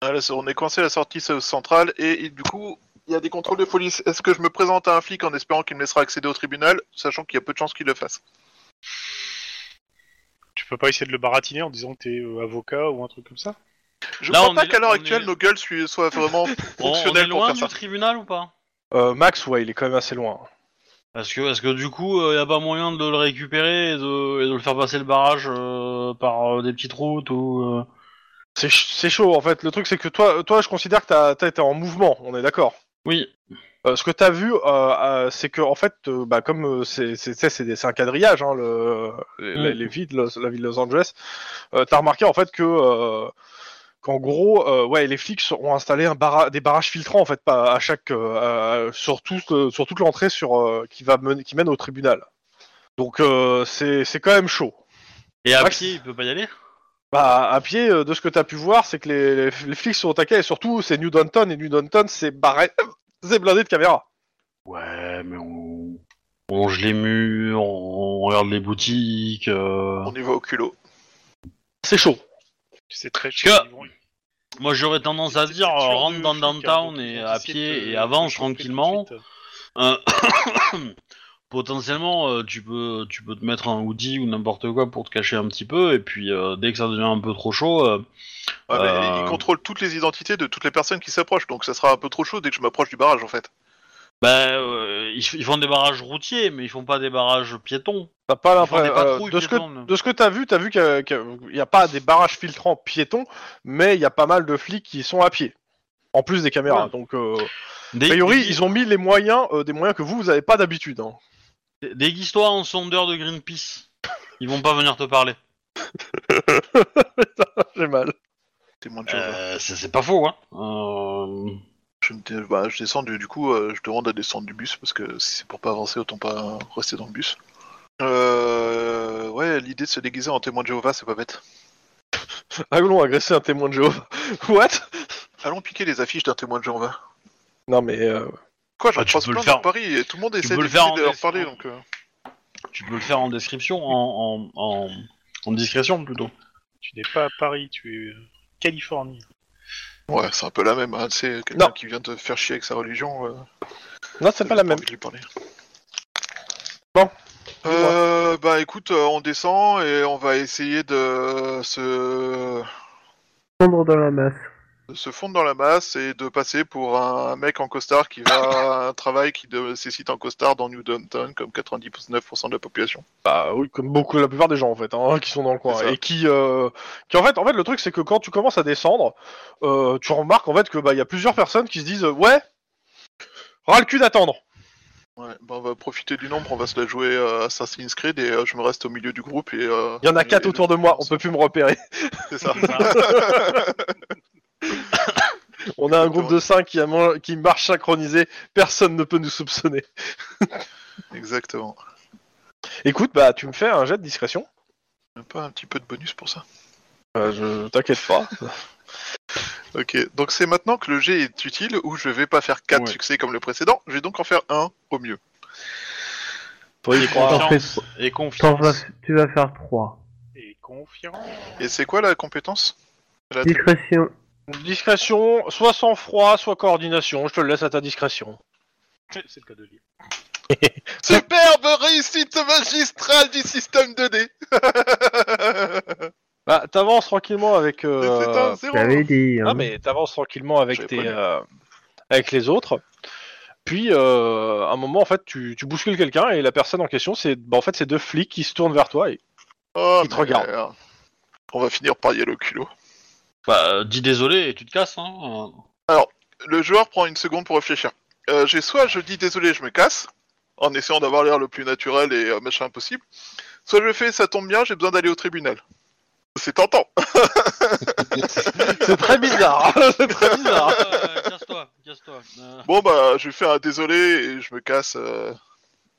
[SPEAKER 3] à la- Ah, On est coincé à la sortie sa- centrale et, et du coup, il y a des contrôles de police. Est-ce que je me présente à un flic en espérant qu'il me laissera accéder au tribunal, sachant qu'il y a peu de chances qu'il le fasse
[SPEAKER 5] Tu peux pas essayer de le baratiner en disant que t'es euh, avocat ou un truc comme ça
[SPEAKER 3] Je
[SPEAKER 2] Là,
[SPEAKER 3] crois
[SPEAKER 2] on
[SPEAKER 3] pas
[SPEAKER 2] est-
[SPEAKER 3] qu'à l'heure
[SPEAKER 2] on
[SPEAKER 3] actuelle,
[SPEAKER 2] est-
[SPEAKER 3] nos gueules su- soient vraiment
[SPEAKER 2] on, on
[SPEAKER 3] fonctionnelles
[SPEAKER 2] est
[SPEAKER 3] pour
[SPEAKER 2] loin
[SPEAKER 3] faire
[SPEAKER 2] du
[SPEAKER 3] ça.
[SPEAKER 2] tribunal ou pas
[SPEAKER 1] Euh, Max, ouais, il est quand même assez loin.
[SPEAKER 2] Parce que, est-ce que du coup, il n'y a pas moyen de le récupérer et de, et de le faire passer le barrage euh, par euh, des petites routes ou... euh,
[SPEAKER 1] C'est ch- c'est chaud en fait. Le truc c'est que toi, toi, je considère que t'as t'as été en mouvement. On est d'accord.
[SPEAKER 2] Oui.
[SPEAKER 1] Euh, ce que t'as vu, euh, euh, c'est que en fait, euh, bah, comme euh, c'est c'est- c'est- c'est des- c'est un quadrillage, hein, le, les,
[SPEAKER 2] Mm.
[SPEAKER 1] les villes, Los- la ville de Los Angeles, euh, t'as remarqué en fait que euh, qu'en gros, euh, ouais, les flics ont installé un barra- des barrages filtrants en fait, pas à chaque, euh, à- sur tout, euh, sur toute l'entrée sur euh, qui va mener- qui mène au tribunal. Donc euh, c'est c'est quand même chaud.
[SPEAKER 2] Et à
[SPEAKER 1] Max
[SPEAKER 2] pied, il peut pas y aller
[SPEAKER 1] Bah, à pied, euh, de ce que t'as pu voir, c'est que les, les, les flics sont au taquet, et surtout, c'est New Downton, et New Downton, c'est barré, c'est blindé de caméras.
[SPEAKER 2] Ouais, mais on... on longe les murs, on, on regarde les boutiques... euh.
[SPEAKER 3] On y va au culot.
[SPEAKER 1] C'est chaud.
[SPEAKER 5] C'est très
[SPEAKER 2] Parce
[SPEAKER 5] chaud.
[SPEAKER 2] que-
[SPEAKER 5] ils vont-
[SPEAKER 2] Moi, j'aurais tendance à
[SPEAKER 5] C'est-
[SPEAKER 2] dire,
[SPEAKER 5] c'est sûr
[SPEAKER 2] euh,
[SPEAKER 5] de
[SPEAKER 2] rentre dans
[SPEAKER 5] flic, hein,
[SPEAKER 2] downtown
[SPEAKER 5] donc ils
[SPEAKER 2] et
[SPEAKER 5] vont
[SPEAKER 2] à
[SPEAKER 5] essayer de
[SPEAKER 2] pied
[SPEAKER 5] te-
[SPEAKER 2] et
[SPEAKER 5] te
[SPEAKER 2] avance
[SPEAKER 5] chauffer euh, tout de
[SPEAKER 2] tranquillement.
[SPEAKER 5] suite.
[SPEAKER 2] Euh, Potentiellement, euh, tu peux, tu peux te mettre un hoodie ou n'importe quoi pour te cacher un petit peu, et puis euh, dès que ça devient un peu trop chaud, euh,
[SPEAKER 3] Ouais, mais
[SPEAKER 2] Euh.
[SPEAKER 3] Ils contrôlent toutes les identités de toutes les personnes qui s'approchent, donc ça sera un peu trop chaud dès que je m'approche du barrage en fait.
[SPEAKER 2] bah, euh, ils, f- ils font des barrages routiers, mais ils font pas des barrages piétons.
[SPEAKER 1] T'as pas
[SPEAKER 2] Ils font des
[SPEAKER 1] l'impression. euh,
[SPEAKER 2] patrouilles
[SPEAKER 1] de ce que
[SPEAKER 2] piétonnes.
[SPEAKER 1] de ce que t'as vu, t'as vu qu'il y a- qu'il y, a pas des barrages filtrants piétons, mais il y a pas mal de flics qui sont à pied. En plus des caméras.
[SPEAKER 2] Ouais.
[SPEAKER 1] Donc, euh, a
[SPEAKER 2] Des,
[SPEAKER 1] priori,
[SPEAKER 2] des-
[SPEAKER 1] ils ont mis les moyens, euh, des moyens que vous, vous avez pas d'habitude. hein.
[SPEAKER 2] des- des histoires en sondeur de Greenpeace. Ils vont pas venir te parler.
[SPEAKER 1] J'ai mal.
[SPEAKER 3] C'est moins de choses. hein.
[SPEAKER 2] Euh, c'est c'est pas faux, hein. Euh,
[SPEAKER 3] Je, me dé- bah, je descends du, du coup, euh, je demande à descendre du bus parce que si c'est pour pas avancer, autant pas rester dans le bus. Euh, ouais, l'idée de se déguiser en témoin de Jéhovah, c'est pas bête.
[SPEAKER 1] Allons agresser un témoin de Jéhovah. What
[SPEAKER 3] Allons piquer les affiches d'un témoin de Jéhovah.
[SPEAKER 1] Non, mais. euh,
[SPEAKER 3] Quoi, j'en
[SPEAKER 2] Ah, tu
[SPEAKER 3] croise
[SPEAKER 2] peux le
[SPEAKER 3] plein
[SPEAKER 2] faire.
[SPEAKER 3] dans Paris et tout le monde essaie
[SPEAKER 2] peux
[SPEAKER 3] de,
[SPEAKER 2] le faire en
[SPEAKER 3] de leur
[SPEAKER 2] descendant.
[SPEAKER 3] parler donc. euh.
[SPEAKER 2] tu peux le faire en description, en, en, en, en discrétion plutôt.
[SPEAKER 5] Tu n'es pas à Paris, tu es euh, Californie.
[SPEAKER 3] Ouais, c'est un peu la même. hein, Tu sais, quelqu'un
[SPEAKER 1] Non.
[SPEAKER 3] qui vient te faire chier avec sa religion. euh,
[SPEAKER 1] Non, c'est pas la
[SPEAKER 3] t'as pas
[SPEAKER 1] même.
[SPEAKER 3] envie de lui parler.
[SPEAKER 1] Bon.
[SPEAKER 3] Euh, bah écoute, euh, on descend et on va essayer de euh, se...
[SPEAKER 4] Fondre dans la masse.
[SPEAKER 3] de se fondre dans la masse et de passer pour un mec en costard qui va à un travail qui nécessite un costard dans New Downtown comme 99% de la population.
[SPEAKER 1] Bah oui, comme beaucoup, la plupart des gens en fait, hein, qui sont dans le coin
[SPEAKER 3] C'est ça.
[SPEAKER 1] et qui, euh, qui en fait, en fait, le truc c'est que quand tu commences à descendre, euh, tu remarques en fait que bah il y a plusieurs personnes qui se disent euh, ouais, ras le cul d'attendre.
[SPEAKER 3] Ouais, bah on va profiter du nombre, on va se la jouer euh, Assassin's Creed et euh, je me reste au milieu du groupe et... euh,
[SPEAKER 1] Il y en a
[SPEAKER 3] et-
[SPEAKER 1] quatre
[SPEAKER 3] et-
[SPEAKER 1] autour de moi, on peut plus me repérer.
[SPEAKER 3] C'est ça.
[SPEAKER 1] On a un groupe de cinq qui, a man- qui marche synchronisé, personne ne peut nous soupçonner.
[SPEAKER 3] Exactement.
[SPEAKER 1] Écoute, bah tu me fais un jet de discrétion.
[SPEAKER 3] Même Pas un petit peu de bonus pour ça.
[SPEAKER 1] Euh, je t'inquiète pas.
[SPEAKER 3] Ok, donc c'est maintenant que le G est utile où je vais pas faire 4
[SPEAKER 2] Ouais.
[SPEAKER 3] succès comme le précédent, je vais donc en faire un au mieux.
[SPEAKER 1] Faut y croire.
[SPEAKER 4] T'en fais-
[SPEAKER 2] Confiance et
[SPEAKER 4] t'en vas-
[SPEAKER 2] confiance.
[SPEAKER 4] tu vas faire 3.
[SPEAKER 5] Et confiant.
[SPEAKER 3] Et c'est quoi la compétence La-
[SPEAKER 4] Discrétion.
[SPEAKER 1] Discrétion, soit sang-froid, soit coordination. Je te le laisse à ta discrétion.
[SPEAKER 5] C'est le cas de lire.
[SPEAKER 3] Superbe réussite magistrale du système 2D
[SPEAKER 1] Bah t'avances tranquillement avec. euh,
[SPEAKER 3] C'est un zéro.
[SPEAKER 4] J'avais dit. hein.
[SPEAKER 1] Non, mais t'avances tranquillement avec,
[SPEAKER 3] J'avais
[SPEAKER 1] tes,
[SPEAKER 3] prévenu.
[SPEAKER 1] euh, avec les autres. Puis, euh, à un moment, en fait, tu, tu bouscules quelqu'un et la personne en question, c'est bah, en fait, c'est deux flics qui se tournent vers toi. Et...
[SPEAKER 3] Oh,
[SPEAKER 1] Il te regarde.
[SPEAKER 3] merde. On va finir par y aller au culot.
[SPEAKER 2] Bah, euh, dis désolé et tu te casses, hein.
[SPEAKER 3] Le joueur prend une seconde pour réfléchir. Euh, J'ai soit je dis désolé, je me casse, en essayant d'avoir l'air le plus naturel et euh, machin possible, soit je fais ça tombe bien, j'ai besoin d'aller au tribunal. C'est tentant.
[SPEAKER 1] C'est très bizarre. c'est très bizarre.
[SPEAKER 2] Euh, casse-toi, casse-toi. Euh,
[SPEAKER 3] Bon bah je fais un désolé et je me casse. euh.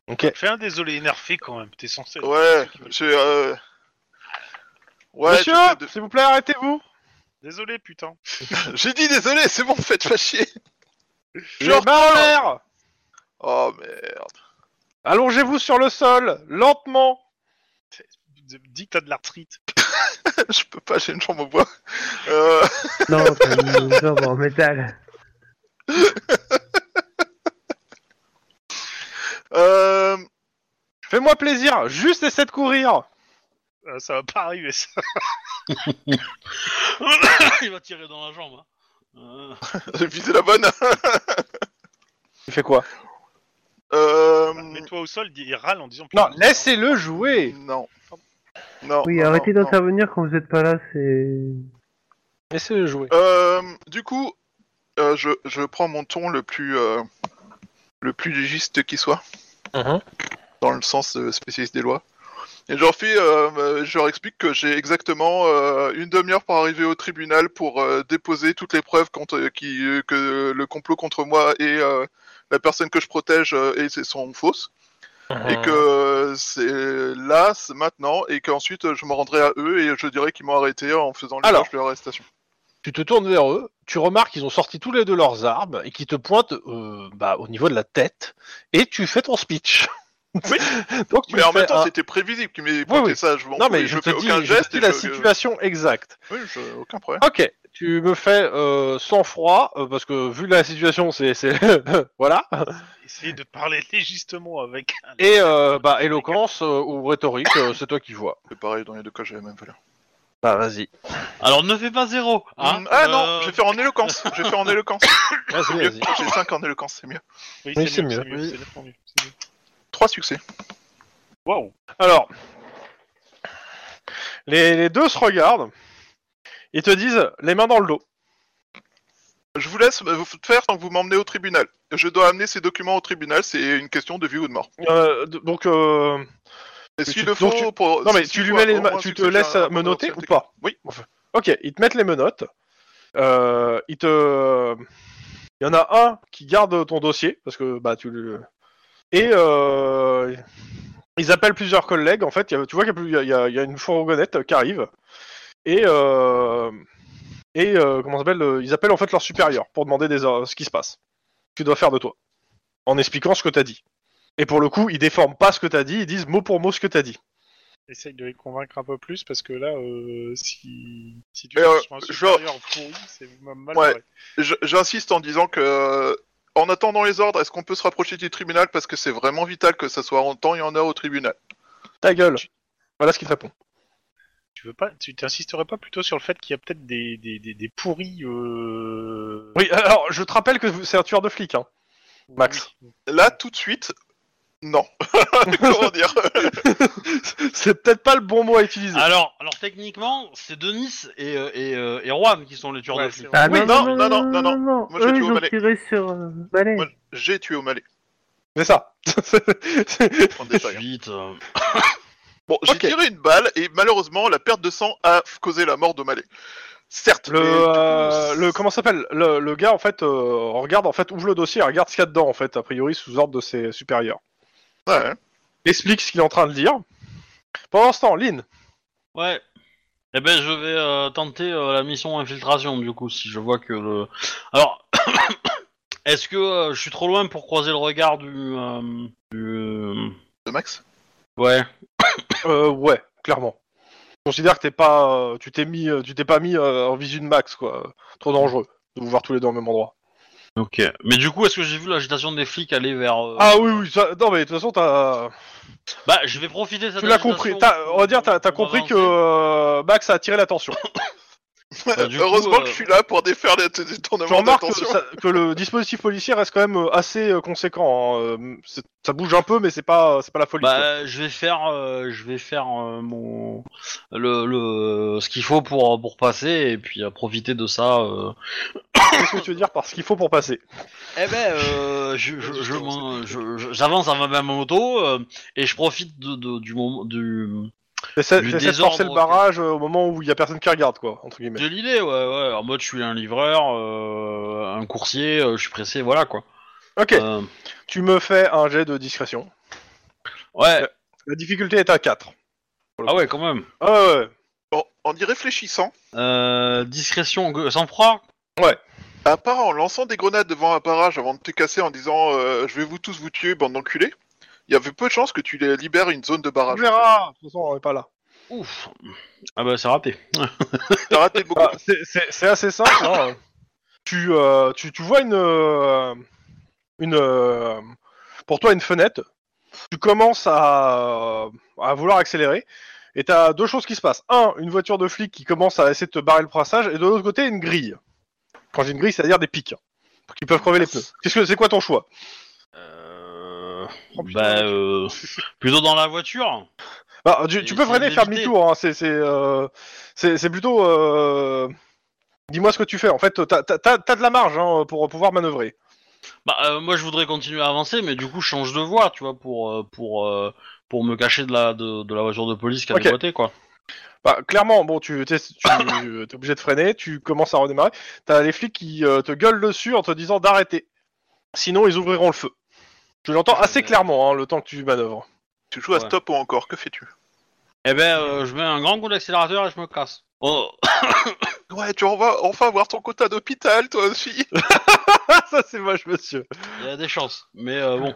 [SPEAKER 1] Ok.
[SPEAKER 5] Fais un désolé énervé quand même, t'es censé.
[SPEAKER 3] Ouais, j'ai. euh, Ouais,
[SPEAKER 1] Monsieur,
[SPEAKER 3] j'essaie de-
[SPEAKER 1] s'il vous plaît, arrêtez-vous.
[SPEAKER 5] Désolé putain.
[SPEAKER 3] j'ai dit désolé, c'est bon, faites pas chier.
[SPEAKER 1] Je en l'air.
[SPEAKER 3] Oh merde.
[SPEAKER 1] Allongez-vous sur le sol, lentement.
[SPEAKER 5] Dis que t'as de l'arthrite.
[SPEAKER 3] Je peux pas, j'ai une chambre au bois. Euh,
[SPEAKER 4] Non, t'as une jambe en métal.
[SPEAKER 3] euh,
[SPEAKER 1] Fais-moi plaisir, juste essaie de courir.
[SPEAKER 5] Euh, ça va pas arriver ça.
[SPEAKER 2] Il va tirer dans la jambe. hein. Euh,
[SPEAKER 3] J'ai visé la bonne.
[SPEAKER 1] Tu fais quoi
[SPEAKER 3] Euh,
[SPEAKER 5] Mets-toi au sol, dis- il râle en disant.
[SPEAKER 1] Non,
[SPEAKER 5] putain,
[SPEAKER 1] laissez-le jouer.
[SPEAKER 3] non. Non.
[SPEAKER 4] Oui,
[SPEAKER 3] non,
[SPEAKER 4] arrêtez
[SPEAKER 3] non, non.
[SPEAKER 4] d'intervenir quand vous êtes pas là, c'est.
[SPEAKER 1] Laissez-le jouer.
[SPEAKER 3] Euh, du coup, euh, je, je prends mon ton le plus euh, le plus légiste qui soit, dans le sens de spécialiste des lois. Et je leur fais, euh, euh, je leur explique que j'ai exactement euh, une demi-heure pour arriver au tribunal pour euh, déposer toutes les preuves contre, qui, euh, que le complot contre moi et euh, la personne que je protège euh, et c'est- sont fausses. et que euh, c'est là, c'est maintenant, et qu'ensuite euh, je me rendrai à eux et je dirai qu'ils m'ont arrêté en faisant le
[SPEAKER 1] Alors.
[SPEAKER 3] de leur arrestation.
[SPEAKER 1] Tu te tournes vers eux, tu remarques qu'ils ont sorti tous les deux leurs armes et qu'ils te pointent euh, bah, au niveau de la tête et tu fais ton speech.
[SPEAKER 3] Oui.
[SPEAKER 1] Donc tu
[SPEAKER 3] Mais en
[SPEAKER 1] fais
[SPEAKER 3] même temps,
[SPEAKER 1] un-
[SPEAKER 3] c'était prévisible qu'ils m'aient
[SPEAKER 1] Oui,
[SPEAKER 3] porté
[SPEAKER 1] oui.
[SPEAKER 3] ça. Je m'en
[SPEAKER 1] Non
[SPEAKER 3] fous,
[SPEAKER 1] mais
[SPEAKER 3] et
[SPEAKER 1] je,
[SPEAKER 3] je
[SPEAKER 1] te
[SPEAKER 3] fais
[SPEAKER 1] dis,
[SPEAKER 3] aucun
[SPEAKER 1] je te
[SPEAKER 3] geste.
[SPEAKER 1] dis
[SPEAKER 3] et
[SPEAKER 1] la
[SPEAKER 3] je-
[SPEAKER 1] situation exacte.
[SPEAKER 3] Oui, je- aucun problème.
[SPEAKER 1] Ok, tu me fais euh, sans froid euh, parce que vu la situation, c'est c'est- voilà
[SPEAKER 5] Essayez de parler légistement avec. un-
[SPEAKER 1] et euh, bah éloquence euh, ou rhétorique, euh, c'est toi qui vois.
[SPEAKER 3] C'est pareil, dans les deux cas, j'ai la même valeur.
[SPEAKER 1] Bah vas-y,
[SPEAKER 2] Alors ne fais pas zéro. Hein
[SPEAKER 3] Mm, ah
[SPEAKER 2] Euh,
[SPEAKER 3] non, je vais faire en éloquence. je vais faire en éloquence.
[SPEAKER 1] vas-y,
[SPEAKER 3] Mieux.
[SPEAKER 1] vas-y.
[SPEAKER 3] J'ai 5 en éloquence, c'est mieux.
[SPEAKER 5] Oui,
[SPEAKER 1] Oui, c'est mieux, oui.
[SPEAKER 5] c'est nettement mieux, c'est mieux.
[SPEAKER 3] 3 succès.
[SPEAKER 5] Waouh.
[SPEAKER 1] Alors, les, les deux se regardent. Ils te disent les mains dans le dos.
[SPEAKER 3] Je vous laisse euh, vous faire tant que vous m'emmenez au tribunal. Je dois amener ces documents au tribunal, c'est une question de vie ou de mort.
[SPEAKER 1] Euh, d- donc, euh,
[SPEAKER 3] Et
[SPEAKER 1] Mais
[SPEAKER 3] s'il
[SPEAKER 1] tu-
[SPEAKER 3] le faut,
[SPEAKER 1] donc tu-
[SPEAKER 3] pour.
[SPEAKER 1] non mais
[SPEAKER 3] s'il
[SPEAKER 1] tu lui
[SPEAKER 3] faut,
[SPEAKER 1] mets
[SPEAKER 3] au
[SPEAKER 1] les, ma-
[SPEAKER 3] moins,
[SPEAKER 1] tu te
[SPEAKER 3] succès,
[SPEAKER 1] laisses
[SPEAKER 3] j'ai un-
[SPEAKER 1] euh, menotter
[SPEAKER 3] un-
[SPEAKER 1] ou pas
[SPEAKER 3] Oui.
[SPEAKER 1] Enfin, ok, ils te mettent les menottes. Euh, ils te, il y en a un qui garde ton dossier parce que bah tu le. Et euh, ils appellent plusieurs collègues. En fait, Il y a- tu vois qu'il y a plus- il y, a- il y a- il y a une fourgonnette qui arrive. Et euh, et euh, comment ça s'appelle euh, Ils appellent en fait leur supérieur pour demander des, euh, ce qui se passe, ce qu'il doit faire de toi, en expliquant ce que t'as dit. Et pour le coup, ils déforment pas ce que t'as dit. Ils disent mot pour mot ce que t'as dit.
[SPEAKER 5] Essaye de les convaincre un peu plus parce que là, euh, si, si tu
[SPEAKER 3] Mais,
[SPEAKER 5] vas
[SPEAKER 3] euh,
[SPEAKER 5] sur un
[SPEAKER 3] genre-
[SPEAKER 5] supérieur pourri, c'est même mal.
[SPEAKER 3] Ouais.
[SPEAKER 5] barré.
[SPEAKER 3] Je- J'insiste en disant que, euh, en attendant les ordres, est-ce qu'on peut se rapprocher du tribunal parce que c'est vraiment vital que ça soit en temps et en heure au tribunal.
[SPEAKER 1] Ta gueule. Voilà ce qu'il te répond.
[SPEAKER 5] Tu veux pas, tu t'insisterais pas plutôt sur le fait qu'il y a peut-être des, des, des, des pourris. Euh...
[SPEAKER 1] Oui, alors je te rappelle que vous- c'est un tueur de flic. Hein. Max.
[SPEAKER 5] oui.
[SPEAKER 3] Là, tout de suite, non. Comment dire
[SPEAKER 1] c'est peut-être pas le bon mot à utiliser.
[SPEAKER 2] Alors, alors techniquement, c'est Denis et, euh, et, euh, et Juan qui sont les tueurs
[SPEAKER 5] Ouais,
[SPEAKER 2] de
[SPEAKER 5] c'est
[SPEAKER 2] flics.
[SPEAKER 5] vrai.
[SPEAKER 4] Ah,
[SPEAKER 3] Oui, non, non, non, non, Moi, je
[SPEAKER 4] Eux,
[SPEAKER 3] tue au
[SPEAKER 4] ils ont
[SPEAKER 3] balai.
[SPEAKER 4] tiré sur euh, balai.
[SPEAKER 3] Moi, J'ai tué au Malais.
[SPEAKER 1] C'est ça.
[SPEAKER 3] En détail.
[SPEAKER 2] Suite, euh,
[SPEAKER 3] Bon, j'ai
[SPEAKER 1] Ok.
[SPEAKER 3] tiré une balle et malheureusement, la perte de sang a f- causé la mort de Malais. Certes,
[SPEAKER 1] le,
[SPEAKER 3] mais du coup,
[SPEAKER 1] euh, le comment ça s'appelle le, le gars en fait euh, regarde en fait ouvre le dossier, et regarde ce qu'il y a dedans en fait a priori sous ordre de ses supérieurs.
[SPEAKER 3] ouais. hein,
[SPEAKER 1] Explique ce qu'il est en train de dire. Pendant ce temps, Lynn,
[SPEAKER 2] Ouais. Eh ben, je vais euh, tenter euh, la mission infiltration, du coup, si je vois que le... Alors, est-ce que euh, je suis trop loin pour croiser le regard du... euh, du, euh,
[SPEAKER 3] de Max.
[SPEAKER 2] Ouais.
[SPEAKER 1] euh, ouais, clairement. Je considère que t'es pas, euh, tu t'es mis, euh, tu t'es pas mis euh, en visu de Max quoi. Trop dangereux de vous voir tous les deux au même endroit.
[SPEAKER 2] Ok. Mais du coup, est-ce que j'ai vu l'agitation des flics aller vers... euh,
[SPEAKER 1] Ah oui oui, ça- non mais de toute façon t'as,
[SPEAKER 2] Bah, je vais profiter de cette
[SPEAKER 1] tu l'as
[SPEAKER 2] agitation
[SPEAKER 1] compris. T'as- on va dire t'as, t'as
[SPEAKER 2] pour
[SPEAKER 1] compris que
[SPEAKER 2] avancer.
[SPEAKER 1] euh, Max a attiré l'attention.
[SPEAKER 2] Bah, du coup,
[SPEAKER 3] Heureusement
[SPEAKER 2] euh,
[SPEAKER 3] que je suis là pour défaire les- les
[SPEAKER 1] Tu
[SPEAKER 3] détournements
[SPEAKER 1] remarques que,
[SPEAKER 3] d'attention.
[SPEAKER 1] ça- que le dispositif policier reste quand même euh, assez euh, conséquent. hein. Euh, c'est- Ça bouge un peu, mais c'est pas, c'est pas la folie. quoi.
[SPEAKER 2] Bah, je vais faire, euh, je vais faire euh, mon le, le ce qu'il faut pour pour passer et puis euh, profiter de ça. euh.
[SPEAKER 1] Qu'est-ce que tu veux dire par ce qu'il faut pour passer
[SPEAKER 2] Eh ben, euh, je je- je m'en- je- je- j'avance à ma ma moto euh, et je profite de, de- du moment du
[SPEAKER 1] T'essaies
[SPEAKER 2] Du
[SPEAKER 1] t'essaies de forcer le
[SPEAKER 2] désordre,
[SPEAKER 1] barrage euh, au moment où il y a personne qui regarde, quoi, entre guillemets.
[SPEAKER 2] de l'idée, ouais, ouais. En mode, je suis un livreur, euh, un coursier, euh, je suis pressé, voilà quoi.
[SPEAKER 1] Ok,
[SPEAKER 2] Euh,
[SPEAKER 1] tu me fais un jet de discrétion.
[SPEAKER 2] ouais.
[SPEAKER 1] La difficulté est à 4.
[SPEAKER 2] Ah ouais, quand même.
[SPEAKER 1] Ah ouais, ouais.
[SPEAKER 3] En, en y réfléchissant,
[SPEAKER 2] Euh, discrétion, gue- sans froid.
[SPEAKER 3] à part en lançant des grenades devant un barrage avant de te casser en disant euh, je vais vous tous vous tuer, bande d'enculés, il y avait peu de chances que tu les libères une zone de
[SPEAKER 1] On
[SPEAKER 3] barrage.
[SPEAKER 1] verra, de toute façon, on est pas là.
[SPEAKER 2] Ouf. Ah bah, c'est raté.
[SPEAKER 3] T'as raté beaucoup.
[SPEAKER 1] Ah, c'est- c'est c'est assez simple. hein. Tu, euh, tu, tu vois une. euh, une euh, pour toi, une fenêtre. Tu commences à, à vouloir accélérer. Et t'as deux choses qui se passent. Un, une voiture de flic qui commence à essayer de te barrer le passage. Et de l'autre côté, une grille. Quand j'ai une grille, c'est-à-dire des pics. Pour qu'ils peuvent crever les pneus. Qu'est-ce que c'est quoi ton choix
[SPEAKER 2] Euh,
[SPEAKER 5] Oh, putain,
[SPEAKER 2] bah,
[SPEAKER 5] mec.
[SPEAKER 2] euh, plutôt dans la voiture.
[SPEAKER 1] Bah, tu, tu
[SPEAKER 2] Et
[SPEAKER 1] peux freiner,
[SPEAKER 2] essayer
[SPEAKER 1] faire
[SPEAKER 2] d'éviter.
[SPEAKER 1] demi-tour. hein, C'est c'est, euh, c'est- c'est plutôt. euh, Dis-moi ce que tu fais. En fait, t'as t'as- t'as- t'as de la marge hein, pour pouvoir manœuvrer.
[SPEAKER 2] Bah, euh, moi, je voudrais continuer à avancer, mais du coup, je change de voie, tu vois, pour euh, pour euh, pour me cacher de la de, de la voiture de police qui a
[SPEAKER 1] Ok.
[SPEAKER 2] déboîté, quoi.
[SPEAKER 1] Bah, clairement, bon, tu t'es tu- euh, t'es obligé de freiner, tu commences à redémarrer. T'as les flics qui euh, te gueulent dessus en te disant d'arrêter. Sinon, ils ouvriront le feu. Je l'entends assez
[SPEAKER 2] Ouais.
[SPEAKER 1] clairement, hein, le temps que tu manœuvres.
[SPEAKER 3] Tu joues à
[SPEAKER 2] Ouais.
[SPEAKER 3] stop ou encore, que fais-tu
[SPEAKER 2] Eh ben, euh, je mets un grand coup d'accélérateur et je me casse. Oh,
[SPEAKER 3] Ouais, tu en vas enfin avoir ton quota d'hôpital, toi aussi
[SPEAKER 1] Ah, ça, c'est moche, monsieur.
[SPEAKER 2] il y a des chances, mais euh, bon.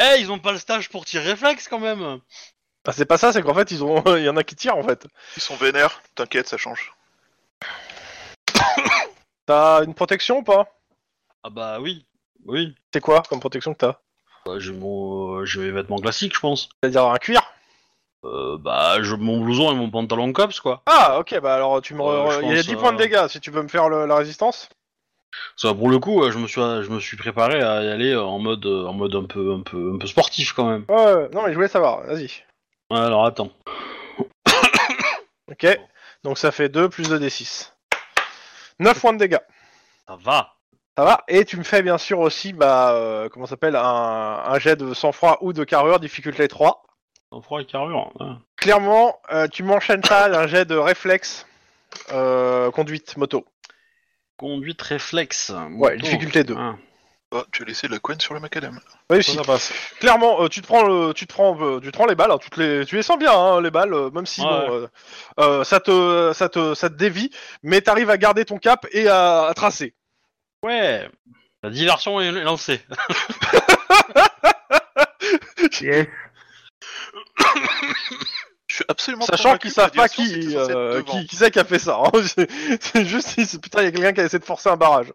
[SPEAKER 2] Eh, ils ont pas le stage pour tirer réflexe quand même.
[SPEAKER 1] Bah, c'est pas ça, c'est qu'en fait, ils ont, il y en a qui tirent, en fait.
[SPEAKER 3] Ils sont vénères, t'inquiète, ça change.
[SPEAKER 1] T'as une protection ou pas
[SPEAKER 2] Ah bah oui, oui.
[SPEAKER 1] C'est quoi comme protection que t'as
[SPEAKER 2] Bah, j'ai mon euh, j'ai mes vêtements classiques, je pense.
[SPEAKER 1] C'est-à-dire un cuir
[SPEAKER 2] Euh, bah, je mon blouson et mon pantalon cops, quoi.
[SPEAKER 1] Ah, ok, bah alors tu me. re-
[SPEAKER 2] Euh, je
[SPEAKER 1] il y a
[SPEAKER 2] pense,
[SPEAKER 1] 10 points de
[SPEAKER 2] euh,
[SPEAKER 1] dégâts si tu veux me faire le- la résistance.
[SPEAKER 2] Ça, pour le coup, euh, je me suis je me suis préparé à y aller euh, en mode euh, en mode un peu un peu un peu sportif quand même.
[SPEAKER 1] Ouais, ouais, non, mais je voulais savoir, vas-y.
[SPEAKER 2] Ouais, Alors attends.
[SPEAKER 1] Ok, donc ça fait 2 plus 2 des 6. 9 points de dégâts.
[SPEAKER 2] Ça va.
[SPEAKER 1] Ça va Et tu me fais bien sûr aussi, bah, euh, comment ça s'appelle, un, un jet de sang-froid ou de carrure, difficulté 3.
[SPEAKER 2] Sans froid et carburant. hein.
[SPEAKER 1] Clairement, euh, tu m'enchaînes ça d'un jet de réflexe, euh, conduite, moto.
[SPEAKER 2] Conduite réflexe. hein,
[SPEAKER 1] Ouais,
[SPEAKER 2] moto.
[SPEAKER 1] difficulté 2.
[SPEAKER 2] Ah.
[SPEAKER 3] Oh, tu as laissé de la couenne sur le macadam.
[SPEAKER 1] Réussi. Clairement, euh, tu te prends, le, tu te prends, euh, tu te prends les balles, hein, tu, te les, tu les sens bien, hein, les balles, euh, même si
[SPEAKER 2] Ouais,
[SPEAKER 1] bon, euh, euh, ça, te, ça, te, ça te dévie, mais t'arrives à garder ton cap et à, à tracer.
[SPEAKER 2] Ouais. La diversion est est lancée.
[SPEAKER 4] Yes.
[SPEAKER 3] Je suis absolument
[SPEAKER 1] Sachant qu'ils savent pas qui, euh,
[SPEAKER 3] c'est
[SPEAKER 1] qui, qui c'est qui a fait ça. hein. C'est c'est juste, ils- putain, il y a quelqu'un qui a essayé de forcer un barrage.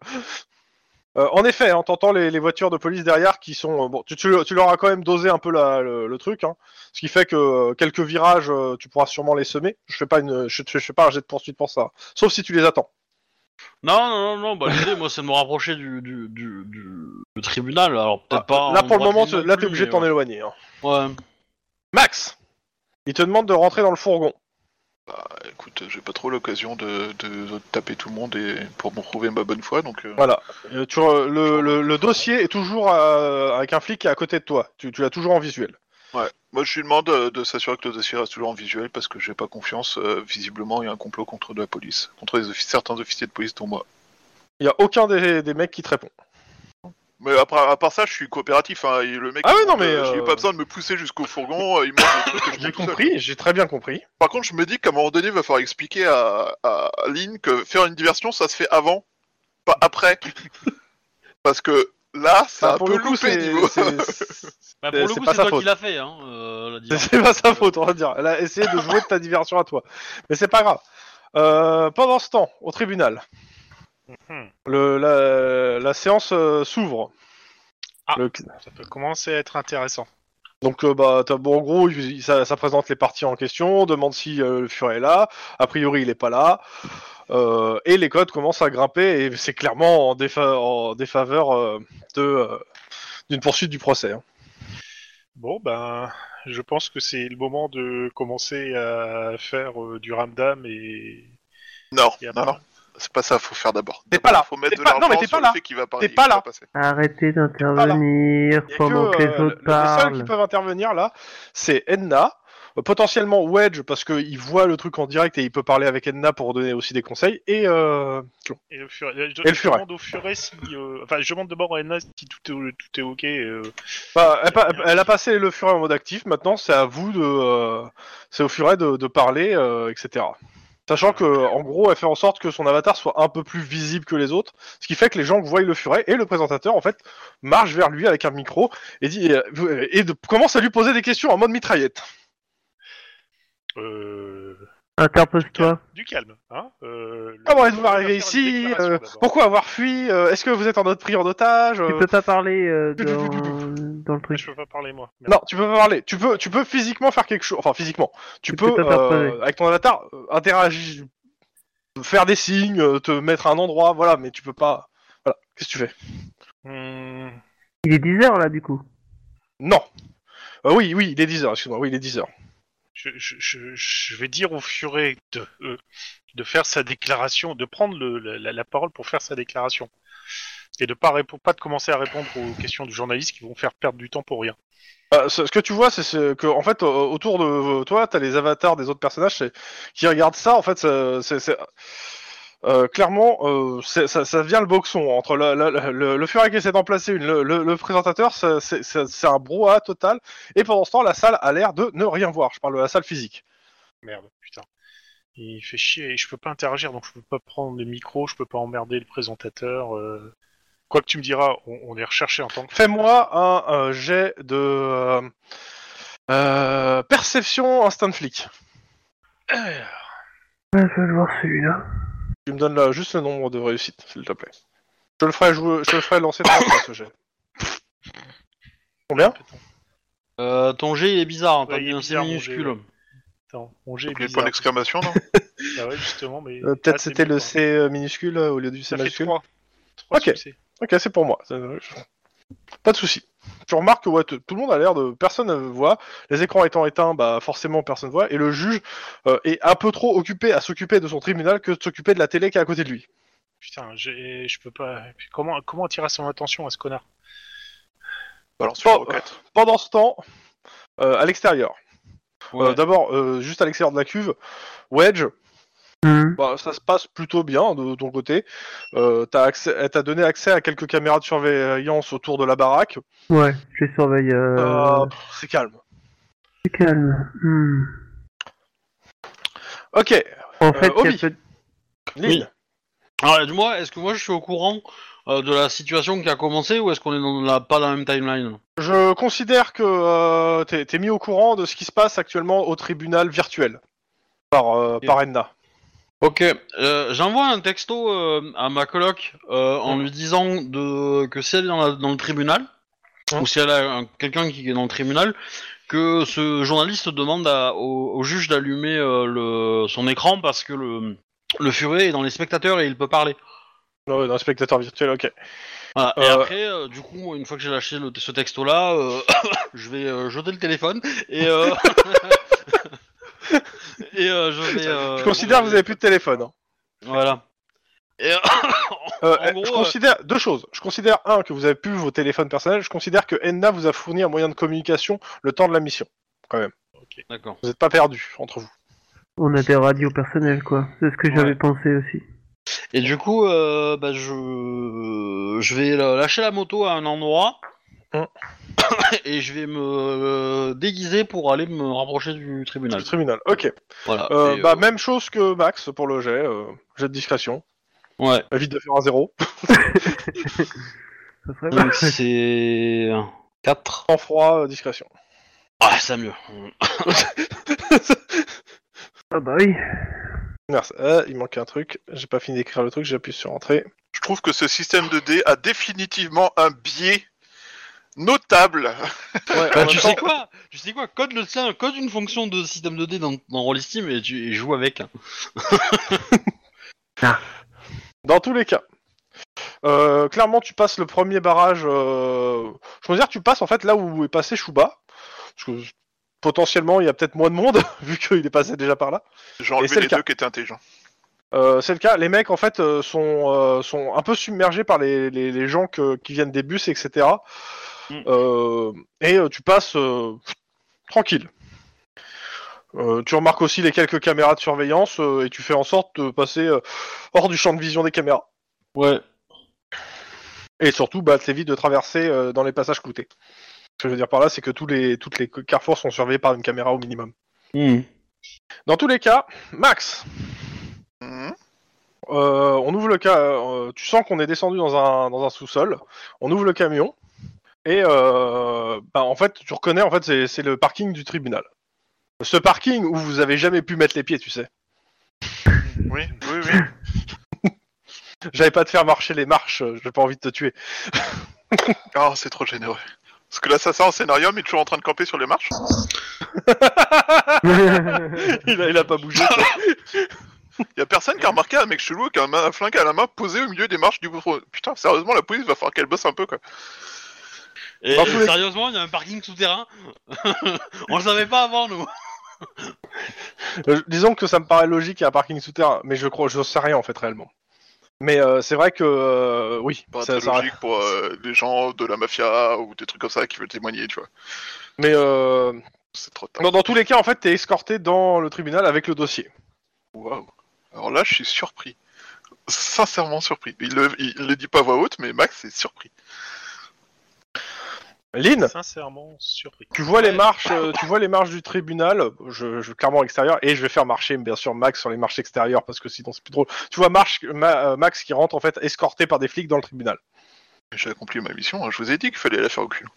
[SPEAKER 1] Euh, en effet, hein, t'entends les, les voitures de police derrière qui sont... euh, Bon, tu, tu- tu leur as quand même dosé un peu la- le, le truc, hein. ce qui fait que euh, quelques virages, euh, tu pourras sûrement les semer. Je fais pas une, je, je fais pas un jet de poursuite pour ça, sauf si tu les attends.
[SPEAKER 2] Non, non, non, non, bah, l'idée, moi, c'est de me rapprocher du, du, du, du- du tribunal, alors peut-être pas.
[SPEAKER 1] Ah, là,
[SPEAKER 2] en
[SPEAKER 1] pour le
[SPEAKER 2] droit
[SPEAKER 1] moment,
[SPEAKER 2] de
[SPEAKER 1] tu-
[SPEAKER 2] ligne non
[SPEAKER 1] là, t'es
[SPEAKER 2] plus,
[SPEAKER 1] obligé de
[SPEAKER 2] mais
[SPEAKER 1] t'en
[SPEAKER 2] ouais.
[SPEAKER 1] éloigner. hein.
[SPEAKER 2] Ouais.
[SPEAKER 1] Max, il te demande de rentrer dans le fourgon.
[SPEAKER 3] Bah, écoute, j'ai pas trop l'occasion de, de- de taper tout le monde et pour me prouver ma bonne foi, donc. euh,
[SPEAKER 1] Voilà. Euh, tu re- le, le- le dossier est toujours euh, avec un flic qui est à côté de toi. Tu, tu l'as toujours en visuel.
[SPEAKER 3] Moi, je lui demande euh, de s'assurer que le dossier reste toujours en visuel parce que j'ai pas confiance. euh, visiblement, il y a un complot contre de la police, contre les offic- certains officiers de police, dont moi.
[SPEAKER 1] Il y a aucun des, des mecs qui te répond.
[SPEAKER 3] Mais à part, à part ça, je suis coopératif. hein, et le mec,
[SPEAKER 1] Ah
[SPEAKER 3] il
[SPEAKER 1] oui, non,
[SPEAKER 3] monte,
[SPEAKER 1] mais,
[SPEAKER 3] euh, j'ai
[SPEAKER 1] euh,
[SPEAKER 3] pas besoin de me pousser jusqu'au fourgon. euh, il mange des trucs que je
[SPEAKER 1] J'ai
[SPEAKER 3] prends tout seul.
[SPEAKER 1] compris, j'ai très bien compris.
[SPEAKER 3] Par contre, je me dis qu'à un moment donné, il va falloir expliquer à, à Lynn que faire une diversion, ça se fait avant, pas après. parce que là, ça a un
[SPEAKER 1] Bah, pour
[SPEAKER 3] peu
[SPEAKER 1] le coup,
[SPEAKER 3] loupé
[SPEAKER 1] c'est
[SPEAKER 3] niveau.
[SPEAKER 1] c'est- c'est-
[SPEAKER 2] Bah, pour le
[SPEAKER 1] c'est
[SPEAKER 2] coup,
[SPEAKER 1] pas
[SPEAKER 2] c'est
[SPEAKER 1] sa
[SPEAKER 2] toi
[SPEAKER 1] faute.
[SPEAKER 2] qui l'as fait, hein, euh, la
[SPEAKER 1] c'est-
[SPEAKER 2] différence.
[SPEAKER 1] c'est pas sa faute, on va dire. Elle a essayé de jouer de ta diversion à toi. Mais c'est pas grave. Euh, pendant ce temps, au tribunal,
[SPEAKER 5] Mhm.
[SPEAKER 1] le- la, la séance euh, s'ouvre.
[SPEAKER 5] Ah.
[SPEAKER 1] Le-
[SPEAKER 5] Ça peut commencer à être intéressant.
[SPEAKER 1] Donc, euh, bah, t'as- bon, en gros, il- il- ça, ça présente les parties en question, demande si euh, le furet est là. A priori, il est pas là. Euh, et les codes commencent à grimper, et c'est clairement en, défa- en défaveur euh, de, euh, d'une poursuite du procès. hein.
[SPEAKER 5] Bon, ben, je pense que c'est le moment de commencer à faire euh, du ramdam et.
[SPEAKER 3] Non,
[SPEAKER 5] et à-
[SPEAKER 3] non, non, c'est pas ça, faut faire d'abord.
[SPEAKER 1] T'es pas là.
[SPEAKER 3] Faut mettre
[SPEAKER 1] T'es
[SPEAKER 3] de
[SPEAKER 1] pas- non,
[SPEAKER 3] l'argent
[SPEAKER 1] mais t'es
[SPEAKER 3] sur
[SPEAKER 1] pas
[SPEAKER 3] le
[SPEAKER 1] là.
[SPEAKER 3] fait qu'il va pas-
[SPEAKER 1] T'es
[SPEAKER 3] il
[SPEAKER 1] pas
[SPEAKER 3] va
[SPEAKER 1] là.
[SPEAKER 3] passer.
[SPEAKER 4] Arrêtez
[SPEAKER 1] Voilà.
[SPEAKER 4] d'intervenir
[SPEAKER 1] Il y a
[SPEAKER 4] pendant que,
[SPEAKER 1] euh,
[SPEAKER 4] les autres
[SPEAKER 1] le- les seuls
[SPEAKER 4] parlent.
[SPEAKER 1] qui peuvent intervenir là, c'est Edna, euh, potentiellement Wedge parce qu'il voit le truc en direct et il peut parler avec Edna pour donner aussi des conseils, et euh, Clon.
[SPEAKER 5] Et le furet. Je,
[SPEAKER 1] le
[SPEAKER 5] je
[SPEAKER 1] furet.
[SPEAKER 5] demande au furet si. euh, Enfin, je demande d'abord à Enna si tout est, tout est ok. euh,
[SPEAKER 1] Bah, elle, pa- elle a passé le furet en mode actif, maintenant c'est à vous de. euh, c'est au furet de, de parler, euh, etc. Sachant que, en gros, elle fait en sorte que son avatar soit un peu plus visible que les autres, ce qui fait que les gens voient le furet et le présentateur, en fait, marche vers lui avec un micro et, dit, euh, et de- commence à lui poser des questions en mode mitraillette.
[SPEAKER 5] euh,
[SPEAKER 4] Interpose-toi.
[SPEAKER 5] Du calme, hein euh, le-
[SPEAKER 1] Comment êtes-vous
[SPEAKER 5] on va
[SPEAKER 1] arrivé
[SPEAKER 5] faire une
[SPEAKER 1] ici
[SPEAKER 5] déclaration
[SPEAKER 1] Euh,
[SPEAKER 5] d'abord.
[SPEAKER 1] Pourquoi avoir fui Euh, Est-ce que vous êtes en notre pris en otage Euh,
[SPEAKER 4] Tu peux pas parler euh,
[SPEAKER 1] du- du-
[SPEAKER 4] dans,
[SPEAKER 1] du-
[SPEAKER 4] dans le truc.
[SPEAKER 5] Je peux pas parler, moi. Merde.
[SPEAKER 1] Non, tu peux pas parler. Tu peux, tu peux physiquement faire quelque chose. Enfin, physiquement. Tu
[SPEAKER 4] Tu
[SPEAKER 1] peux,
[SPEAKER 4] peux pas faire
[SPEAKER 1] euh,
[SPEAKER 4] poser.
[SPEAKER 1] avec ton avatar, euh, interagir, faire des signes, euh, te mettre à un endroit, voilà, mais tu peux pas. Voilà, qu'est-ce que tu fais
[SPEAKER 5] Hmm.
[SPEAKER 4] Il est 10h là du coup.
[SPEAKER 1] Non Euh, Oui, oui, il est 10h, excuse-moi, oui, il est 10h.
[SPEAKER 5] je, je, je- je vais dire au furet de, euh, de faire sa déclaration, de prendre le- la- la, la parole pour faire sa déclaration. Et de pas répondre, pas de commencer à répondre aux questions du journaliste qui vont faire perdre du temps pour rien.
[SPEAKER 1] Euh, ce, ce que tu vois, c'est ce que, en fait, euh, autour de euh, toi, t'as les avatars des autres personnages c'est- qui regardent ça. En fait, ça- c'est c'est- euh, clairement, euh, c'est- ça, ça devient le boxon entre la- la- la- le, le furet qui essaie d'en placer une, le, le- le présentateur, ça- c'est c'est- c'est un brouhaha total. Et pendant ce temps, la salle a l'air de ne rien voir. Je parle de la salle physique.
[SPEAKER 5] Merde, putain. Il fait chier et je peux pas interagir, donc je peux pas prendre le micro, je peux pas emmerder le présentateur. euh. Quoi que tu me diras, on, on est recherché en tant que.
[SPEAKER 1] Fais-moi un euh, jet de euh, euh, perception instant flic.
[SPEAKER 4] Ouais, je vais le voir celui-là.
[SPEAKER 1] Tu me donnes là, juste le nombre de réussites, s'il te plaît. Je le ferai jouer, je le ferai lancer trois fois ce jet. Combien
[SPEAKER 2] Euh, ton G, il est bizarre, hein, t'as
[SPEAKER 5] Ouais, il
[SPEAKER 2] mis
[SPEAKER 5] est
[SPEAKER 2] un C
[SPEAKER 5] bizarre, mon G,
[SPEAKER 2] minuscule.
[SPEAKER 5] ouais. Attends, on j'ai
[SPEAKER 3] Il y a pas d'exclamation, non
[SPEAKER 5] Bah ouais, justement, mais.
[SPEAKER 1] Euh,
[SPEAKER 5] Ah,
[SPEAKER 1] Peut-être
[SPEAKER 5] c'est
[SPEAKER 1] c'était
[SPEAKER 5] bon,
[SPEAKER 1] le
[SPEAKER 5] hein.
[SPEAKER 1] C euh, minuscule euh, au lieu du C
[SPEAKER 5] Ça fait
[SPEAKER 1] majuscule.
[SPEAKER 5] trois. Trois
[SPEAKER 1] Ok.
[SPEAKER 5] succès.
[SPEAKER 1] Ok, c'est pour moi. Ça- je- Pas de souci. Tu remarques que ouais, t- tout le monde a l'air de personne ne voit. Les écrans étant éteints, bah forcément personne voit. Et le juge euh, est un peu trop occupé à s'occuper de son tribunal que de s'occuper de la télé qui est à côté de lui.
[SPEAKER 5] Putain, j'ai- je peux pas. Comment, comment attirer son attention à ce connard
[SPEAKER 3] Balance
[SPEAKER 1] Bon,
[SPEAKER 3] numéro 4.
[SPEAKER 1] Pendant ce temps, euh, à l'extérieur.
[SPEAKER 2] Ouais.
[SPEAKER 1] Euh, D'abord, euh, juste à l'extérieur de la cuve, Wedge,
[SPEAKER 4] Hmm.
[SPEAKER 1] Bah, ça se passe plutôt bien de ton côté. Euh, t'as accès, elle t'a donné accès à quelques caméras de surveillance autour de la baraque.
[SPEAKER 4] Ouais, je les surveille. Euh...
[SPEAKER 1] Euh, c'est calme.
[SPEAKER 4] c'est calme. Hmm.
[SPEAKER 1] Ok,
[SPEAKER 4] En fait, il y a
[SPEAKER 1] Obi.
[SPEAKER 4] peut-
[SPEAKER 1] Lynn.
[SPEAKER 2] Alors, dis-moi, est-ce que moi je suis au courant euh, de la situation qui a commencé ou est-ce qu'on est dans la, pas dans la même timeline
[SPEAKER 1] Je considère que euh, t'es t'es mis au courant de ce qui se passe actuellement au tribunal virtuel par, euh, par Enna.
[SPEAKER 2] Ok, euh, j'envoie un texto euh, à ma coloc euh, en lui disant de, que si elle est dans, la- dans le tribunal,
[SPEAKER 1] Ouais.
[SPEAKER 2] ou si elle a un- quelqu'un qui est dans le tribunal, que ce journaliste demande à- au, au juge d'allumer euh, le- son écran parce que le, le furet est dans les spectateurs et il peut parler.
[SPEAKER 1] Non, d'un spectateur virtuel, ok.
[SPEAKER 2] Voilà. Et
[SPEAKER 1] Euh.
[SPEAKER 2] après, euh, du coup, une fois que j'ai lâché le- ce texto-là, euh, je vais euh, jeter le téléphone et, euh, et euh, je vais... euh,
[SPEAKER 1] je considère que vous avez plus de téléphone. hein.
[SPEAKER 2] Voilà. Et,
[SPEAKER 1] Euh,
[SPEAKER 2] En gros,
[SPEAKER 1] je
[SPEAKER 2] euh,
[SPEAKER 1] considère deux choses. Je considère un que vous avez plus vos téléphones personnels. Je considère que Enna vous a fourni un moyen de communication le temps de la mission.
[SPEAKER 2] D'accord.
[SPEAKER 1] Vous n'êtes pas perdus entre vous.
[SPEAKER 4] On a des radios personnelles, quoi. C'est ce que j'avais
[SPEAKER 2] Ouais.
[SPEAKER 4] pensé aussi.
[SPEAKER 2] Et du coup, euh, bah, je... je vais la- lâcher la moto à un endroit
[SPEAKER 1] Hein.
[SPEAKER 2] et je vais me euh, déguiser pour aller me rapprocher du tribunal.
[SPEAKER 1] Le tribunal. Ok.
[SPEAKER 2] Voilà.
[SPEAKER 1] Euh,
[SPEAKER 2] Et,
[SPEAKER 1] bah
[SPEAKER 2] euh,
[SPEAKER 1] même chose que Max pour le jet. euh, jet de discrétion.
[SPEAKER 2] euh, Ouais.
[SPEAKER 1] Évite de faire un zéro.
[SPEAKER 4] Ça serait
[SPEAKER 2] Donc c'est 4.
[SPEAKER 1] Sans froid, euh, discrétion.
[SPEAKER 2] Ah, c'est mieux.
[SPEAKER 4] Ah bah oui.
[SPEAKER 1] Merci. Euh, il manque un truc. J'ai pas fini d'écrire le truc. J'appuie sur entrée.
[SPEAKER 3] Je trouve que ce système de dés a définitivement un biais notable.
[SPEAKER 1] Ouais,
[SPEAKER 2] Bah,
[SPEAKER 1] en
[SPEAKER 2] tu
[SPEAKER 1] même temps-
[SPEAKER 2] sais quoi Tu sais quoi Code le tien, code une fonction de système de dés dans, dans Rollistim et tu et joue avec.
[SPEAKER 1] Dans tous les cas. Euh, clairement, tu passes le premier barrage. euh, Je veux dire, tu passes en fait là où est passé Chouba. Parce que potentiellement, il y a peut-être moins de monde, vu qu'il est passé déjà par là.
[SPEAKER 3] J'ai
[SPEAKER 1] Et c'est
[SPEAKER 3] enlevé
[SPEAKER 1] le
[SPEAKER 3] les
[SPEAKER 1] cas.
[SPEAKER 3] deux qui étaient intelligents.
[SPEAKER 1] Euh, c'est le cas. Les mecs, en fait, euh, sont, euh, sont un peu submergés par les, les, les gens que- qui viennent des bus, etc.
[SPEAKER 2] Mm.
[SPEAKER 1] Euh, et euh, tu passes euh, tranquille. Euh, tu remarques aussi les quelques caméras de surveillance euh, et tu fais en sorte de passer euh, hors du champ de vision des caméras.
[SPEAKER 2] Ouais.
[SPEAKER 1] Et surtout, bah, t'évites de traverser euh, dans les passages cloutés. Ce que je veux dire par là, c'est que tous les, toutes les carrefours sont surveillés par une caméra au minimum.
[SPEAKER 2] Hmm.
[SPEAKER 1] Dans tous les cas, Max,
[SPEAKER 3] Mhm.
[SPEAKER 1] euh, on ouvre le cas. euh, tu sens qu'on est descendu dans un, dans un sous-sol. On ouvre le camion. Et euh, bah, en fait, tu reconnais, en fait, c'est- c'est le parking du tribunal. Ce parking où vous avez jamais pu mettre les pieds, tu sais.
[SPEAKER 3] Oui, oui, oui.
[SPEAKER 1] J'avais pas de faire marcher les marches, euh, j'ai pas envie de te tuer.
[SPEAKER 3] Oh, c'est trop généreux. Parce que l'assassin en scénarium il est toujours en train de camper sur les marches.
[SPEAKER 1] il, a, il a pas bougé. quoi.
[SPEAKER 3] Y a personne qui a remarqué un mec chelou avec un, ma- un flingue à la main posé au milieu des marches du bouffe. Putain, sérieusement, la police va falloir qu'elle bosse un peu quoi.
[SPEAKER 2] Et,
[SPEAKER 1] Dans
[SPEAKER 2] et
[SPEAKER 1] tous les-
[SPEAKER 2] sérieusement, il y a un parking souterrain On le savait pas avant, nous
[SPEAKER 1] Euh, disons que ça me paraît logique, il y a un parking souterrain, mais je crois, je sais rien en fait réellement. Mais euh, c'est vrai que euh, oui,
[SPEAKER 3] Pas
[SPEAKER 1] ça,
[SPEAKER 3] très
[SPEAKER 1] ça-
[SPEAKER 3] logique pour euh, les gens de la mafia ou des trucs comme ça qui veulent témoigner, tu vois.
[SPEAKER 1] Mais euh,
[SPEAKER 3] C'est trop tard.
[SPEAKER 1] dans, dans tous les cas, en fait, t'es escorté dans le tribunal avec le dossier.
[SPEAKER 3] Waouh. Alors là, je suis surpris. Sincèrement surpris. Il le, il le dit pas à voix haute, mais Max est surpris.
[SPEAKER 1] Lynn,
[SPEAKER 5] Sincèrement surpris.
[SPEAKER 1] tu vois les
[SPEAKER 2] Ouais.
[SPEAKER 1] marches, euh, tu vois les marches du tribunal, je, je clairement extérieur, et je vais faire marcher bien sûr Max sur les marches extérieures parce que sinon c'est plus drôle. Tu vois marche, Ma- euh, Max qui rentre en fait escorté par des flics dans le tribunal.
[SPEAKER 3] J'ai accompli ma mission, hein. je vous ai dit qu'il fallait la faire au cul.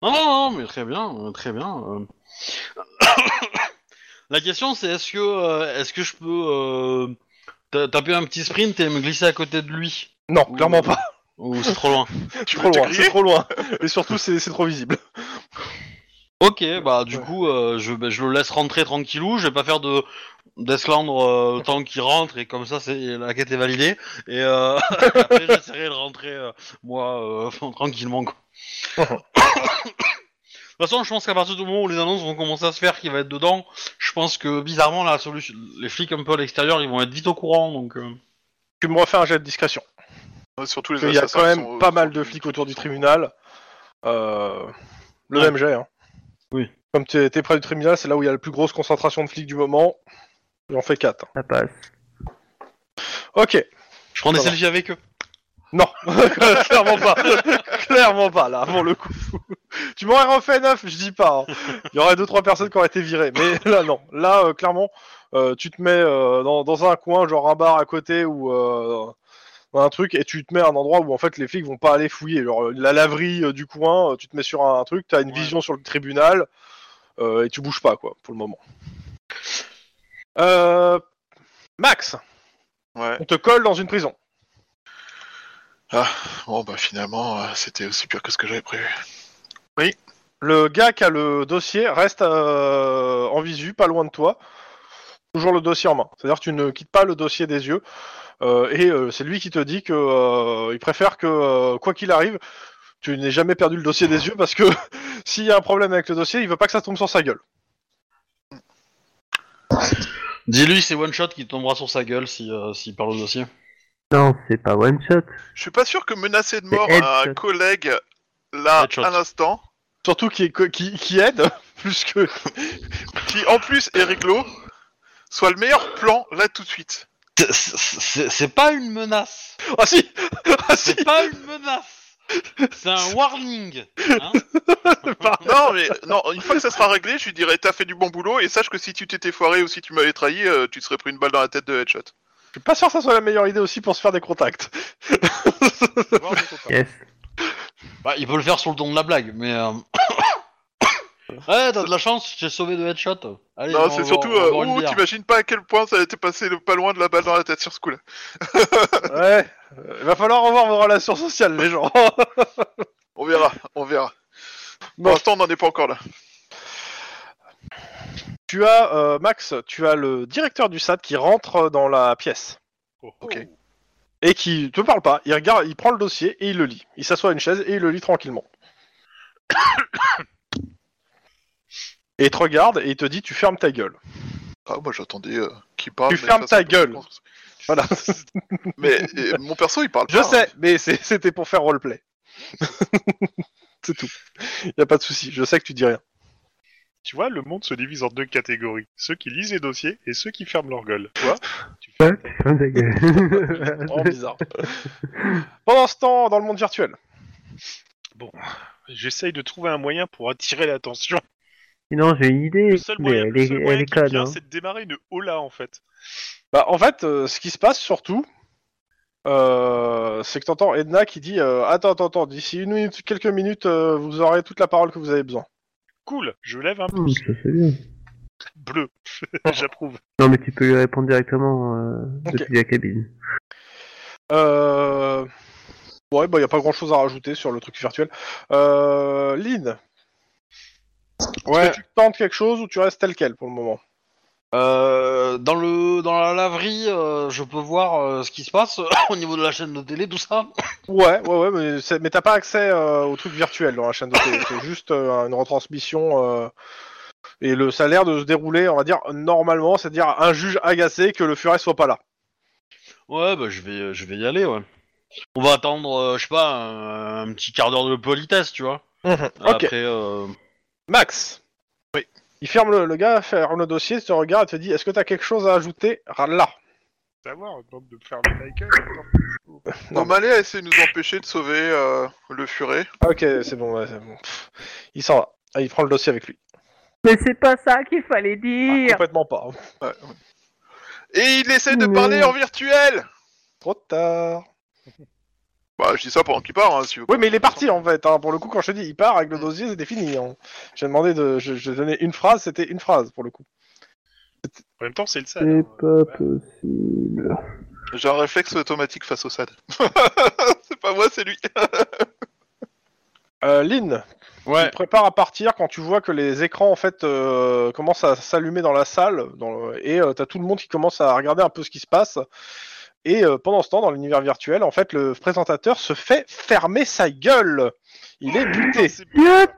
[SPEAKER 2] Non, non, non, mais très bien, euh, très bien. euh. La question c'est est-ce que euh, est-ce que je peux euh, ta- taper un petit sprint et me glisser à côté de lui
[SPEAKER 1] Non,
[SPEAKER 2] Ouh.
[SPEAKER 1] clairement pas.
[SPEAKER 2] Ou c'est trop loin
[SPEAKER 3] Tu
[SPEAKER 1] Trop
[SPEAKER 3] veux te
[SPEAKER 1] loin, c'est
[SPEAKER 3] griller
[SPEAKER 1] trop loin. Et surtout, c'est c'est trop visible.
[SPEAKER 2] Ok, bah du
[SPEAKER 1] Ouais.
[SPEAKER 2] coup euh, je, bah, je le laisse rentrer tranquillou, je vais pas faire de d'esclandre euh, tant qu'il rentre et comme ça c'est la quête est validée et euh, après j'essaierai de rentrer euh, moi euh, tranquillement quoi. De toute façon, je pense qu'à partir du moment où les annonces vont commencer à se faire, qui va être dedans, je pense que bizarrement la solution, les flics un peu à l'extérieur, ils vont être vite au courant. Donc, euh,
[SPEAKER 1] Tu me refais un jet de discrétion.
[SPEAKER 3] Ouais, Surtout les
[SPEAKER 1] Il y a
[SPEAKER 3] assassins
[SPEAKER 1] quand
[SPEAKER 3] qui
[SPEAKER 1] même
[SPEAKER 3] sont- euh,
[SPEAKER 1] pas
[SPEAKER 3] sont-
[SPEAKER 1] mal de flics autour du tribunal. Euh, le
[SPEAKER 2] Ouais.
[SPEAKER 1] même jet. Hein.
[SPEAKER 2] Oui.
[SPEAKER 1] Comme t'es es près du tribunal, c'est là où il y a la plus grosse concentration de flics du moment. J'en fais 4.
[SPEAKER 4] Ça passe.
[SPEAKER 1] Ok.
[SPEAKER 2] je prends des
[SPEAKER 1] Ça va.
[SPEAKER 2] selfies avec eux.
[SPEAKER 1] Non. Clairement pas. Clairement pas, là, pour le coup. Tu m'aurais refait 9, je dis pas. hein. Il y aurait 2-3 personnes qui auraient été virées. Mais là, non. Là, euh, clairement, euh, tu te mets euh, dans, dans un coin, genre un bar à côté ou euh, ou un truc, et tu te mets à un endroit où en fait les flics vont pas aller fouiller. Genre, euh, la laverie euh, du coin, euh, tu te mets sur un, truc, t'as une vision sur le tribunal, euh, et tu bouges pas, quoi, pour le moment. Euh, Max,
[SPEAKER 3] Ouais.
[SPEAKER 1] on te colle dans une prison.
[SPEAKER 3] Ah, bon, bah finalement, euh, c'était aussi pire que ce que j'avais prévu.
[SPEAKER 1] Le gars qui a le dossier reste euh, en visu, pas loin de toi. Toujours le dossier en main. C'est-à-dire que tu ne quittes pas le dossier des yeux. Euh, et euh, c'est lui qui te dit que euh, il préfère que, euh, quoi qu'il arrive, tu n'aies jamais perdu le dossier des yeux parce que s'il y a un problème avec le dossier, il veut pas que ça tombe sur sa gueule.
[SPEAKER 2] Dis-lui, c'est one shot qui tombera sur sa gueule si, euh, s'il perd le dossier.
[SPEAKER 4] Non, c'est pas one shot.
[SPEAKER 3] Je suis pas sûr que menacer de
[SPEAKER 4] C'est
[SPEAKER 3] mort à un
[SPEAKER 4] headshot.
[SPEAKER 3] collègue là
[SPEAKER 2] Headshot.
[SPEAKER 3] à l'instant,
[SPEAKER 1] Surtout qui, qui, qui aide plus que.
[SPEAKER 3] qui en plus est réglo, soit le meilleur plan là tout de suite.
[SPEAKER 2] C'est- C'est c'est pas une menace.
[SPEAKER 1] Ah si Ah si
[SPEAKER 2] C'est pas une menace. C'est un warning. hein.
[SPEAKER 3] Non, mais non, une fois que ça sera réglé, je lui dirai t'as fait du bon boulot et sache que si tu t'étais foiré ou si tu m'avais trahi, euh, tu te serais pris une balle dans la tête de headshot.
[SPEAKER 1] Je suis pas sûr que ça soit la meilleure idée aussi pour se faire des contacts.
[SPEAKER 4] Yes.
[SPEAKER 2] Bah, il peut le faire sur le ton de la blague, mais. euh, ouais, t'as de la chance, j'ai sauvé de headshot. Allez,
[SPEAKER 3] non,
[SPEAKER 2] on
[SPEAKER 3] c'est
[SPEAKER 2] va-
[SPEAKER 3] surtout,
[SPEAKER 2] on va
[SPEAKER 3] euh,
[SPEAKER 2] boire une
[SPEAKER 3] ouh,
[SPEAKER 2] bière.
[SPEAKER 3] t'imagines pas à quel point ça a été passé le- pas loin de la balle dans la tête sur ce coup-là.
[SPEAKER 1] Ouais. Euh, Il va falloir revoir vos relations sociales, les gens.
[SPEAKER 3] On verra, on verra.
[SPEAKER 1] Bon.
[SPEAKER 3] Pour l'instant, on n'en est pas encore là.
[SPEAKER 1] Tu as, euh, Max, tu as le directeur du SAD qui rentre dans la pièce.
[SPEAKER 5] Oh.
[SPEAKER 3] Ok.
[SPEAKER 1] Et qui te parle pas. Il regarde, il prend le dossier et il le lit. Il s'assoit à une chaise et il le lit tranquillement. et il te regarde et il te dit tu fermes ta gueule.
[SPEAKER 3] Ah, moi j'attendais euh, qu'il parle.
[SPEAKER 1] Tu
[SPEAKER 3] mais
[SPEAKER 1] fermes
[SPEAKER 3] ça, ça
[SPEAKER 1] ta
[SPEAKER 3] peut-
[SPEAKER 1] gueule. Voilà.
[SPEAKER 3] Mais euh, mon perso, il parle
[SPEAKER 1] Je
[SPEAKER 3] pas, hein.
[SPEAKER 1] sais, mais Ah, c'est- c'était pour faire roleplay. c'est tout. Y a pas de souci. Je sais que tu dis rien.
[SPEAKER 5] Tu vois, le monde se divise en deux catégories. Ceux qui lisent les dossiers et ceux qui ferment leur gueule.
[SPEAKER 4] Ouais, tu fermes ta gueule.
[SPEAKER 1] Vraiment bizarre. Pendant ce temps, dans le monde virtuel.
[SPEAKER 5] J'essaye de trouver un moyen pour attirer l'attention.
[SPEAKER 4] Sinon, j'ai une idée,
[SPEAKER 5] Le seul moyen,
[SPEAKER 4] mais elle
[SPEAKER 5] le
[SPEAKER 4] est,
[SPEAKER 5] seul
[SPEAKER 4] elle
[SPEAKER 5] moyen
[SPEAKER 4] est
[SPEAKER 5] qui me
[SPEAKER 4] conne.
[SPEAKER 5] vient,
[SPEAKER 4] Hein.
[SPEAKER 5] c'est de démarrer une hola en fait.
[SPEAKER 1] Bah, en fait, euh, ce qui se passe surtout, euh, c'est que t'entends Edna qui dit euh, Attends, attends, attends, d'ici une minute, quelques minutes, euh, vous aurez toute la parole que vous avez besoin.
[SPEAKER 5] Cool, je lève un
[SPEAKER 4] Hmm,
[SPEAKER 5] pouce
[SPEAKER 4] ça, c'est bien.
[SPEAKER 5] bleu. J'approuve.
[SPEAKER 4] Non, mais tu peux lui répondre directement euh,
[SPEAKER 1] Ok.
[SPEAKER 4] depuis la cabine.
[SPEAKER 1] Euh... Ouais, bah, y a pas grand chose à rajouter sur le truc virtuel. Euh, Lynn, est-ce
[SPEAKER 2] Ouais.
[SPEAKER 1] que tu tentes quelque chose ou tu restes tel quel pour le moment
[SPEAKER 2] Euh, dans le dans la laverie, euh, je peux voir euh, ce qui se passe au niveau de la chaîne de télé, tout ça.
[SPEAKER 1] Ouais, ouais, ouais, mais, c'est- mais t'as pas accès euh, au truc virtuel dans la chaîne de télé. C'est juste euh, une retransmission. euh, Et le salaire de se dérouler, on va dire, normalement, c'est-à-dire un juge agacé que le furet soit pas là.
[SPEAKER 2] Ouais, bah je vais je vais y aller. Ouais. On va attendre, euh, je sais pas, un, un petit quart d'heure de politesse, tu vois.
[SPEAKER 1] Ok.
[SPEAKER 2] Après, euh,
[SPEAKER 1] Max
[SPEAKER 3] Oui.
[SPEAKER 1] Il ferme le, le gars, ferme le dossier, te regarde et te dit Est-ce que t'as quelque chose à ajouter Ah, là
[SPEAKER 5] Savoir, demande de me faire le Michael.
[SPEAKER 1] Non,
[SPEAKER 3] Non, Malé a essayé de nous empêcher de sauver euh, le furet.
[SPEAKER 1] Ah, Ok, c'est bon, ouais, c'est bon. Pff, Il s'en va. Ah, il prend le dossier avec lui.
[SPEAKER 4] Mais c'est pas ça qu'il fallait
[SPEAKER 1] Ah,
[SPEAKER 4] dire
[SPEAKER 1] complètement pas.
[SPEAKER 3] Et il essaie de
[SPEAKER 4] Mais-
[SPEAKER 3] parler en virtuel
[SPEAKER 1] Trop tard.
[SPEAKER 3] Bah, je dis ça pendant qu'il part, hein, si vous
[SPEAKER 1] Oui, mais il est parti en fait. hein. Pour le coup, quand je te dis il part avec le dossier, c'était fini. hein. J'ai demandé de. Je, je donnais une phrase, c'était une phrase pour le coup.
[SPEAKER 5] En même temps, c'est le sale.
[SPEAKER 4] C'est
[SPEAKER 5] hein.
[SPEAKER 4] pas
[SPEAKER 5] Ouais.
[SPEAKER 4] possible.
[SPEAKER 3] J'ai un réflexe automatique face au SAD. c'est pas moi, c'est lui.
[SPEAKER 1] Euh, Lynn,
[SPEAKER 2] ouais.
[SPEAKER 1] tu te prépares à partir quand tu vois que les écrans en fait euh, commencent à s'allumer dans la salle dans le- et euh, t'as tout le monde qui commence à regarder un peu ce qui se passe. Et euh, pendant ce temps, dans l'univers virtuel, en fait, le présentateur se fait fermer sa gueule. Il est buté.
[SPEAKER 5] C'est-
[SPEAKER 4] Yota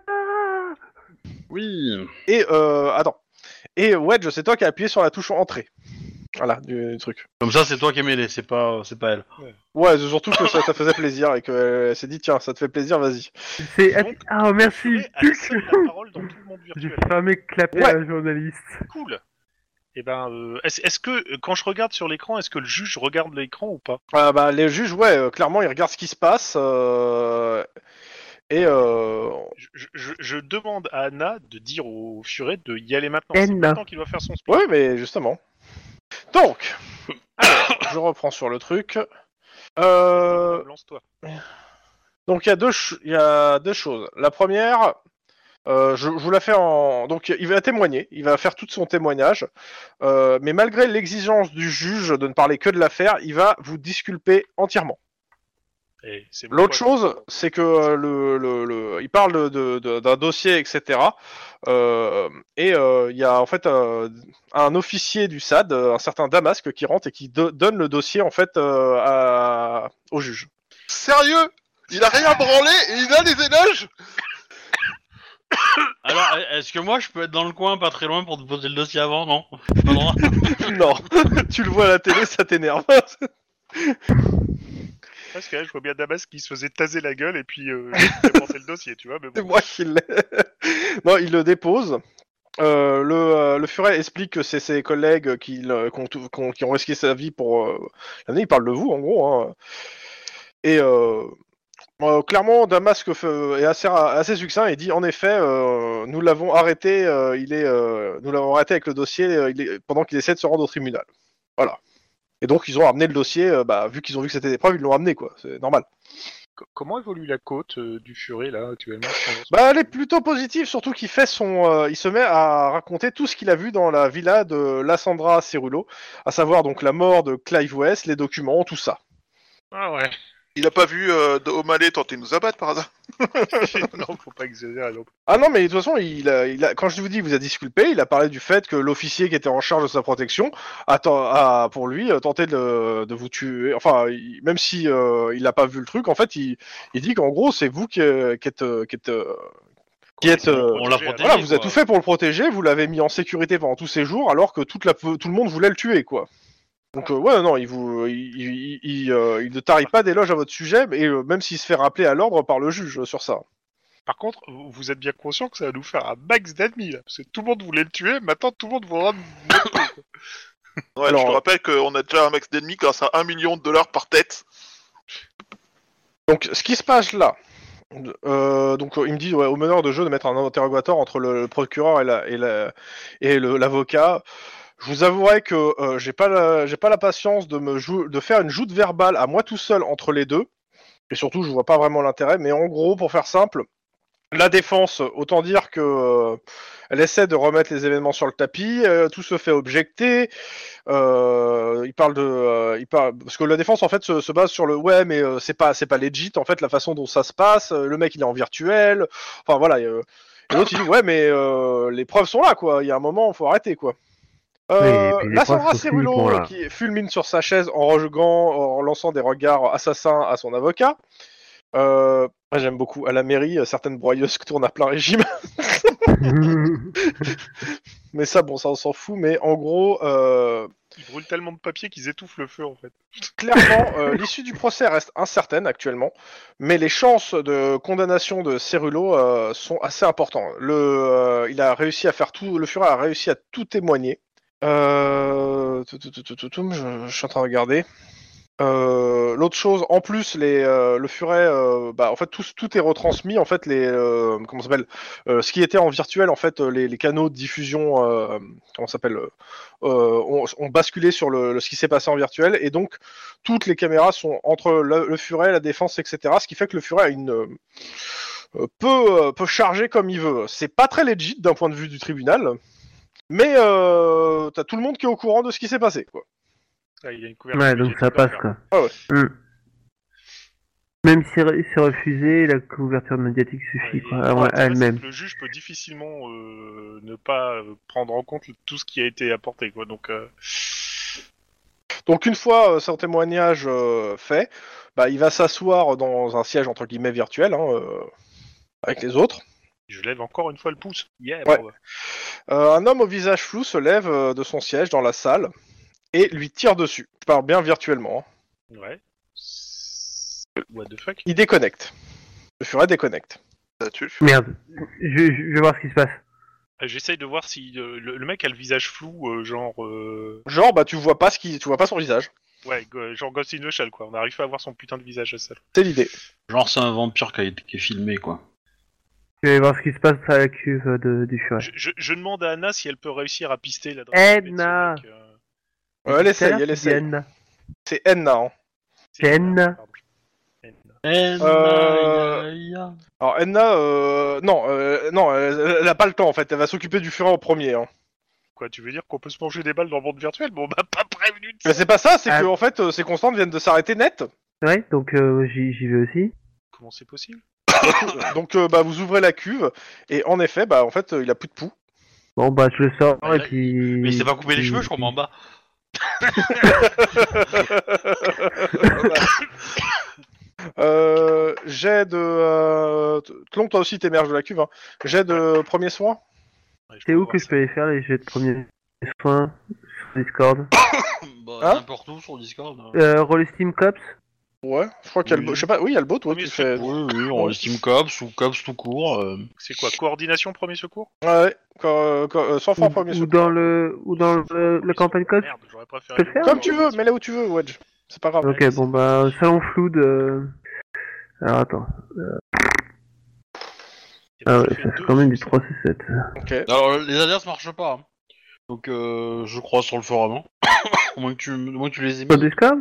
[SPEAKER 2] Oui.
[SPEAKER 1] Et euh, attends. Et Wedge, c'est toi qui as appuyé sur la touche entrée. Voilà du, du truc.
[SPEAKER 2] Comme ça, c'est toi qui es mêlé, c'est pas c'est pas elle.
[SPEAKER 1] Ouais, c'est surtout que ça, ça faisait plaisir et qu'elle s'est dit tiens, ça te fait plaisir, vas-y.
[SPEAKER 4] C'est... Ah, merci
[SPEAKER 5] Elle a seule la parole dans tout le monde
[SPEAKER 4] J'ai
[SPEAKER 5] virtuel.
[SPEAKER 4] fermé clapet
[SPEAKER 1] Ouais.
[SPEAKER 4] à un journaliste.
[SPEAKER 5] Cool. Et ben, euh, est-ce est-ce que euh, quand je regarde sur l'écran, est-ce que le juge regarde l'écran ou pas
[SPEAKER 1] Ah bah, les juges, ouais, euh, clairement, ils regardent ce qui se passe. euh, Et euh,
[SPEAKER 5] je, je- je- je demande à Anna de dire au furet de y aller maintenant. C'est
[SPEAKER 4] Anna.
[SPEAKER 5] maintenant qu'il doit faire son split.
[SPEAKER 1] Ouais, mais justement. Donc, alors, je reprends sur le truc. Euh,
[SPEAKER 5] Lance-toi.
[SPEAKER 1] Donc il y, a deux ch- il y a deux choses. La première, euh, je, je vous la fais en... Donc il va témoigner, il va faire tout son témoignage, euh, mais malgré l'exigence du juge de ne parler que de l'affaire, il va vous disculper entièrement.
[SPEAKER 5] Et Eh, c'est bon,
[SPEAKER 1] L'autre
[SPEAKER 5] quoi.
[SPEAKER 1] chose, c'est que euh, le, le- le- il parle de- de- de- d'un dossier, etc. Euh, et euh, il y a en fait euh, un officier du SAD, euh, un certain Damasque, qui rentre et qui do- donne le dossier en fait euh, à- au juge.
[SPEAKER 3] Sérieux Il a rien branlé et il a les éloges
[SPEAKER 2] Alors, e-, est-ce que moi je peux être dans le coin, pas très loin, pour te poser le dossier avant, non Pas le droit
[SPEAKER 1] Non, tu le vois à la télé, ça t'énerve.
[SPEAKER 5] Parce que là, je vois bien Damas qui se faisait taser la gueule et puis euh, il a pensé le dossier, tu vois. Mais
[SPEAKER 1] C'est
[SPEAKER 5] bon.
[SPEAKER 1] moi qui l'ai. non, il le dépose. Euh, le, euh, le furet explique que c'est ses collègues qui, le- qui ont tout- qui ont- qui ont risqué sa vie pour euh, l'année. Il parle de vous, en gros. hein. Et euh, euh, clairement, Damasque fe- est assez, ra- assez succinct et dit en effet, euh, nous l'avons arrêté. euh, il est, euh, nous l'avons arrêté avec le dossier euh, il est- pendant qu'il essaie de se rendre au tribunal. Voilà. Et donc ils ont ramené le dossier. euh, bah, vu qu'ils ont vu que c'était des preuves, ils l'ont ramené quoi. C'est normal.
[SPEAKER 5] Co- Comment évolue la côte euh, du furet là actuellement
[SPEAKER 1] Bah, elle est plutôt positive, surtout qu'il fait son, euh, il se met à raconter tout ce qu'il a vu dans la villa de Lassandra Cerullo, à savoir donc la mort de Clive West, les documents, tout ça.
[SPEAKER 5] Ah ouais.
[SPEAKER 3] Il a pas vu euh, de O'Malley tenter de nous abattre par hasard
[SPEAKER 5] non, faut pas exagérer. non.
[SPEAKER 1] Ah non, mais de toute façon, il a, il a- quand je vous dis, il vous a disculpé, il a parlé du fait que l'officier qui était en charge de sa protection a, ten- a, pour lui euh, tenté de, le- de vous tuer. Enfin, il- même si euh, il n'a pas vu le truc, en fait, il, il dit qu'en gros, c'est vous qui, euh, qui êtes, euh, qui êtes, euh, qui êtes, euh,
[SPEAKER 2] On l'a
[SPEAKER 5] Voilà,
[SPEAKER 2] protégé.
[SPEAKER 1] Voilà, vous avez
[SPEAKER 2] quoi.
[SPEAKER 1] tout fait pour le protéger, vous l'avez mis en sécurité pendant tous ces jours, alors que toute la, tout le monde voulait le tuer, quoi. Donc, euh, ouais, non, il vous, il, il- il, euh, il ne tarit pas d'éloges à votre sujet, et même s'il se fait rappeler à l'ordre par le juge euh, sur ça.
[SPEAKER 5] Par contre, vous vous êtes bien conscient que ça va nous faire un max d'ennemis là. Parce que tout le monde voulait le tuer, maintenant tout le monde voudra. nous-
[SPEAKER 3] Ouais,
[SPEAKER 1] Alors,
[SPEAKER 3] je te
[SPEAKER 1] euh,
[SPEAKER 3] rappelle qu'on a déjà un max d'ennemis grâce à 1 million de dollars par tête.
[SPEAKER 1] Donc, ce qui se passe là, euh, donc euh, il me dit ouais, au meneur de jeu de mettre un interrogatoire entre le, le procureur et l'avocat. La, et la- et le- l'avocat. je vous avouerai que euh, j'ai pas la- j'ai pas la patience de me jou- de faire une joute verbale à moi tout seul entre les deux. Et surtout, je vois pas vraiment l'intérêt. Mais en gros, pour faire simple, la défense, autant dire que euh, elle essaie de remettre les événements sur le tapis. euh, tout se fait objecter. Euh, il parle de, euh, il parle parce que la défense en fait se, se base sur le ouais mais euh, c'est pas c'est pas legit en fait la façon dont ça se passe. euh, le mec il est en virtuel. Enfin voilà. et, euh, et l'autre il dit ouais mais euh, les preuves sont là quoi. Il y a un moment faut arrêter quoi. Euh,
[SPEAKER 4] Oui, et puis les
[SPEAKER 1] la
[SPEAKER 4] preuves
[SPEAKER 1] Sandra
[SPEAKER 4] sont physiquement
[SPEAKER 1] Cerullo
[SPEAKER 4] là.
[SPEAKER 1] qui fulmine sur sa chaise en rejetant, en lançant des regards assassins à son avocat. Euh, moi j'aime beaucoup à la mairie euh, certaines broyeuses qui tournent à plein régime. Mais ça bon ça on s'en fout. Mais en gros euh,
[SPEAKER 5] Ils brûlent tellement de papier qu'ils étouffent le feu en fait.
[SPEAKER 1] clairement, euh, l'issue du procès reste incertaine actuellement, mais les chances de condamnation de Cerullo euh, sont assez importantes. Le, euh, il a réussi à faire tout, le Führer a réussi à tout témoigner. Euh, tout, tout, tout, tout, tout, tout, je, je suis en train de regarder. Euh, L'autre chose, en plus, les, euh, le furet, euh, bah, en fait, tout, tout est retransmis. En fait, les, euh, comment ça s'appelle, Euh, ce qui était en virtuel, en fait, euh, les, les canaux de diffusion, euh, comment ça s'appelle, euh, euh, ont, ont basculé sur le, le- ce qui s'est passé en virtuel, et donc toutes les caméras sont entre le, le furet, la défense, etc. Ce qui fait que le furet a une euh, euh, peut, euh, peut charger comme il veut. C'est pas très legit d'un point de vue du tribunal, mais euh, t'as tout le monde qui est au courant de ce qui s'est passé. Quoi.
[SPEAKER 5] Ah, il y a une couverture
[SPEAKER 4] ouais, donc
[SPEAKER 5] médiatique
[SPEAKER 4] ça passe
[SPEAKER 5] d'enfer.
[SPEAKER 4] quoi.
[SPEAKER 1] Ah ouais.
[SPEAKER 4] Hmm. Même si re- c'est refusé, la couverture médiatique suffit quoi,
[SPEAKER 5] Et, euh,
[SPEAKER 4] à- à
[SPEAKER 5] tu vois,
[SPEAKER 4] elle-même.
[SPEAKER 5] c'est que Le juge peut difficilement euh, ne pas euh, prendre en compte tout ce qui a été apporté, quoi. Donc, euh,
[SPEAKER 1] Donc une fois euh, son témoignage euh, fait, bah, il va s'asseoir dans un siège entre guillemets virtuel hein, euh, avec les autres.
[SPEAKER 5] je lève encore une fois le pouce. Yeah,
[SPEAKER 1] Ouais.
[SPEAKER 5] bravo.
[SPEAKER 1] Euh, un homme au visage flou se lève euh, de son siège dans la salle et lui tire dessus. Je parle bien virtuellement. hein.
[SPEAKER 5] ouais. What the fuck
[SPEAKER 1] Il déconnecte. Le furet déconnecte.
[SPEAKER 3] Ça tue le feu.
[SPEAKER 4] Merde, je, je- je vais voir ce qui se passe.
[SPEAKER 5] Euh, J'essaye de voir si euh, le, le mec a le visage flou, euh, genre, euh,
[SPEAKER 1] Genre, bah, tu vois pas ce qui, tu vois pas son visage.
[SPEAKER 5] ouais, go- genre Ghost in the Shell, quoi. On arrive pas à voir son putain de visage à ça.
[SPEAKER 1] C'est l'idée.
[SPEAKER 2] Genre, c'est un vampire qui, a été- qui est filmé, quoi.
[SPEAKER 4] Je vais voir ce qui se passe à la cuve euh, de, du furet.
[SPEAKER 5] Je, je- je demande à Anna si elle peut réussir à pister l'adresse.
[SPEAKER 4] Edna
[SPEAKER 5] de ce mec, euh,
[SPEAKER 1] Ouais, elle
[SPEAKER 4] Tout à
[SPEAKER 1] essaye,
[SPEAKER 4] l'heure,
[SPEAKER 1] elle
[SPEAKER 4] tu dis
[SPEAKER 1] essaye.
[SPEAKER 4] Anna.
[SPEAKER 1] C'est Enna. hein.
[SPEAKER 4] Ken.
[SPEAKER 5] pardon. Ken.
[SPEAKER 1] Euh, Alors, Enna, euh, non, euh, non, euh, elle a pas le temps en fait. Elle va s'occuper du furet en premier. hein.
[SPEAKER 5] Quoi, tu veux dire qu'on peut se manger des balles dans le monde virtuel Mais on m'a pas prévenu de
[SPEAKER 1] Mais
[SPEAKER 5] ça
[SPEAKER 1] c'est pas ça. C'est
[SPEAKER 4] Ah.
[SPEAKER 1] que en fait, euh, ces constantes viennent de s'arrêter net.
[SPEAKER 4] C'est vrai, donc euh, j'y j'y vais aussi.
[SPEAKER 5] Comment c'est possible
[SPEAKER 1] Donc, euh, bah, vous ouvrez la cuve et en effet, bah, en fait, euh, il a plus de poux.
[SPEAKER 4] Bon bah je le sors
[SPEAKER 2] Ouais,
[SPEAKER 4] et
[SPEAKER 2] là,
[SPEAKER 4] puis.
[SPEAKER 2] Mais il s'est pas coupé les cheveux, je crois, mais en bas.
[SPEAKER 1] Euh, j'ai de euh, Tlon, toi aussi t'émerges de la cuve. Hein. J'ai de premier soin.
[SPEAKER 5] Ouais, je
[SPEAKER 4] C'est
[SPEAKER 5] peux
[SPEAKER 4] où
[SPEAKER 5] voir
[SPEAKER 4] que je
[SPEAKER 5] ça.
[SPEAKER 4] peux aller faire les jets de premier soin sur Discord
[SPEAKER 2] Bah,
[SPEAKER 1] Hein
[SPEAKER 2] n'importe où sur Discord.
[SPEAKER 4] euh, Roll Steam Cops
[SPEAKER 1] Ouais, je crois qu'il y a le
[SPEAKER 2] Oui.
[SPEAKER 1] bot. Je sais pas. Oui, il y a le bot. Ouais,
[SPEAKER 5] Premier
[SPEAKER 1] tu fais.
[SPEAKER 2] Oui, oui,
[SPEAKER 1] euh,
[SPEAKER 2] on estime Cops ou Cops tout court. euh.
[SPEAKER 5] C'est quoi Coordination premier secours
[SPEAKER 1] Ouais, quand, quand- euh, sans
[SPEAKER 4] ou,
[SPEAKER 1] franc premier
[SPEAKER 4] ou
[SPEAKER 1] soin.
[SPEAKER 4] dans le ou dans Euh, le, le campagne Cops.
[SPEAKER 5] Merde, j'aurais préféré.
[SPEAKER 4] Peux le faire hein.
[SPEAKER 1] Comme tu veux, mets-la où tu veux, Wedge. C'est pas grave.
[SPEAKER 4] Ok bon bah salon flou de. Alors attends, ah ouais, ça fait quand même du 3 sur 7.
[SPEAKER 1] Ok.
[SPEAKER 2] Alors, les alias marchent pas. hein. Donc, euh, je crois sur le forum. hein. au, moins que tu, au moins que tu les aies mis.
[SPEAKER 4] Sur Discord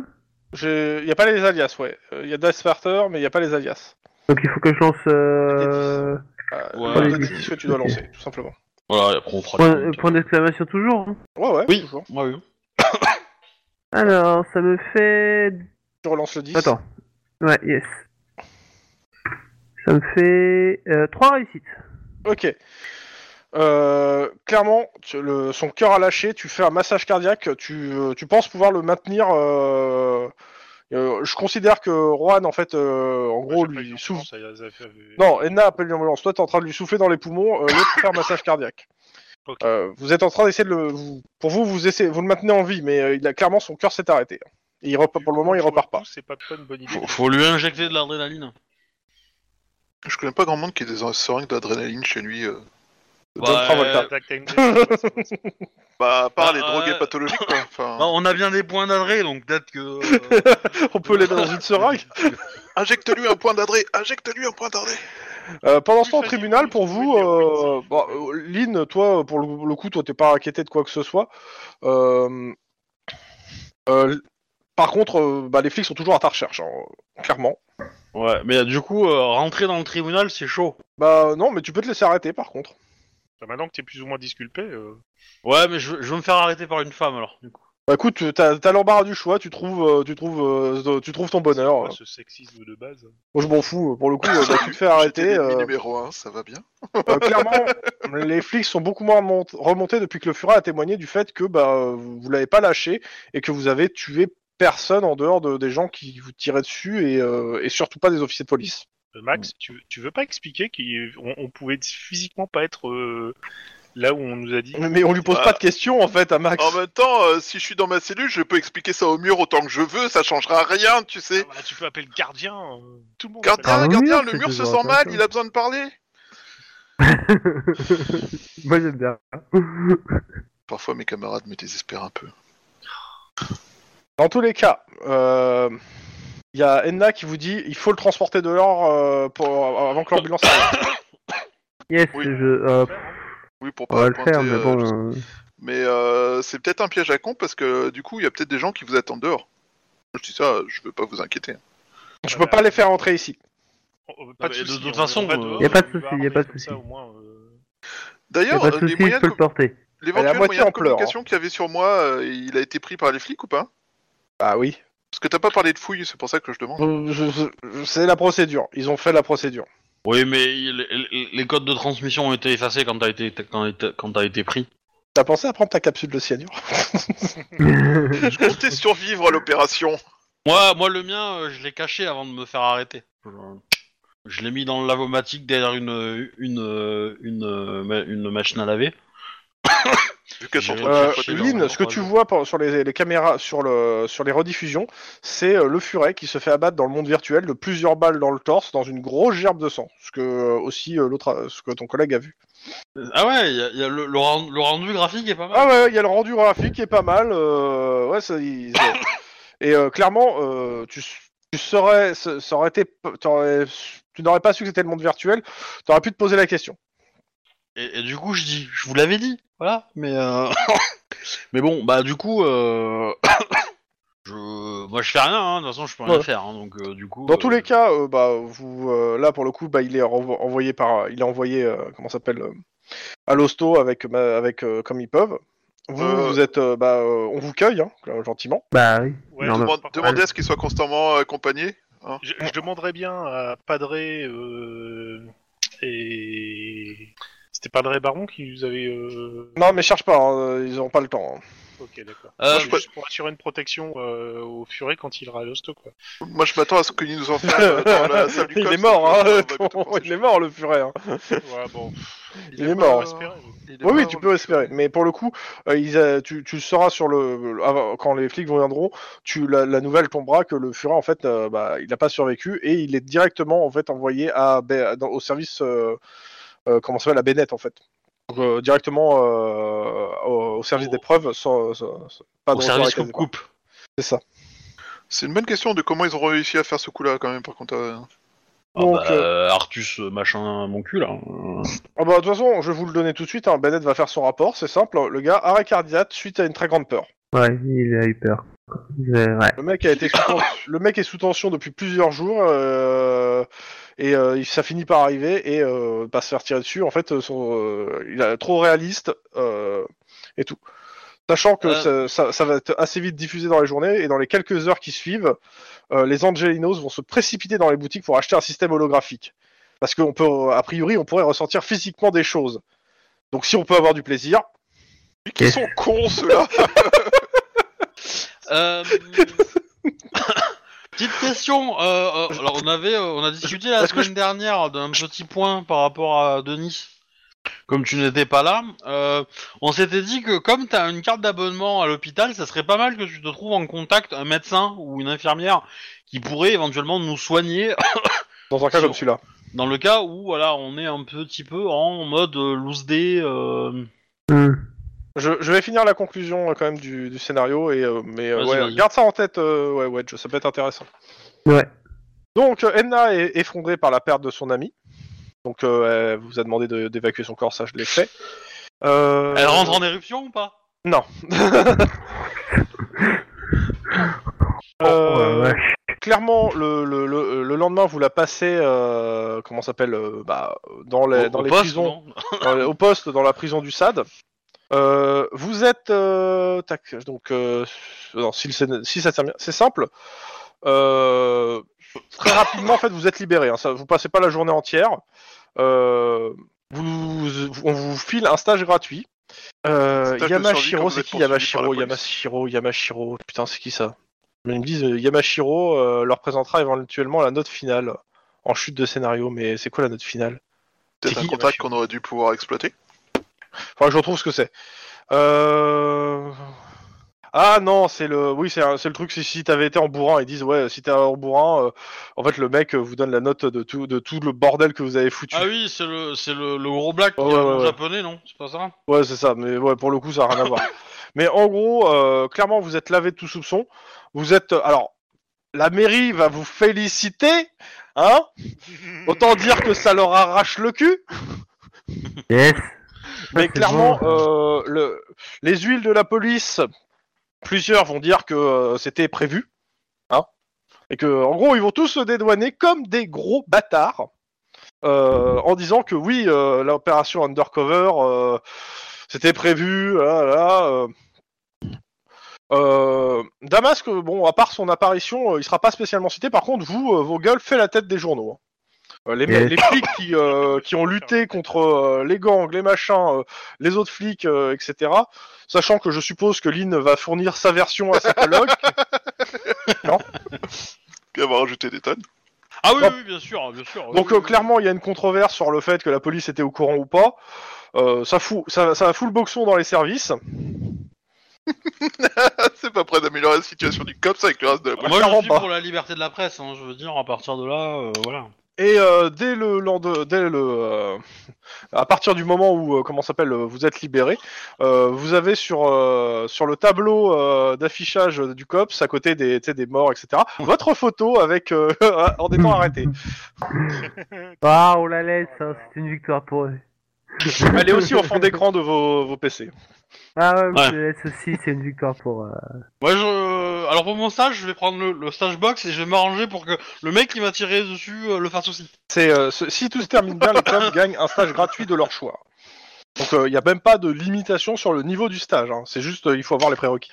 [SPEAKER 1] Il n'y a pas les alias, ouais. Euh, Il y a Dice Starter, mais il n'y a pas les alias.
[SPEAKER 4] Donc il faut que je lance euh,
[SPEAKER 1] Euh,
[SPEAKER 2] Ouais.
[SPEAKER 1] le
[SPEAKER 4] Ouais,
[SPEAKER 1] dé de dix que tu dois
[SPEAKER 4] ok.
[SPEAKER 1] lancer, tout simplement.
[SPEAKER 2] Voilà, et après on fera le
[SPEAKER 4] point, euh,
[SPEAKER 2] compte.
[SPEAKER 4] point d'exclamation toujours. hein.
[SPEAKER 1] Ouais, ouais,
[SPEAKER 2] Oui,
[SPEAKER 1] toujours.
[SPEAKER 2] ouais, oui.
[SPEAKER 4] Alors ça me fait
[SPEAKER 1] Tu relances le 10.
[SPEAKER 4] Attends. Ouais, yes. Ça me fait 3 réussites.
[SPEAKER 1] Ok. Euh, clairement, tu- le, son cœur a lâché, tu fais un massage cardiaque, tu, euh, tu penses pouvoir le maintenir. euh, euh, je considère que Juan, en fait, euh, en gros, lui souffle. Non, Enna appelle l'ambulance. Toi, t'es en train de lui souffler dans les poumons, euh, l'autre fait un massage cardiaque.
[SPEAKER 5] Ok.
[SPEAKER 1] Euh, vous êtes en train d'essayer de le. vous- pour vous, vous, essayez, vous le maintenez en vie, mais euh, il a, clairement son cœur s'est arrêté. Et il repart, pour le moment, il repart pas.
[SPEAKER 5] C'est pas pas une bonne idée.
[SPEAKER 2] Faut, faut lui injecter de l'adrénaline.
[SPEAKER 3] Je connais pas grand monde qui ait des seringues d'adrénaline chez lui. euh.
[SPEAKER 1] John Travolta.
[SPEAKER 5] Black Time Day, c'est pas- c'est pas-
[SPEAKER 3] Bah, à part
[SPEAKER 2] Bah,
[SPEAKER 3] les
[SPEAKER 2] euh,
[SPEAKER 3] drogués pathologiques, quoi. Enfin,
[SPEAKER 1] Ah.
[SPEAKER 2] Bah, on a bien des points d'adré, donc peut-être que. euh,
[SPEAKER 1] On peut l'aider dans une seringue.
[SPEAKER 3] Injecte-lui un point d'adré Injecte-lui un point d'adré
[SPEAKER 1] Euh, pendant ce temps, au
[SPEAKER 5] Plus facile,
[SPEAKER 1] tribunal,
[SPEAKER 5] oui,
[SPEAKER 1] pour
[SPEAKER 5] oui,
[SPEAKER 1] vous,
[SPEAKER 5] oui, oui,
[SPEAKER 1] euh,
[SPEAKER 5] oui.
[SPEAKER 1] bah, euh, Lynn, toi, pour le, le coup, toi, t'es pas inquiété de quoi que ce soit. Euh, euh, par contre, euh, bah, les flics sont toujours à ta recherche, hein, euh, clairement.
[SPEAKER 2] Ouais, mais euh, du coup, euh, rentrer dans le tribunal, c'est chaud.
[SPEAKER 1] Bah non, mais tu peux te laisser arrêter, par contre.
[SPEAKER 5] Bah, Maintenant que t'es plus ou moins disculpé, euh,
[SPEAKER 2] Ouais, mais je, je veux me faire arrêter par une femme alors. Du coup.
[SPEAKER 1] Bah écoute, t'as t'as l'embarras du choix, tu trouves, euh, tu trouves, euh, tu trouves ton bonheur.
[SPEAKER 5] c'est quoi ce sexisme de base.
[SPEAKER 1] Moi, je m'en fous. Pour le coup, euh, bah, tu te fais arrêter.
[SPEAKER 3] J'étais
[SPEAKER 1] euh,
[SPEAKER 3] l'ennemi numéro 1, ça va bien.
[SPEAKER 1] euh, clairement, les flics sont beaucoup moins remont- remontés depuis que le Fura a témoigné du fait que bah euh, vous vous l'avez pas lâché et que vous avez tué personne en dehors de, des gens qui vous tiraient dessus et, euh, et surtout pas des officiers de police.
[SPEAKER 5] Euh, Max,
[SPEAKER 1] Mm.
[SPEAKER 5] tu, veux- tu veux pas expliquer qu'on on pouvait physiquement pas être euh, là où on nous a dit
[SPEAKER 1] Mais on lui pose
[SPEAKER 3] Bah.
[SPEAKER 1] pas de questions en fait à Max.
[SPEAKER 3] En même temps, euh, si je suis dans ma cellule, je peux expliquer ça au mur autant que je veux, ça changera rien, tu
[SPEAKER 5] Ah
[SPEAKER 3] sais.
[SPEAKER 5] bah, Tu peux appeler le gardien. euh, Tout le monde.
[SPEAKER 3] Gardien,
[SPEAKER 4] Ah, au
[SPEAKER 3] gardien,
[SPEAKER 4] mur,
[SPEAKER 3] le
[SPEAKER 4] c'est
[SPEAKER 3] mur se
[SPEAKER 4] toujours
[SPEAKER 3] sent mal,
[SPEAKER 4] intéressant.
[SPEAKER 3] il a besoin de parler.
[SPEAKER 4] Moi j'aime bien.
[SPEAKER 3] Parfois, mes camarades me désespèrent un peu.
[SPEAKER 1] Dans tous les cas, euh, il y a Enna qui vous dit il faut le transporter dehors euh, pour, avant que l'ambulance arrive.
[SPEAKER 4] Yes,
[SPEAKER 3] Oui.
[SPEAKER 4] je. euh,
[SPEAKER 3] Oui, pour
[SPEAKER 4] on
[SPEAKER 3] pas
[SPEAKER 4] va le
[SPEAKER 3] pointer,
[SPEAKER 4] faire, mais
[SPEAKER 3] euh,
[SPEAKER 4] bon.
[SPEAKER 3] je-
[SPEAKER 4] euh,
[SPEAKER 3] Mais euh, c'est peut-être un piège à con parce que du coup, il y a peut-être des gens qui vous attendent dehors. Je dis ça, je veux pas vous inquiéter.
[SPEAKER 1] Je peux pas les faire entrer ici.
[SPEAKER 5] Oh, euh, pas
[SPEAKER 2] Non, mais
[SPEAKER 5] soucis,
[SPEAKER 2] de toute
[SPEAKER 5] on- on
[SPEAKER 2] façon,
[SPEAKER 5] va
[SPEAKER 2] euh,
[SPEAKER 5] dehors,
[SPEAKER 2] y a
[SPEAKER 4] pas de
[SPEAKER 5] on y va
[SPEAKER 4] soucis, y a
[SPEAKER 5] armé
[SPEAKER 4] pas de
[SPEAKER 5] comme ça,
[SPEAKER 4] soucis.
[SPEAKER 5] au moins, euh,
[SPEAKER 4] y a
[SPEAKER 3] D'ailleurs,
[SPEAKER 4] pas de
[SPEAKER 3] euh, les
[SPEAKER 4] soucis, je
[SPEAKER 3] moyens
[SPEAKER 4] peux
[SPEAKER 3] de-
[SPEAKER 4] le porter.
[SPEAKER 1] Elle est à
[SPEAKER 3] l'éventuel
[SPEAKER 1] moitié
[SPEAKER 3] moyen de
[SPEAKER 1] en hein. pleurs,
[SPEAKER 3] communication qu'il y avait sur moi, euh, il a été pris par les flics ou pas
[SPEAKER 1] Ah oui.
[SPEAKER 3] Parce que t'as pas parlé de fouilles, c'est pour ça que je demande.
[SPEAKER 1] Euh, C'est la procédure. Ils ont fait la procédure.
[SPEAKER 2] Oui, mais il- il- les codes de transmission ont été effacés quand t'as été quand, t'as- quand t'as été pris.
[SPEAKER 1] T'as pensé à prendre ta capsule de cyanure
[SPEAKER 4] Hmm.
[SPEAKER 3] je comptais survivre à l'opération.
[SPEAKER 2] Moi, moi le mien, euh, je l'ai caché avant de me faire arrêter. Je, je l'ai mis dans le lavomatique derrière une une euh, une euh, ma- une machine à laver.
[SPEAKER 3] Vu qu'elles sont
[SPEAKER 2] J'ai-
[SPEAKER 3] trop
[SPEAKER 1] euh,
[SPEAKER 2] je sais, dans-
[SPEAKER 1] Lynn,
[SPEAKER 2] dans
[SPEAKER 1] ce que
[SPEAKER 2] trois
[SPEAKER 1] tu
[SPEAKER 2] jours.
[SPEAKER 1] vois par- sur les, les caméras, sur, le, sur les rediffusions, c'est euh, le furet qui se fait abattre dans le monde virtuel de plusieurs balles dans le torse, dans une grosse gerbe de sang. Ce que euh, aussi euh, l'autre, a- ce que ton collègue a vu.
[SPEAKER 2] Ah ouais, y a- y a le, le ren- le rendu graphique est pas mal.
[SPEAKER 1] Ah ouais, il y a le rendu graphique qui est pas mal. euh, ouais, ça, il- ça- et euh, clairement, euh, tu, tu saurais, ça ça aurait été, t'aurais- tu n'aurais pas su que c'était le monde virtuel. T'aurais pu te poser la question.
[SPEAKER 2] Et, et du coup, je dis, je vous l'avais dit, voilà. Mais euh, mais bon, bah du coup, euh, je moi je fais rien, hein, de toute façon je peux rien
[SPEAKER 1] Ouais.
[SPEAKER 2] faire, hein, donc euh, du coup.
[SPEAKER 1] Dans
[SPEAKER 2] euh,
[SPEAKER 1] tous les cas, euh, bah, vous, euh, là pour le coup, bah, il est renvo- envoyé par, il est envoyé, euh, comment ça s'appelle, euh, à l'hosto avec, ma- avec euh, comme ils peuvent. Vous,
[SPEAKER 3] Euh.
[SPEAKER 1] vous êtes, euh, bah, euh, on vous cueille, hein, euh, gentiment.
[SPEAKER 4] Bah oui.
[SPEAKER 5] Ouais,
[SPEAKER 4] Non, mais-
[SPEAKER 5] demande-
[SPEAKER 3] Demande- Demandez à ce qu'il soit constamment euh, accompagné.
[SPEAKER 5] Je, je demanderais bien à Padré euh, et c'était Padré Baron qui nous avait. euh,
[SPEAKER 1] Non, mais cherche pas, hein, ils n'ont pas le temps. hein.
[SPEAKER 5] Ok, d'accord.
[SPEAKER 2] Euh,
[SPEAKER 5] Moi, je- juste pour assurer une protection euh, au furet quand il ira à l'hosto, quoi.
[SPEAKER 3] Moi, je m'attends à ce qu'il nous en fasse euh, dans la salle du
[SPEAKER 1] il
[SPEAKER 3] coffre,
[SPEAKER 1] est mort,
[SPEAKER 3] donc,
[SPEAKER 1] hein,
[SPEAKER 3] euh, on va
[SPEAKER 1] ton-
[SPEAKER 3] plutôt penser-
[SPEAKER 1] il est mort le furet. hein.
[SPEAKER 5] Ouais, bon.
[SPEAKER 1] Il est mort.
[SPEAKER 5] espérer, oui.
[SPEAKER 3] Il est
[SPEAKER 1] Oui, oui,
[SPEAKER 3] mort.
[SPEAKER 1] tu peux espérer. Mais pour le coup, euh, ils, euh, tu, tu le sauras sur le, le- avant- quand les flics viendront, tu la, la nouvelle tombera que le furet en fait, euh, bah, il n'a pas survécu et il est directement en fait envoyé à, Be- dans- au service, euh, euh, comment ça s'appelle, à Bennett en fait. Donc, euh, directement euh, au, au service
[SPEAKER 2] Au-
[SPEAKER 1] des preuves, sans, sans- sans- pas
[SPEAKER 2] Oh. au
[SPEAKER 1] de
[SPEAKER 2] service
[SPEAKER 1] recours à la
[SPEAKER 2] coupe coupe.
[SPEAKER 3] C'est une bonne question de comment ils ont réussi à faire ce coup-là, quand même, par contre. euh.
[SPEAKER 2] Ah
[SPEAKER 1] Donc,
[SPEAKER 2] bah, euh, Artus euh, machin mon cul là. Euh,
[SPEAKER 1] Ah bah, de toute façon, je vais vous le donner tout de suite. hein. Bennett va faire son rapport, c'est simple. Le gars, arrêt cardiaque suite à une très grande peur.
[SPEAKER 4] Ouais, il a eu peur. Il a- Ouais.
[SPEAKER 1] Le mec, a été sous ten- le mec est sous tension depuis plusieurs jours euh, et euh, il- ça finit par arriver et euh, pas se faire tirer dessus. En fait, euh, son, euh, il est trop réaliste euh, et tout. Sachant que
[SPEAKER 2] Euh.
[SPEAKER 1] ça, ça- ça va être assez vite diffusé dans les journées et dans les quelques heures qui suivent, euh, les Angelinos vont se précipiter dans les boutiques pour acheter un système holographique. Parce qu'on peut, a priori, on pourrait ressentir physiquement des choses. Donc si on peut avoir du plaisir,
[SPEAKER 3] Mais qui
[SPEAKER 4] Et-
[SPEAKER 3] sont cons, ceux-là
[SPEAKER 2] Euh, Petite question. euh, euh, alors on avait, euh, on a discuté la
[SPEAKER 1] Est-ce que
[SPEAKER 2] semaine dernière d'un petit point par rapport à Denis. Comme tu n'étais pas là, euh, on s'était dit que comme t'as une carte d'abonnement à l'hôpital, ça serait pas mal que tu te trouves en contact un médecin ou une infirmière qui pourrait éventuellement nous soigner
[SPEAKER 1] dans un cas
[SPEAKER 2] Si
[SPEAKER 1] comme
[SPEAKER 2] on-
[SPEAKER 1] celui-là.
[SPEAKER 2] dans le cas où voilà on est un petit peu en mode euh, loose day. euh,
[SPEAKER 4] Hmm.
[SPEAKER 1] Je, je vais finir la conclusion euh, quand même du, du scénario et euh, mais euh,
[SPEAKER 2] Vas-y,
[SPEAKER 1] ouais,
[SPEAKER 2] vas-y.
[SPEAKER 1] garde ça en tête euh, ouais ouais ça peut être intéressant.
[SPEAKER 4] Ouais.
[SPEAKER 1] Donc euh, Edna est effondrée par la perte de son ami. Donc euh, elle vous a demandé de- d'évacuer son corps, ça je l'ai fait. Euh,
[SPEAKER 2] Elle rentre en éruption ou pas
[SPEAKER 1] Non.
[SPEAKER 4] Ouais,
[SPEAKER 1] Euh,
[SPEAKER 4] ouais.
[SPEAKER 1] Clairement, le, le, le, le lendemain, vous la passez, euh, comment ça s'appelle, euh, bah, dans les,
[SPEAKER 2] Au-
[SPEAKER 1] dans
[SPEAKER 2] au
[SPEAKER 1] les
[SPEAKER 2] poste,
[SPEAKER 1] prisons,
[SPEAKER 2] non
[SPEAKER 1] dans les- Euh, au poste dans la prison du SAD. Euh, vous êtes euh, tac, donc euh, non, si, le Sénat- si ça termine, c'est simple. Euh, très rapidement, en fait, vous êtes libéré. Hein, ça, vous passez pas la journée entière. Euh, vous, vous- on vous file un stage gratuit. Euh,
[SPEAKER 3] Stage de survie quand
[SPEAKER 1] Yamashiro,
[SPEAKER 3] vous
[SPEAKER 1] c'est
[SPEAKER 3] êtes
[SPEAKER 1] qui
[SPEAKER 3] poursuivi par
[SPEAKER 1] Yamashiro,
[SPEAKER 3] la police.
[SPEAKER 1] Yamashiro, Yamashiro. Putain, c'est qui ça Mais Ils me disent euh, Yamashiro euh, leur présentera éventuellement la note finale en chute de scénario. Mais c'est quoi la note finale C'est
[SPEAKER 3] Peut-être un
[SPEAKER 1] qui,
[SPEAKER 3] contact qu'on aurait dû pouvoir exploiter.
[SPEAKER 1] Faudra que je retrouve ce que c'est. Euh... Ah non, c'est le, oui, c'est un- c'est le truc. c'est Si t'avais été en bourrin, ils disent ouais, si t'es en bourrin, euh, en fait le mec euh, vous donne la note de tout, de tout le bordel que vous avez foutu.
[SPEAKER 2] Ah oui, c'est le, c'est le, le gros black qui
[SPEAKER 1] Ouais,
[SPEAKER 2] est
[SPEAKER 1] ouais,
[SPEAKER 2] un nom
[SPEAKER 1] ouais.
[SPEAKER 2] japonais, non C'est pas ça
[SPEAKER 1] Ouais, c'est ça. Mais ouais, pour le coup, ça n'a rien à voir. Mais en gros, euh, clairement, vous êtes lavé de tout soupçon. Vous êtes, euh, alors, la mairie va vous féliciter, hein Autant dire que ça leur arrache le cul.
[SPEAKER 4] Yes.
[SPEAKER 1] Mais
[SPEAKER 4] c'est
[SPEAKER 1] clairement,
[SPEAKER 4] bon.
[SPEAKER 1] euh, le- les huiles de la police, plusieurs vont dire que euh, c'était prévu. Hein et que, en gros, ils vont tous se dédouaner comme des gros bâtards. euh, en disant que oui, euh, l'opération Undercover, euh, c'était prévu. Là, là, euh. Euh, Damasque, bon, à part son apparition, euh, il sera pas spécialement cité. Par contre, vous, euh, vos gueules, fait la tête des journaux. hein. Euh, les,
[SPEAKER 4] Yes.
[SPEAKER 1] les flics qui, euh, qui ont lutté contre euh, les gangs, les machins, euh, les autres flics, euh, etc. Sachant que je suppose que Lynn va fournir sa version à sa coloc.
[SPEAKER 3] Puis avoir ajouté des tonnes.
[SPEAKER 2] Ah oui,
[SPEAKER 1] Non.
[SPEAKER 2] oui, bien sûr, bien sûr.
[SPEAKER 1] Donc
[SPEAKER 2] oui,
[SPEAKER 1] euh,
[SPEAKER 2] oui.
[SPEAKER 1] clairement, il y a une controverse sur le fait que la police était au courant ou pas. Euh, ça, fout, ça, ça fout le boxon dans les services.
[SPEAKER 3] c'est pas prêt d'améliorer la situation du COPS avec le reste de la police.
[SPEAKER 2] Moi, je
[SPEAKER 1] clairement
[SPEAKER 2] suis
[SPEAKER 1] pas.
[SPEAKER 2] pour la liberté de la presse, hein, je veux dire, à partir de là, euh, voilà.
[SPEAKER 1] Et euh, dès le lendemain, dès le, euh, à partir du moment où euh, comment ça s'appelle, euh, vous êtes libéré, euh, vous avez sur euh, sur le tableau euh, d'affichage du cops à côté des tu sais, des morts, etc. Votre photo avec euh, en étant arrêté.
[SPEAKER 4] Ah, on la laisse, hein, c'est une victoire pour eux.
[SPEAKER 1] Allez aussi au fond d'écran de vos, vos PC.
[SPEAKER 4] Ah ouais,
[SPEAKER 2] Ouais.
[SPEAKER 4] je te laisse aussi, c'est une victoire pour. euh,
[SPEAKER 2] Moi, je... Alors pour mon stage, je vais prendre le, le stage box et je vais m'arranger pour que le mec qui m'a tiré dessus euh, le fasse aussi.
[SPEAKER 1] C'est euh, ce- si tout se termine bien, les clubs gagnent un stage gratuit de leur choix. Donc euh, il n'y a même pas de limitation sur le niveau du stage. hein. C'est juste, euh, il faut avoir les prérequis.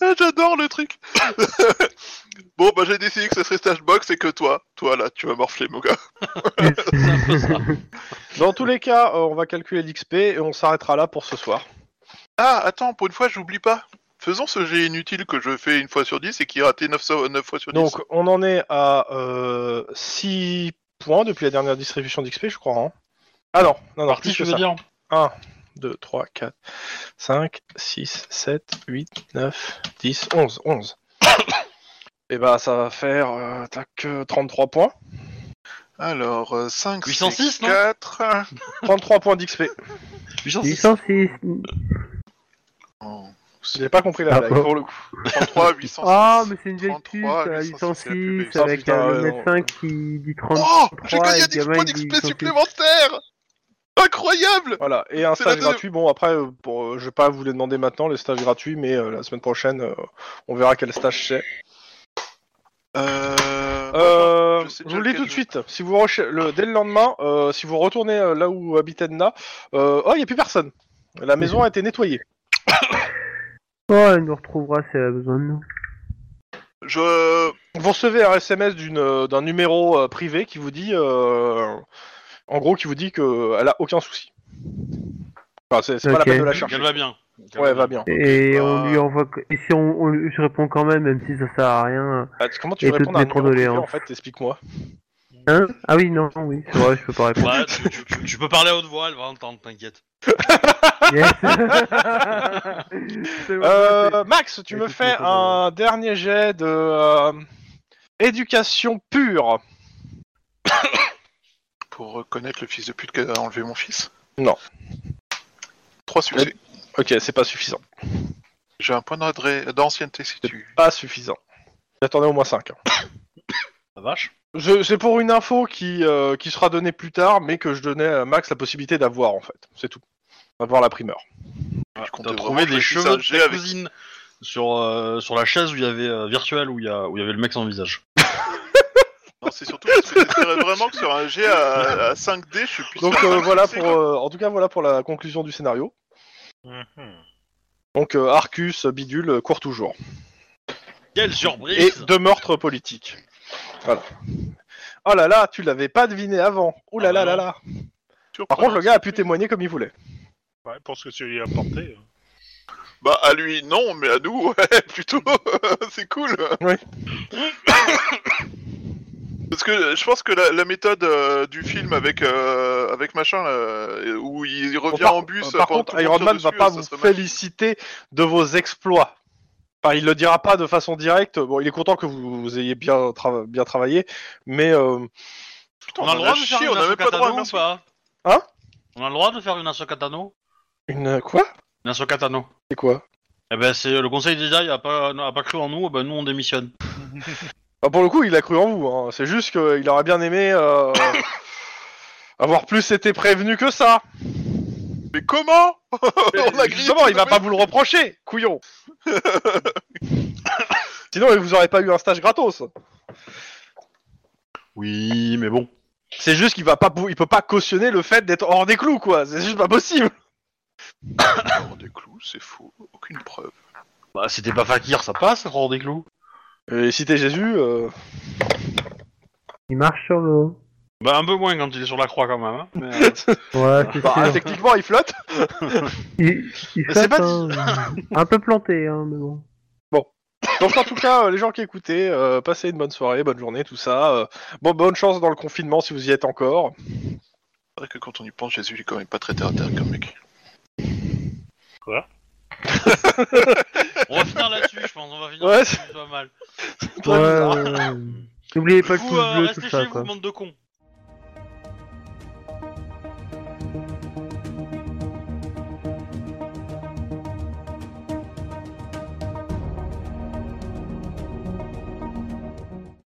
[SPEAKER 3] Ah, J'adore le truc. bon, bah j'ai décidé que ce serait stage box et que toi, toi là, tu vas morfler, mon gars.
[SPEAKER 1] Dans tous les cas, euh, on va calculer l'XP et on s'arrêtera là pour ce soir.
[SPEAKER 3] Ah, attends, pour une fois, j'oublie pas. Faisons ce jet inutile que je fais une fois sur 10 et qui est raté 9, so- 9 fois sur 10.
[SPEAKER 1] Donc on en est à 6 points depuis la dernière distribution d'XP, je crois. hein. Ah non, non, non,
[SPEAKER 2] Parti,
[SPEAKER 1] plus
[SPEAKER 2] je
[SPEAKER 1] que
[SPEAKER 2] veux
[SPEAKER 1] ça.
[SPEAKER 2] dire.
[SPEAKER 1] 1, 2, 3, 4, 5, 6, 7, 8, 9, 10, 11, 11. Et bah ça va faire euh, tac, euh, 33 points.
[SPEAKER 3] Alors, euh, 5,
[SPEAKER 2] 806, non
[SPEAKER 3] 4.
[SPEAKER 1] 33 points d'XP.
[SPEAKER 4] Ah,
[SPEAKER 2] 806.
[SPEAKER 4] 806.
[SPEAKER 1] J'ai pas compris la
[SPEAKER 4] Ah
[SPEAKER 1] blague
[SPEAKER 4] bon.
[SPEAKER 1] pour le coup.
[SPEAKER 3] 33, 806.
[SPEAKER 4] Ah, mais c'est une vieille
[SPEAKER 3] 33,
[SPEAKER 4] pute, euh,
[SPEAKER 3] 806,
[SPEAKER 4] 806,
[SPEAKER 3] c'est la pub, Ah,
[SPEAKER 4] avec
[SPEAKER 1] putain,
[SPEAKER 4] euh,
[SPEAKER 1] ouais,
[SPEAKER 4] le
[SPEAKER 1] non.
[SPEAKER 4] médecin qui dit 30.
[SPEAKER 3] Oh J'ai
[SPEAKER 4] 33
[SPEAKER 3] gagné
[SPEAKER 4] et le
[SPEAKER 3] un
[SPEAKER 4] gamin,
[SPEAKER 3] exploit
[SPEAKER 4] il dit
[SPEAKER 3] d'XP
[SPEAKER 4] 806.
[SPEAKER 3] supplémentaire Incroyable
[SPEAKER 1] Voilà, et un
[SPEAKER 3] C'est la
[SPEAKER 1] stage
[SPEAKER 3] deuxième-
[SPEAKER 1] gratuit. Bon, après, euh, pour, euh, je vais pas vous les demander maintenant, les stages gratuits, mais euh, la semaine prochaine, euh, on verra quel stage c'est.
[SPEAKER 3] Euh...
[SPEAKER 1] Euh,
[SPEAKER 3] je sais
[SPEAKER 1] je vous
[SPEAKER 3] déjà
[SPEAKER 1] le dis
[SPEAKER 3] lequel
[SPEAKER 1] tout de
[SPEAKER 3] je-
[SPEAKER 1] suite, si vous reche- le, dès le lendemain, euh, si vous retournez euh, là où habitait Edna, euh, oh, il n'y a plus personne. La maison a été nettoyée.
[SPEAKER 4] Oh, elle nous retrouvera si elle a besoin de nous.
[SPEAKER 3] Je...
[SPEAKER 1] Vous recevez un SMS d'une, euh, d'un numéro euh, privé qui vous dit, euh, en gros, qui vous dit qu'elle a aucun souci. Enfin, c'est c'est pas
[SPEAKER 4] Ok.
[SPEAKER 1] la peine de la
[SPEAKER 2] Elle
[SPEAKER 1] chercher.
[SPEAKER 2] va bien. Elle
[SPEAKER 1] Ouais, va bien.
[SPEAKER 4] Et on
[SPEAKER 3] bah-
[SPEAKER 4] lui envoie. que- Et si on, on lui- je réponds quand même, même si ça sert à rien.
[SPEAKER 1] Ah, comment tu
[SPEAKER 4] Et
[SPEAKER 1] veux
[SPEAKER 4] toutes
[SPEAKER 1] répondre à un
[SPEAKER 4] mes
[SPEAKER 1] numéro privé, en
[SPEAKER 4] condoléances.
[SPEAKER 1] fait Explique-moi.
[SPEAKER 4] Hein Ah oui, non, oui, c'est vrai, je peux pas répondre.
[SPEAKER 2] Ouais, tu, tu- tu- tu peux parler à haute voix, elle va entendre, t'inquiète.
[SPEAKER 4] Yes C'est bon,
[SPEAKER 1] Euh, Max,
[SPEAKER 2] Bah,
[SPEAKER 1] tu me
[SPEAKER 4] Écoute,
[SPEAKER 1] fais
[SPEAKER 4] écoute,
[SPEAKER 1] un dernier jet de euh, éducation pure.
[SPEAKER 3] Pour reconnaître le fils de pute qui a enlevé mon fils
[SPEAKER 1] Non. Euh.
[SPEAKER 3] 3 succès.
[SPEAKER 1] Ok, c'est pas suffisant.
[SPEAKER 3] J'ai un point d'adresse- d'ancienneté si tu...
[SPEAKER 1] Pas suffisant. J'attendais au moins 5.
[SPEAKER 2] La vache.
[SPEAKER 1] C'est pour une info qui, euh, qui sera donnée plus tard, mais que je donnais à Max la possibilité d'avoir, en fait. C'est tout. D'avoir la primeur. Ah,
[SPEAKER 3] tu comptais
[SPEAKER 2] T'as
[SPEAKER 3] vraiment
[SPEAKER 2] trouvé des
[SPEAKER 3] que je puisse
[SPEAKER 2] cheveux de
[SPEAKER 3] alger
[SPEAKER 2] ta
[SPEAKER 3] avec-
[SPEAKER 2] cousine sur, euh, sur la chaise où il y avait euh, virtuel où il y, a- où il y avait le mec sans visage.
[SPEAKER 3] Non, c'est surtout parce que j'espérais vraiment que sur un G à, à 5D, je puisse...
[SPEAKER 1] Donc
[SPEAKER 3] faire
[SPEAKER 1] euh,
[SPEAKER 3] cinq
[SPEAKER 1] voilà
[SPEAKER 3] succès,
[SPEAKER 1] pour,
[SPEAKER 3] quoi.
[SPEAKER 1] euh, en tout cas voilà pour la conclusion du scénario.
[SPEAKER 5] Mhm.
[SPEAKER 1] Donc euh, Arcus, Bidule, euh, court toujours.
[SPEAKER 2] Quelle
[SPEAKER 1] Et
[SPEAKER 2] surprise
[SPEAKER 1] deux meurtres politiques. Voilà. Oh là là, tu l'avais pas deviné avant. Oh là
[SPEAKER 2] Ah
[SPEAKER 1] là
[SPEAKER 2] bah
[SPEAKER 1] là
[SPEAKER 2] non.
[SPEAKER 1] là. Par contre, le gars a pu témoigner comme il voulait.
[SPEAKER 5] Ouais, pour ce que tu lui as apporté.
[SPEAKER 3] Bah à lui, non, mais à nous, ouais, plutôt. c'est cool.
[SPEAKER 1] Oui.
[SPEAKER 3] Parce que je pense que la, la méthode euh, du film avec euh, avec machin là, où il revient
[SPEAKER 1] par- euh,
[SPEAKER 3] en bus.
[SPEAKER 1] Par
[SPEAKER 3] pendant
[SPEAKER 1] contre,
[SPEAKER 3] tout le
[SPEAKER 1] Iron
[SPEAKER 3] monde
[SPEAKER 1] Man va
[SPEAKER 3] tire dessus,
[SPEAKER 1] pas
[SPEAKER 3] ça
[SPEAKER 1] vous
[SPEAKER 3] serait mal.
[SPEAKER 1] féliciter de vos exploits. Enfin, il le dira pas de façon directe. Bon, il est content que vous, vous ayez bien, tra- bien travaillé, mais euh,
[SPEAKER 3] Putain,
[SPEAKER 2] On a le droit de faire
[SPEAKER 3] chier,
[SPEAKER 2] une
[SPEAKER 3] on a même pas le droit.
[SPEAKER 2] Asokatano ou
[SPEAKER 3] merci.
[SPEAKER 2] pas
[SPEAKER 1] Hein
[SPEAKER 2] On a le droit de faire une Asokatano
[SPEAKER 1] une quoi
[SPEAKER 2] Une Asokatano.
[SPEAKER 1] C'est quoi
[SPEAKER 2] Eh ben c'est le conseil des a pas, a pas cru en nous, eh ben nous on démissionne.
[SPEAKER 1] Bah, pour le coup, il a cru en vous. hein. C'est juste qu'il aurait bien aimé euh, avoir plus été prévenu que ça.
[SPEAKER 3] Mais comment On a grillé
[SPEAKER 1] Justement,
[SPEAKER 3] tout
[SPEAKER 1] il va
[SPEAKER 3] le
[SPEAKER 1] pas
[SPEAKER 3] monde.
[SPEAKER 1] vous le reprocher, couillon. Sinon, vous aurez pas eu un stage gratos.
[SPEAKER 2] Oui, mais bon.
[SPEAKER 1] C'est juste qu'il va pas, pou- il peut pas cautionner le fait d'être hors des clous, quoi. C'est juste pas possible.
[SPEAKER 3] Hors des clous, c'est faux. Aucune preuve.
[SPEAKER 2] Bah c'était pas Fakir, ça passe, hors des clous.
[SPEAKER 1] Et si t'es Jésus, euh,
[SPEAKER 4] Il marche sur l'eau.
[SPEAKER 2] Bah un peu moins quand il est sur la croix quand même. hein. Mais, euh,
[SPEAKER 4] Ouais, c'est
[SPEAKER 1] bah,
[SPEAKER 4] sûr.
[SPEAKER 1] techniquement, il flotte.
[SPEAKER 4] Il, il
[SPEAKER 1] C'est
[SPEAKER 4] flotte,
[SPEAKER 1] pas
[SPEAKER 4] hein. un peu planté, hein, mais bon.
[SPEAKER 1] Donc en tout cas, euh, les gens qui écoutaient, euh, passez une bonne soirée, bonne journée, tout ça. euh, bon, bonne chance dans le confinement si vous y êtes encore.
[SPEAKER 3] C'est vrai que quand on y pense, Jésus il est quand même pas très terre à terre comme mec.
[SPEAKER 2] on va finir là-dessus, je pense. On va finir
[SPEAKER 1] Ouais,
[SPEAKER 2] là-dessus, c'est pas mal.
[SPEAKER 1] Très
[SPEAKER 4] Ouais,
[SPEAKER 1] bizarre.
[SPEAKER 4] ouais, ouais. N'oubliez pas le
[SPEAKER 2] Vous,
[SPEAKER 4] pouce
[SPEAKER 2] euh,
[SPEAKER 4] bleu, tout
[SPEAKER 2] restez
[SPEAKER 4] ça,
[SPEAKER 2] chez
[SPEAKER 4] quoi.
[SPEAKER 2] vous, bande de cons.